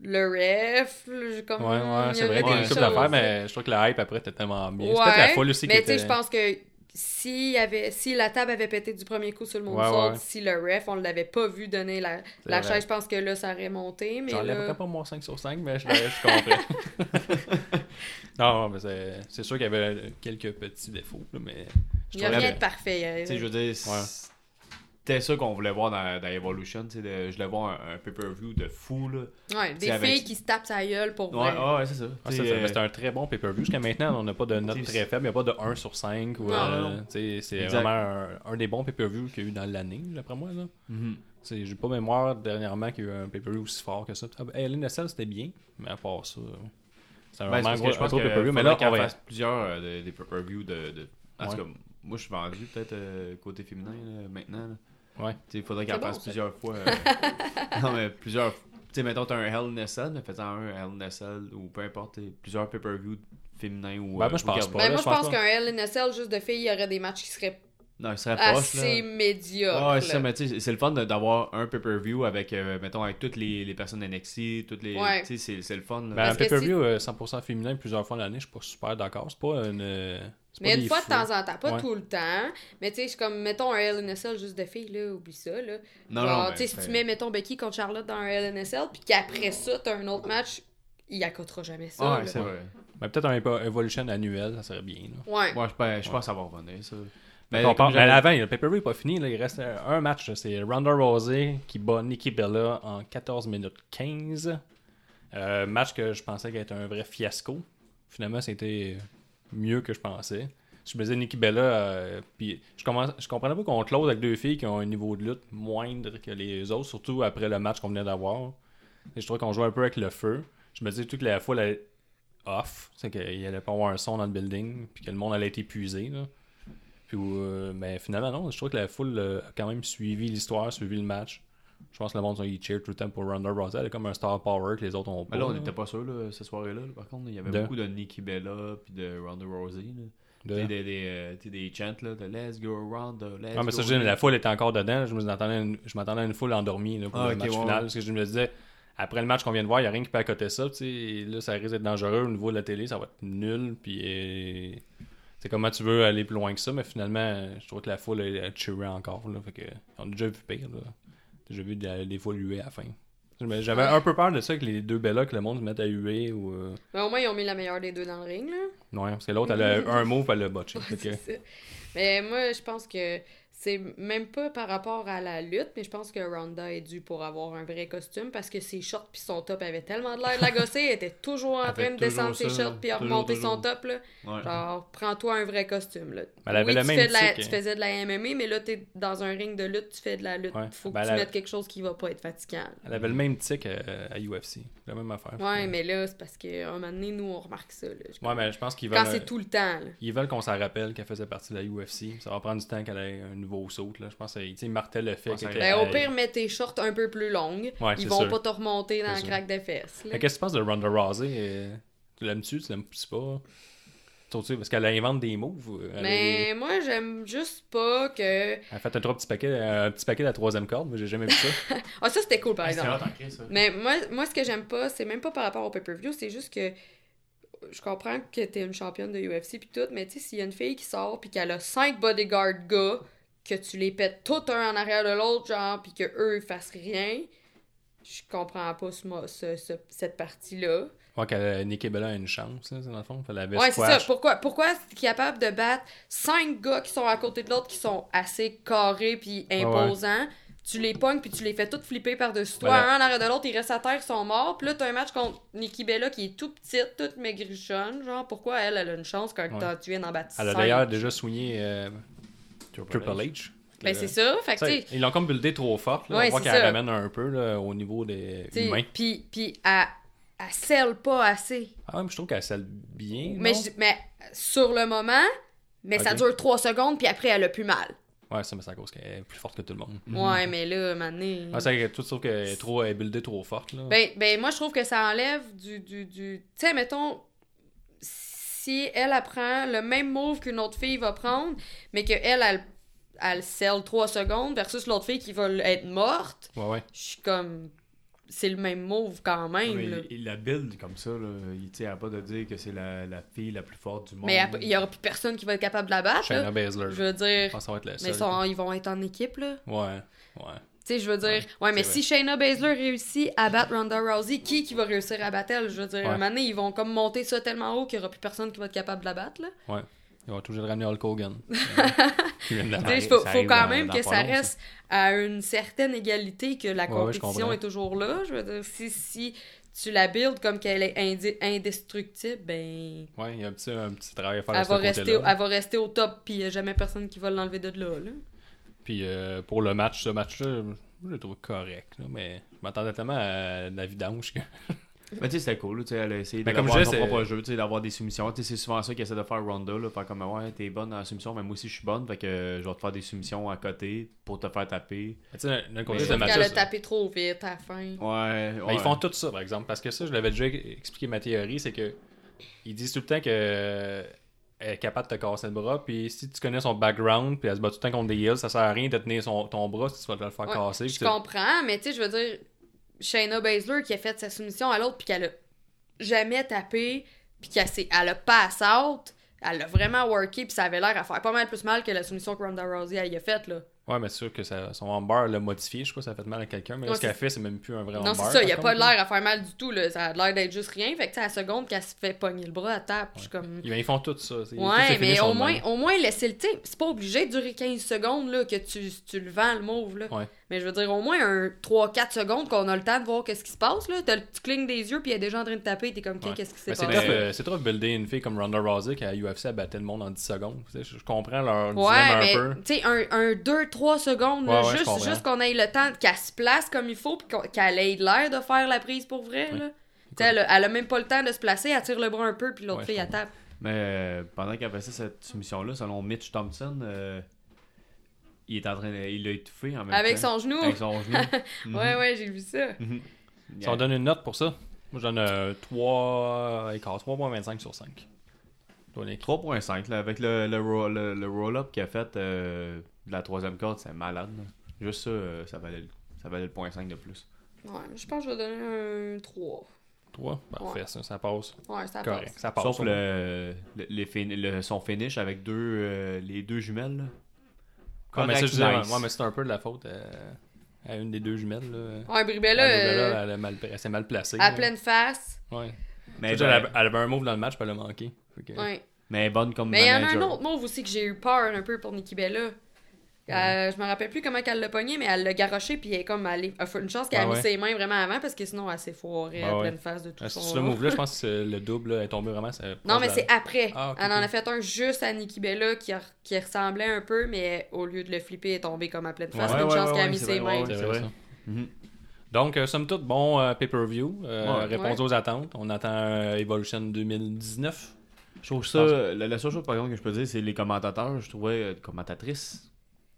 S5: Le ref, le- comme.
S3: Ouais, ouais,
S5: il y
S3: c'est vrai
S5: aurait
S3: qu'il Mm, y a
S5: des
S3: une couple
S5: choses.
S3: d'affaires, mais je trouve que la hype après était tellement bien. C'est
S5: Ouais,
S3: peut-être la folle aussi qui
S5: Mais tu sais,
S3: était...
S5: je pense que si, avait, si la table avait pété du premier coup sur le monde
S3: Ouais, ouais.
S5: si le ref, on l'avait pas vu donner la, la
S3: vrai.
S5: chaise, je pense que là, ça aurait monté. Mais
S3: J'enlèverais
S5: là...
S3: pas mon 5 sur 5, mais je, je comprends. non, mais c'est- c'est sûr qu'il y avait quelques petits défauts, là, mais... je
S5: Il n'y a
S3: trouvais
S5: rien
S3: que-
S5: de parfait.
S4: Tu
S5: euh,
S4: sais, je veux dire,
S3: Ouais.
S4: c'était ça qu'on voulait voir dans, dans Evolution. tu sais, de- je voulais voir un, un pay-per-view de fou. Là.
S5: ouais, des
S4: c'est avec-
S5: filles qui se tapent sa gueule pour
S4: Ouais,
S5: vrai.
S4: ouais, ouais, c'est ça.
S3: Ah,
S4: Tu
S3: ça,
S4: sais,
S3: ça,
S4: euh,
S3: mais c'est un très bon pay-per-view. Jusqu'à maintenant, on n'a pas de note
S4: c'est-
S3: très faible. Il n'y a pas de 1 sur 5. Ou,
S5: Non,
S3: euh,
S4: non, non.
S3: tu sais, c'est
S4: Exact.
S3: vraiment un, un des bons pay-per-views qu'il y a eu dans l'année, d'après moi. Là.
S4: mhm.
S3: Tu sais, J'ai pas mémoire dernièrement qu'il y a eu un pay-per-view aussi fort que ça. Ah, ben, Hey, LNSL, c'était bien, mais à part ça, c'est
S4: Ben, c'est
S3: vraiment
S4: parce que
S3: gros,
S4: je
S3: un
S4: pense
S3: gros
S4: que
S3: pay-per-view. Mais
S4: faudrait
S3: là,
S4: qu'elle
S3: on va...
S4: fasse plusieurs euh, de- des pay-per-view de, de... En tout
S3: Ouais.
S4: cas, moi, je suis vendu peut-être euh, côté féminin là, maintenant. là.
S3: Ouais.
S4: Tu sais, Il faudrait qu'elle
S5: bon,
S4: fasse
S5: ça.
S4: plusieurs fois. euh, non, mais plusieurs... Tu sais, mettons, t'as un Hell in a Cell, mais fais-en un Hell in a Cell ou peu importe, t'sais, plusieurs pay-per-view féminins ou...
S3: Ben,
S4: euh,
S3: moi, je
S4: ou
S3: pense
S4: garde-
S3: pas.
S5: Ben,
S3: là,
S5: moi,
S3: je
S5: je pense
S3: pense
S5: qu'un LNSL juste de filles, il y aurait des matchs qui seraient
S4: Non, il serait
S5: Ah,
S4: proche, là.
S5: assez médiocres.
S4: Ouais, c'est ça,
S5: là.
S4: mais tu sais, c'est le fun de- d'avoir un pay-per-view avec, euh, mettons, avec toutes les, les personnes NXT, toutes les...
S5: Ouais.
S4: Tu sais, c'est- c'est le fun, là.
S3: Ben, un
S5: Parce que
S3: pay-per-view euh, 100% féminin plusieurs fois l'année, je suis pas super d'accord. C'est pas une. euh, c'est
S5: Mais
S3: pas
S5: une
S3: des
S5: fois de
S3: fous.
S5: temps en temps, pas
S3: Ouais.
S5: tout le temps. Mais tu sais, c'est comme, mettons un LNSL juste de filles, là, oublie ça, là.
S4: Non,
S5: Genre,
S4: non, ben,
S5: tu sais, si
S4: c'est-
S5: tu mets, mettons, Becky contre Charlotte dans un LNSL, puis qu'après ça, t'as un autre match, il accotera jamais ça.
S4: Ah Ouais,
S5: là.
S4: c'est vrai.
S3: Mais peut-être un Evo- Evolution annuel, ça serait bien. là.
S5: Ouais.
S4: Moi, je pense- je pense que ça va revenir, ça. Ben,
S3: on
S4: comme
S3: parle-
S4: j'avais-
S3: ben, avant, le pay-per-view n'est pas fini. là, il reste euh, un match. là, C'est Ronda Rousey qui bat Nikki Bella en 14 minutes 15. Euh, match que je pensais qu'elle était un vrai fiasco. Finalement, c'était mieux que je pensais. Je me disais Nikki Bella, euh, puis je, commence- je comprenais pas qu'on close avec deux filles qui ont un niveau de lutte moindre que les autres, surtout après le match qu'on venait d'avoir. Et je trouvais qu'on jouait un peu avec le feu. Je me disais toute la fois, la off, c'est qu'il allait pas avoir un son dans le building, puis que le monde allait être épuisé. là. Puis, euh, mais finalement, non. Je trouve que la foule euh, a quand même suivi l'histoire, suivi le match. Je pense que le monde, il cheer tout le temps pour Ronda Rousey. Elle est comme un star power que les autres ont pas.
S4: Ben là, on
S3: là.
S4: n'était pas sûr là, cette soirée-là. là, Par contre, il y avait
S3: De-
S4: beaucoup de Nikki Bella puis de Ronda Rousey. là.
S3: De-
S4: Tu sais, des, des, euh, tu sais, des chants là, de Let's go Ronda, let's
S3: Ah, mais ça,
S4: go
S3: je dis,
S4: Ronda.
S3: la foule était encore dedans. Je me m'attendais à une- je m'attendais à une foule endormie là, pour
S4: Ah,
S3: le
S4: ok,
S3: match
S4: ouais,
S3: final.
S4: ouais.
S3: Parce que je me disais, après le match qu'on vient de voir, il n'y a rien qui peut accoter ça. tu sais. Et Là, ça risque d'être dangereux au niveau de la télé. Ça va être nul. Puis, euh, tu sais, comment tu veux aller plus loin que ça. Mais finalement, euh, je trouve que la foule elle, elle cheerait encore. Là, fait que, on a déjà vu pire. Là. J'ai vu de la- des foules huer à la fin. Mais J'avais un peu peur de ça que les deux bellas que le monde se mette à huer. Ou, euh,
S5: Mais au moins, ils ont mis la meilleure des deux dans le ring, là.
S3: Ouais, parce que l'autre, elle a un mot, puis elle l'a botché. Fait que-
S5: C'est ça. Mais moi, je pense que c'est même pas par rapport à la lutte, mais je pense que Ronda est due pour avoir un vrai costume parce que ses shorts puis son top avaient tellement de l'air de la gossée, elle était toujours en
S4: Elle
S5: train
S4: fait
S5: de descendre
S4: toujours
S5: ses
S4: ça,
S5: shorts puis
S4: toujours,
S5: remonter son
S4: toujours.
S5: top là.
S4: Ouais.
S5: Genre, prends-toi un vrai costume là.
S3: elle avait
S5: oui,
S3: le
S5: tu,
S3: même
S5: fais de la-
S3: tic,
S5: tu
S3: hein.
S5: faisais de la MMA, mais là t'es dans un ring de lutte, tu fais de la lutte.
S3: Ouais.
S5: Faut
S3: Ben,
S5: que
S3: elle
S5: tu
S3: a-
S5: mettes quelque chose qui va pas être fatigant. là.
S3: Elle avait le même tic euh, à UFC. La même affaire.
S5: Ouais, mais là, c'est parce qu'à un moment donné, nous, on remarque ça. là. Je-
S3: Ouais, ben, mais je pense qu'ils veulent. euh,
S5: Quand c'est tout le temps, là.
S3: Ils veulent qu'on s'en rappelle qu'elle faisait partie de la UFC. Ça va prendre du temps qu'elle ait un nouveau saut. Là. Je pense que tu sais, Martel le fait.
S4: Ouais, ça
S3: qu'elle
S5: Ben,
S3: était-
S5: au pire, mets tes shorts un peu plus longues.
S3: Ouais, c'est
S5: Ils vont
S3: sûr.
S5: pas te remonter dans
S3: C'est
S5: le
S3: sûr.
S5: crack des fesses. là.
S3: Mais Qu'est-ce que tu penses de Ronda Rousey euh, Tu l'aimes-tu Tu l'aimes-tu pas Tu sais, Parce qu'elle invente des moves. euh, Elle, est-
S5: Mais moi, j'aime juste pas que.
S3: elle a fait un trois petits paquets, un petit paquet de la troisième corde. mais J'ai jamais vu ça.
S5: Ah, ça, c'était cool, par
S4: Ah, c'était
S5: exemple.
S4: hot en crise, ça.
S5: Mais moi, moi, ce que j'aime pas, c'est même pas par rapport au pay-per-view, c'est juste que. Je comprends que t'es une championne de UFC pis tout, mais tu sais, s'il y a une fille qui sort pis qu'elle a cinq bodyguard gars, que tu les pètes tous un en arrière de l'autre, genre, pis que eux ils fassent rien, je comprends pas ce mo- ce- ce- cette partie-là.
S3: Ouais, qu'elle euh, Nikki Bella a une chance, là, c'est dans le fond. Elle avait
S5: Ouais, c'est ça.
S3: squash.
S5: Pourquoi, pourquoi est-ce qu'il est capable de battre cinq gars qui sont à côté de l'autre, qui sont assez carrés puis
S3: ouais.
S5: imposants? Tu les pognes puis tu les fais toutes flipper par-dessus toi,
S3: Voilà.
S5: un en arrière de l'autre, ils restent à terre, ils sont morts. Puis là, t'as un match contre Nikki Bella qui est tout petite, toute maigrichonne. Genre, pourquoi elle, elle a une chance quand
S3: Ouais.
S5: t'as- tu viens d'en battre
S3: Elle a
S5: cinq?
S3: d'ailleurs déjà soigné euh, Triple
S4: H.
S3: H.
S5: Ben, c'est ça. Fait que,
S3: Tu sais,
S5: tu sais,
S3: Ils l'ont comme buildé trop fort. Là.
S5: Ouais,
S3: On voit
S5: c'est
S3: qu'elle
S5: ça.
S3: ramène un peu là, au niveau des
S5: tu sais,
S3: humains.
S5: puis, puis elle, elle scelle pas assez.
S3: Ah, mais je trouve qu'elle sale bien.
S5: Mais,
S3: non?
S5: je- mais sur le moment, mais ça
S3: Ok.
S5: dure trois secondes, puis après, elle a plus mal.
S3: Ouais, ça, mais c'est à cause qu'elle est plus forte que tout le monde.
S5: Ouais, mais là, maintenant...
S3: Ah, c'est tout sauf qu'elle est trop elle est buildée trop forte. Là.
S5: Ben, ben, moi, je trouve que ça enlève du. du, du... Tu sais, mettons, si elle apprend le même move qu'une autre fille va prendre, mais qu'elle, elle, elle, elle selle 3 secondes versus l'autre fille qui va l- être morte,
S3: Ouais, ouais.
S5: je suis comme. C'est le même move quand même.
S4: Mais
S5: là.
S4: il, il la build comme ça. Là. Il tient à pas de dire que c'est la, la fille la plus forte du monde.
S5: Mais elle- il y aura plus personne qui va être capable de la battre. là.
S3: Shayna Baszler.
S5: Je
S3: Je
S5: veux dire.
S3: pense que ça va être la
S5: Mais
S3: seule.
S5: ils sont- ils vont être en équipe, là.
S3: Ouais, ouais.
S5: Tu sais, je veux dire, ouais, mais
S3: c'est
S5: si Shayna Baszler réussit à battre Ronda Rousey, qui qui va réussir à battre elle? Je veux dire,
S3: Ouais.
S5: à un moment donné, ils vont comme monter ça tellement haut qu'il n'y aura plus personne qui va être capable de la battre, là.
S3: Ils vont toujours ramener Hulk Hogan. Tu viens de la-
S5: Tu sais,
S4: Ça
S5: faut,
S4: arrive
S5: faut quand
S4: dans-
S5: même
S4: dans
S5: que
S4: pas
S5: ça
S4: long, ça.
S5: reste à une certaine égalité, que la
S3: Ouais, ouais, je
S5: compétition
S3: comprends.
S5: est toujours là. Je veux dire, si, si tu la builds comme qu'elle est indi- indestructible, ben,
S3: Ouais, il y a un petit, un petit travail à faire
S5: elle
S3: de ce
S5: va, rester,
S3: côté-là.
S5: elle va rester au top, puis il a jamais personne qui va l'enlever de là. là.
S3: Puis euh, pour le match, ce match-là, je le trouve correct. là, mais je m'attendais tellement à la vidange que.
S4: Mais tu sais, c'était cool. là, tu sais, Elle a essayé
S3: Mais comme
S4: d'avoir
S3: je
S4: son
S3: disais, c'est-
S4: propre jeu, tu sais, d'avoir des soumissions. Tu sais, C'est souvent ça qu'essaie de faire Ronda. Là, faire comme, ouais, t'es bonne dans la soumission, mais moi aussi je suis bonne. Fait que euh, je vais te faire des soumissions à côté pour te faire taper.
S3: Tu sais, d'un
S5: Je
S3: côté, ce
S5: trouve qu'elle a
S3: match-là.
S5: tapé trop vite à la fin.
S4: Ouais,
S3: Ben, ils font tout ça, par exemple. Parce que ça, je l'avais déjà expliqué ma théorie, c'est que ils disent tout le temps que euh, elle est capable de te casser le bras. Puis si tu connais son background, puis elle se bat tout le temps contre des heels, ça sert à rien de tenir son, ton bras si tu vas te le faire
S5: Ouais,
S3: casser.
S5: je
S3: puis
S5: comprends, mais tu sais, je veux dire, Shayna Baszler qui a fait sa soumission à l'autre, puis qu'elle a jamais tapé, puis qu'elle s'est- elle a pass out, elle a vraiment worké, puis ça avait l'air à faire pas mal plus mal que la soumission que Ronda Rousey elle y a faite, là.
S3: tu- Ouais, mais c'est sûr que ça- son hambar l'a modifié. Je crois que ça a fait mal à quelqu'un. Mais là,
S5: Ouais,
S3: ce qu'elle
S5: c'est-
S3: fait, c'est même plus un vrai hambar.
S5: Non, c'est ça, il n'y a
S3: par
S5: pas
S3: contre, hein. là.
S5: l'air à faire mal du tout, là. Ça a l'air d'être juste rien. Fait que, tu sais, à la seconde qu'elle se fait pogner le bras à table, je suis comme.
S3: Eh Ils ils font tout ça. c'est- tout
S5: Ouais,
S3: est fini
S5: mais
S3: sur
S5: au
S3: le
S5: moins,
S3: même.
S5: au moins, laissez le. Tu sais, c'est pas obligé de durer 15 secondes, là, que tu, tu le vends, le mauve, là.
S3: Ouais.
S5: Mais je veux dire, au moins un 3-4 secondes qu'on a le temps de voir qu'est-ce qui se passe, là. T'as le petit cligne des yeux, puis il y a des gens en train de taper, t'es comme, OK,
S3: Ouais.
S5: qu'est-ce qui s'est
S3: Mais c'est
S5: passé?
S3: tough, euh, c'est trop de builder une fille comme Ronda Rousey qui à UFC a battu le monde en 10 secondes. Tu sais, Je, je comprends leur dilemme
S5: Ouais, mais
S3: un peu.
S5: tu sais, un, un 2-3 secondes,
S3: Ouais,
S5: là,
S3: ouais, je
S5: juste,
S3: comprends.
S5: juste qu'on ait le temps qu'elle se place comme il faut, puis qu'on- qu'elle ait l'air de faire la prise pour vrai.
S3: Ouais.
S5: Là. Tu sais, Elle, a- elle a même pas le temps de se placer, elle tire le bras un peu, puis l'autre
S3: Ouais, je
S5: fille, elle
S3: comprends.
S5: tape.
S4: Mais euh, pendant qu'elle passait cette soumission-là, selon Mitch Thompson, euh, il est en train de- il l'a étouffé en même
S5: Avec
S4: temps.
S5: son genou.
S4: Avec son genou. Mhm.
S5: Ouais, ouais, j'ai vu ça.
S4: Mhm.
S3: Si on donne une note pour ça, moi je donne euh, 3 écart, 3.25 sur 5.
S4: 3.5, là, avec le, le, ro- le, le roll-up qu'il a fait euh, de la troisième corde, c'est malade. là. Juste ça, euh, ça, valait, le- ça valait le point 5 de plus.
S5: Ouais, je pense que je vais donner un 3.
S3: 3, parfait,
S5: Ouais.
S3: ça, ça passe.
S5: Ouais, ça
S3: Correct,
S5: passe.
S3: ça passe.
S4: Sauf le, le- les fin- le- son finish avec deux, euh, les deux jumelles. là.
S3: Ouais, mais ça,
S4: Correct,
S3: je disais, ouais,
S4: nice.
S3: ouais, mais c'est un peu de la faute euh, à une des deux jumelles. Là.
S5: Ouais, Bribella,
S3: La nouvelle,
S5: euh,
S3: elle, a mal- elle s'est mal placée.
S5: à
S3: là.
S5: pleine face.
S3: Ouais.
S4: mais,
S3: Je veux dire, elle,
S4: ben-
S3: elle avait un move dans le match, puis elle a manqué. Fait que-
S5: Ouais.
S4: mais bonne comme
S5: Mais il y en a
S4: manager.
S5: un autre move aussi que j'ai eu peur un peu pour Nikki Bella. Euh, je me rappelle plus comment qu'elle l'a pogné, mais elle l'a garoché puis elle est comme allée. elle fait une chance qu'elle
S3: Ah
S5: a
S3: ouais.
S5: mis ses mains vraiment avant parce que sinon elle s'est foirée
S3: Ah
S5: à
S3: ouais.
S5: pleine face de tout
S3: Ah,
S5: son.
S3: c'est ce move-là, je pense que c'est le double là, est tombé vraiment. ça-
S5: Non,
S3: proche
S5: mais
S3: de la-
S5: c'est après.
S3: Ah, ok,
S5: elle en
S3: ok.
S5: a fait un juste à Nikki Bella qui, a- qui ressemblait un peu, mais au lieu de le flipper, elle est tombée comme à pleine face.
S4: Ouais,
S5: une
S4: ouais,
S5: chance
S4: ouais,
S5: qu'elle a
S4: ouais,
S5: mis
S4: c'est
S5: ses
S4: vrai,
S5: mains.
S4: ouais,
S3: C'est
S4: C'est
S3: vrai,
S4: vrai.
S3: ça.
S4: Mhm.
S3: Donc, euh, somme toute, bon euh, pay-per-view. euh,
S4: Ouais.
S3: Réponse
S5: Ouais.
S3: aux attentes. On attend euh, Evolution 2019.
S4: Je trouve ça. La, la seule chose, par contre, que je peux dire, c'est les commentateurs. Je trouvais. euh, commentatrices.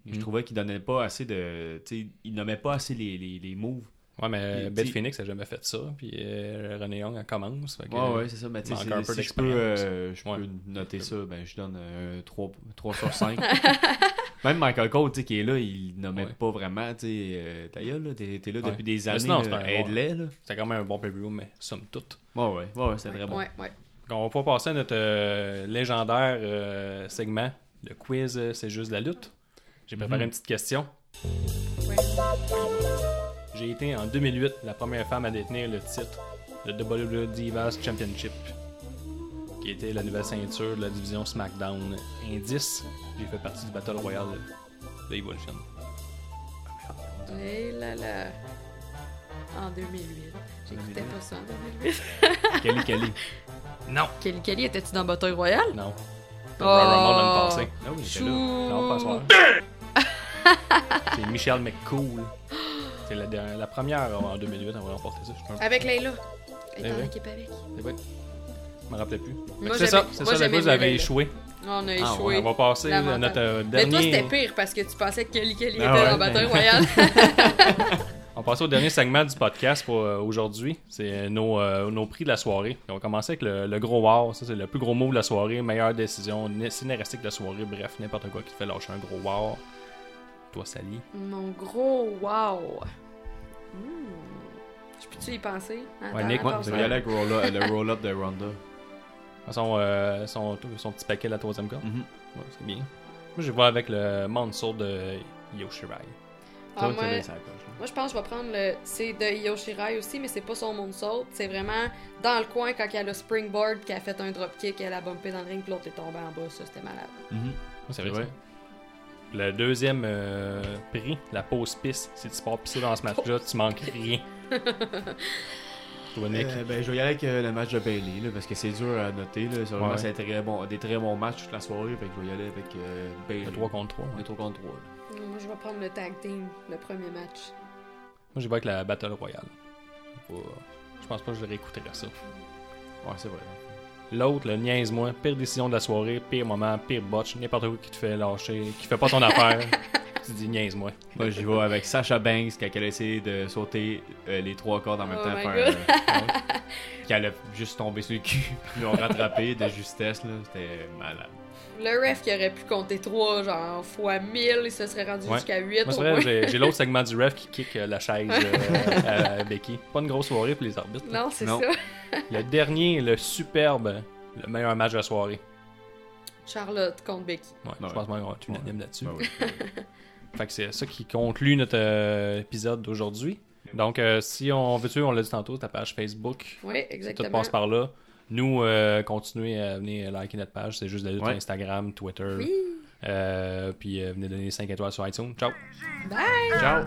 S4: Je
S3: Mm.
S4: trouvais qu'ils donnaient pas assez de. Tu sais, ils nommaient pas assez les, les, les moves.
S3: Ouais, mais
S4: Il
S3: Beth
S4: dit-
S3: Phoenix a jamais fait ça. Puis euh, René Young, elle commence. Fait que-
S4: Ouais, ouais, c'est ça. Mais tu sais,
S3: manque
S4: c'est-
S3: un
S4: si
S3: peu
S4: je peux, euh, je peux
S3: Ouais.
S4: noter ça, ben, je donne euh, 3, 3 sur 5. Même Michael Cole, tu sais, qui est là, il nommait
S3: Ouais.
S4: pas vraiment, tu sais, euh, ta gueule, là, t'es t'es là
S3: Ouais.
S4: depuis des
S3: Mais
S4: années,
S3: sinon, c'est un-
S4: là,
S3: ouais.
S4: aide-les, là.
S3: C'est quand même un bon pay-per-view, mais somme toute.
S4: Ouais, ouais, ouais, ouais, c'est très bon.
S5: Ouais, ouais.
S3: Donc, on va pouvoir passer à notre euh, légendaire euh, segment de quiz euh, C'est juste la lutte. J'ai préparé
S4: Mhm.
S3: une petite question.
S5: Ouais.
S3: J'ai été en 2008 la première femme à détenir le titre de WWE Divas Championship, qui était la nouvelle ceinture de la division SmackDown. Indice, j'ai fait partie du Battle Royale de Evolution.
S5: Et là, là. En 2008. J'écoutais pas ça en 2008.
S4: Kelly, Kelly.
S3: Non!
S5: Kelly Kelly, étais-tu dans Bataille Royale?
S3: Non.
S5: Oh.
S3: Le Royal Rumble l'année passée.
S4: Ah oui, il était
S5: Chou!
S4: là.
S3: Non, pas à soir. C'est Michelle McCool. C'est la, dernière- la première euh, en 2008 à avoir remporté ça. Je suis un-
S5: Avec Layla. Elle
S3: Eh
S5: est en
S3: oui.
S5: équipe avec.
S3: C'est vrai. Je me rappelais plus. Fait que
S5: Moi,
S3: C'est ça,
S5: j'aimais-
S3: c'est
S5: moi,
S3: ça, la
S5: j'aimais
S3: quiz avait
S5: mieux
S3: échoué.
S5: On a
S4: Ah,
S5: échoué.
S3: On va passer à
S5: Lamentable.
S3: notre euh,
S5: Mais toi,
S3: dernier.
S5: c'était pire parce que tu pensais que Kelly Kelly
S4: Ah
S5: était
S4: ouais,
S5: en Bataille
S4: mais-
S5: Royale.
S3: On passe au dernier segment du podcast pour euh, aujourd'hui. C'est euh, nos, euh, nos prix de la soirée. On va commencer avec le, le gros wow. Ça, c'est le plus gros mot de la soirée. Meilleure décision né- scénaristique de la soirée. Bref, n'importe quoi qui te fait lâcher un gros wow. Toi, Sally.
S5: Mon gros wow. Hmm. Je peux-tu y penser? Attends,
S3: Ouais, Nick,
S5: attends,
S4: Ouais,
S5: je
S4: je
S5: vais-
S4: vais y aller avec roll-up- le roll-up de Ronda.
S3: Son, euh, son, son petit paquet de la troisième corde.
S4: Mhm.
S3: Ouais, c'est bien. Moi, je vois avec le Mansour de Yoshirai.
S5: Ah,
S4: Ça,
S5: moi,
S4: c'est bien, ça accroche, hein. là.
S5: moi, je pense que je vais prendre le... C'est de Yoshirai aussi, mais c'est pas son moonsault. C'est vraiment dans le coin quand elle a le springboard, qu'elle a fait un dropkick, elle a bumpé dans le ring, puis l'autre est tombé en bas. Ça, c'était malade.
S4: Mhm.
S3: C'est
S4: C'est vrai.
S3: vrai. Le deuxième euh, prix, la pause piste. Si tu pars pisser dans ce match-là, tu manques rien. Toi, Nick.
S4: Euh, ben, je vais y aller avec euh, le match de Bailey là, parce que c'est dur à noter. Là. C'est vraiment
S3: Ouais.
S4: c'est un très bon, des très bons matchs toute la soirée. Fait que je vais y aller avec euh, Bailey.
S3: Le 3 contre 3.
S4: Le 3 contre 3.
S5: Hmm, Moi, je vais prendre le tag team, le premier match.
S3: Moi, j'y vais avec la Battle Royale. Pas- Je pense pas que je réécouterai ça.
S4: Ouais, c'est vrai.
S3: L'autre, le niaise-moi, pire décision de la soirée, pire moment, pire botch, n'importe quoi qui te fait lâcher, qui fait pas ton affaire. Tu dis niaise-moi.
S4: Moi, j'y vais avec Sasha Banks quand elle a essayé de sauter euh, les trois cordes en même
S5: Oh
S4: temps.
S5: my
S4: faire,
S5: God.
S4: euh, ouais. Puis elle a juste tombé sur le cul. Puis on rattrapé de justesse. Là. C'était malade.
S5: Le ref qui aurait pu compter 3, genre, fois 1000, il se serait rendu
S3: Ouais.
S5: jusqu'à 8.
S3: Moi, c'est vrai, j'ai- j'ai l'autre segment du ref qui kick euh, la chaise euh, à Becky. Pas une grosse soirée pour les arbitres. là.
S5: Non, c'est
S4: Non.
S5: ça.
S3: Le dernier, le superbe, le meilleur match de la soirée.
S5: Charlotte contre Becky.
S3: Ouais,
S4: Ouais.
S3: Je pense qu'on va être unanime là-dessus.
S4: Ben oui.
S3: Fait que c'est ça qui conclut notre euh, épisode d'aujourd'hui. Donc, euh, si on veut tuer, on l'a dit tantôt, ta page Facebook,
S5: Oui,
S3: tout
S5: exactement.
S3: passe par là. Nous, euh, continuez à venir liker notre page. C'est juste d'aller sur
S4: Ouais.
S3: Instagram, Twitter.
S5: Oui.
S3: Euh, puis euh, venez donner 5 étoiles sur iTunes. Ciao!
S5: Bye!
S4: Ciao!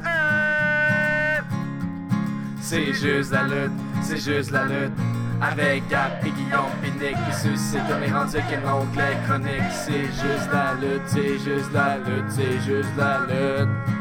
S2: C'est juste la lutte, c'est juste la lutte. Avec Gap et Guillaume Pinique qui suscite comme les rendus qu'un oncle chronique. C'est juste la lutte, c'est juste la lutte, c'est juste la lutte.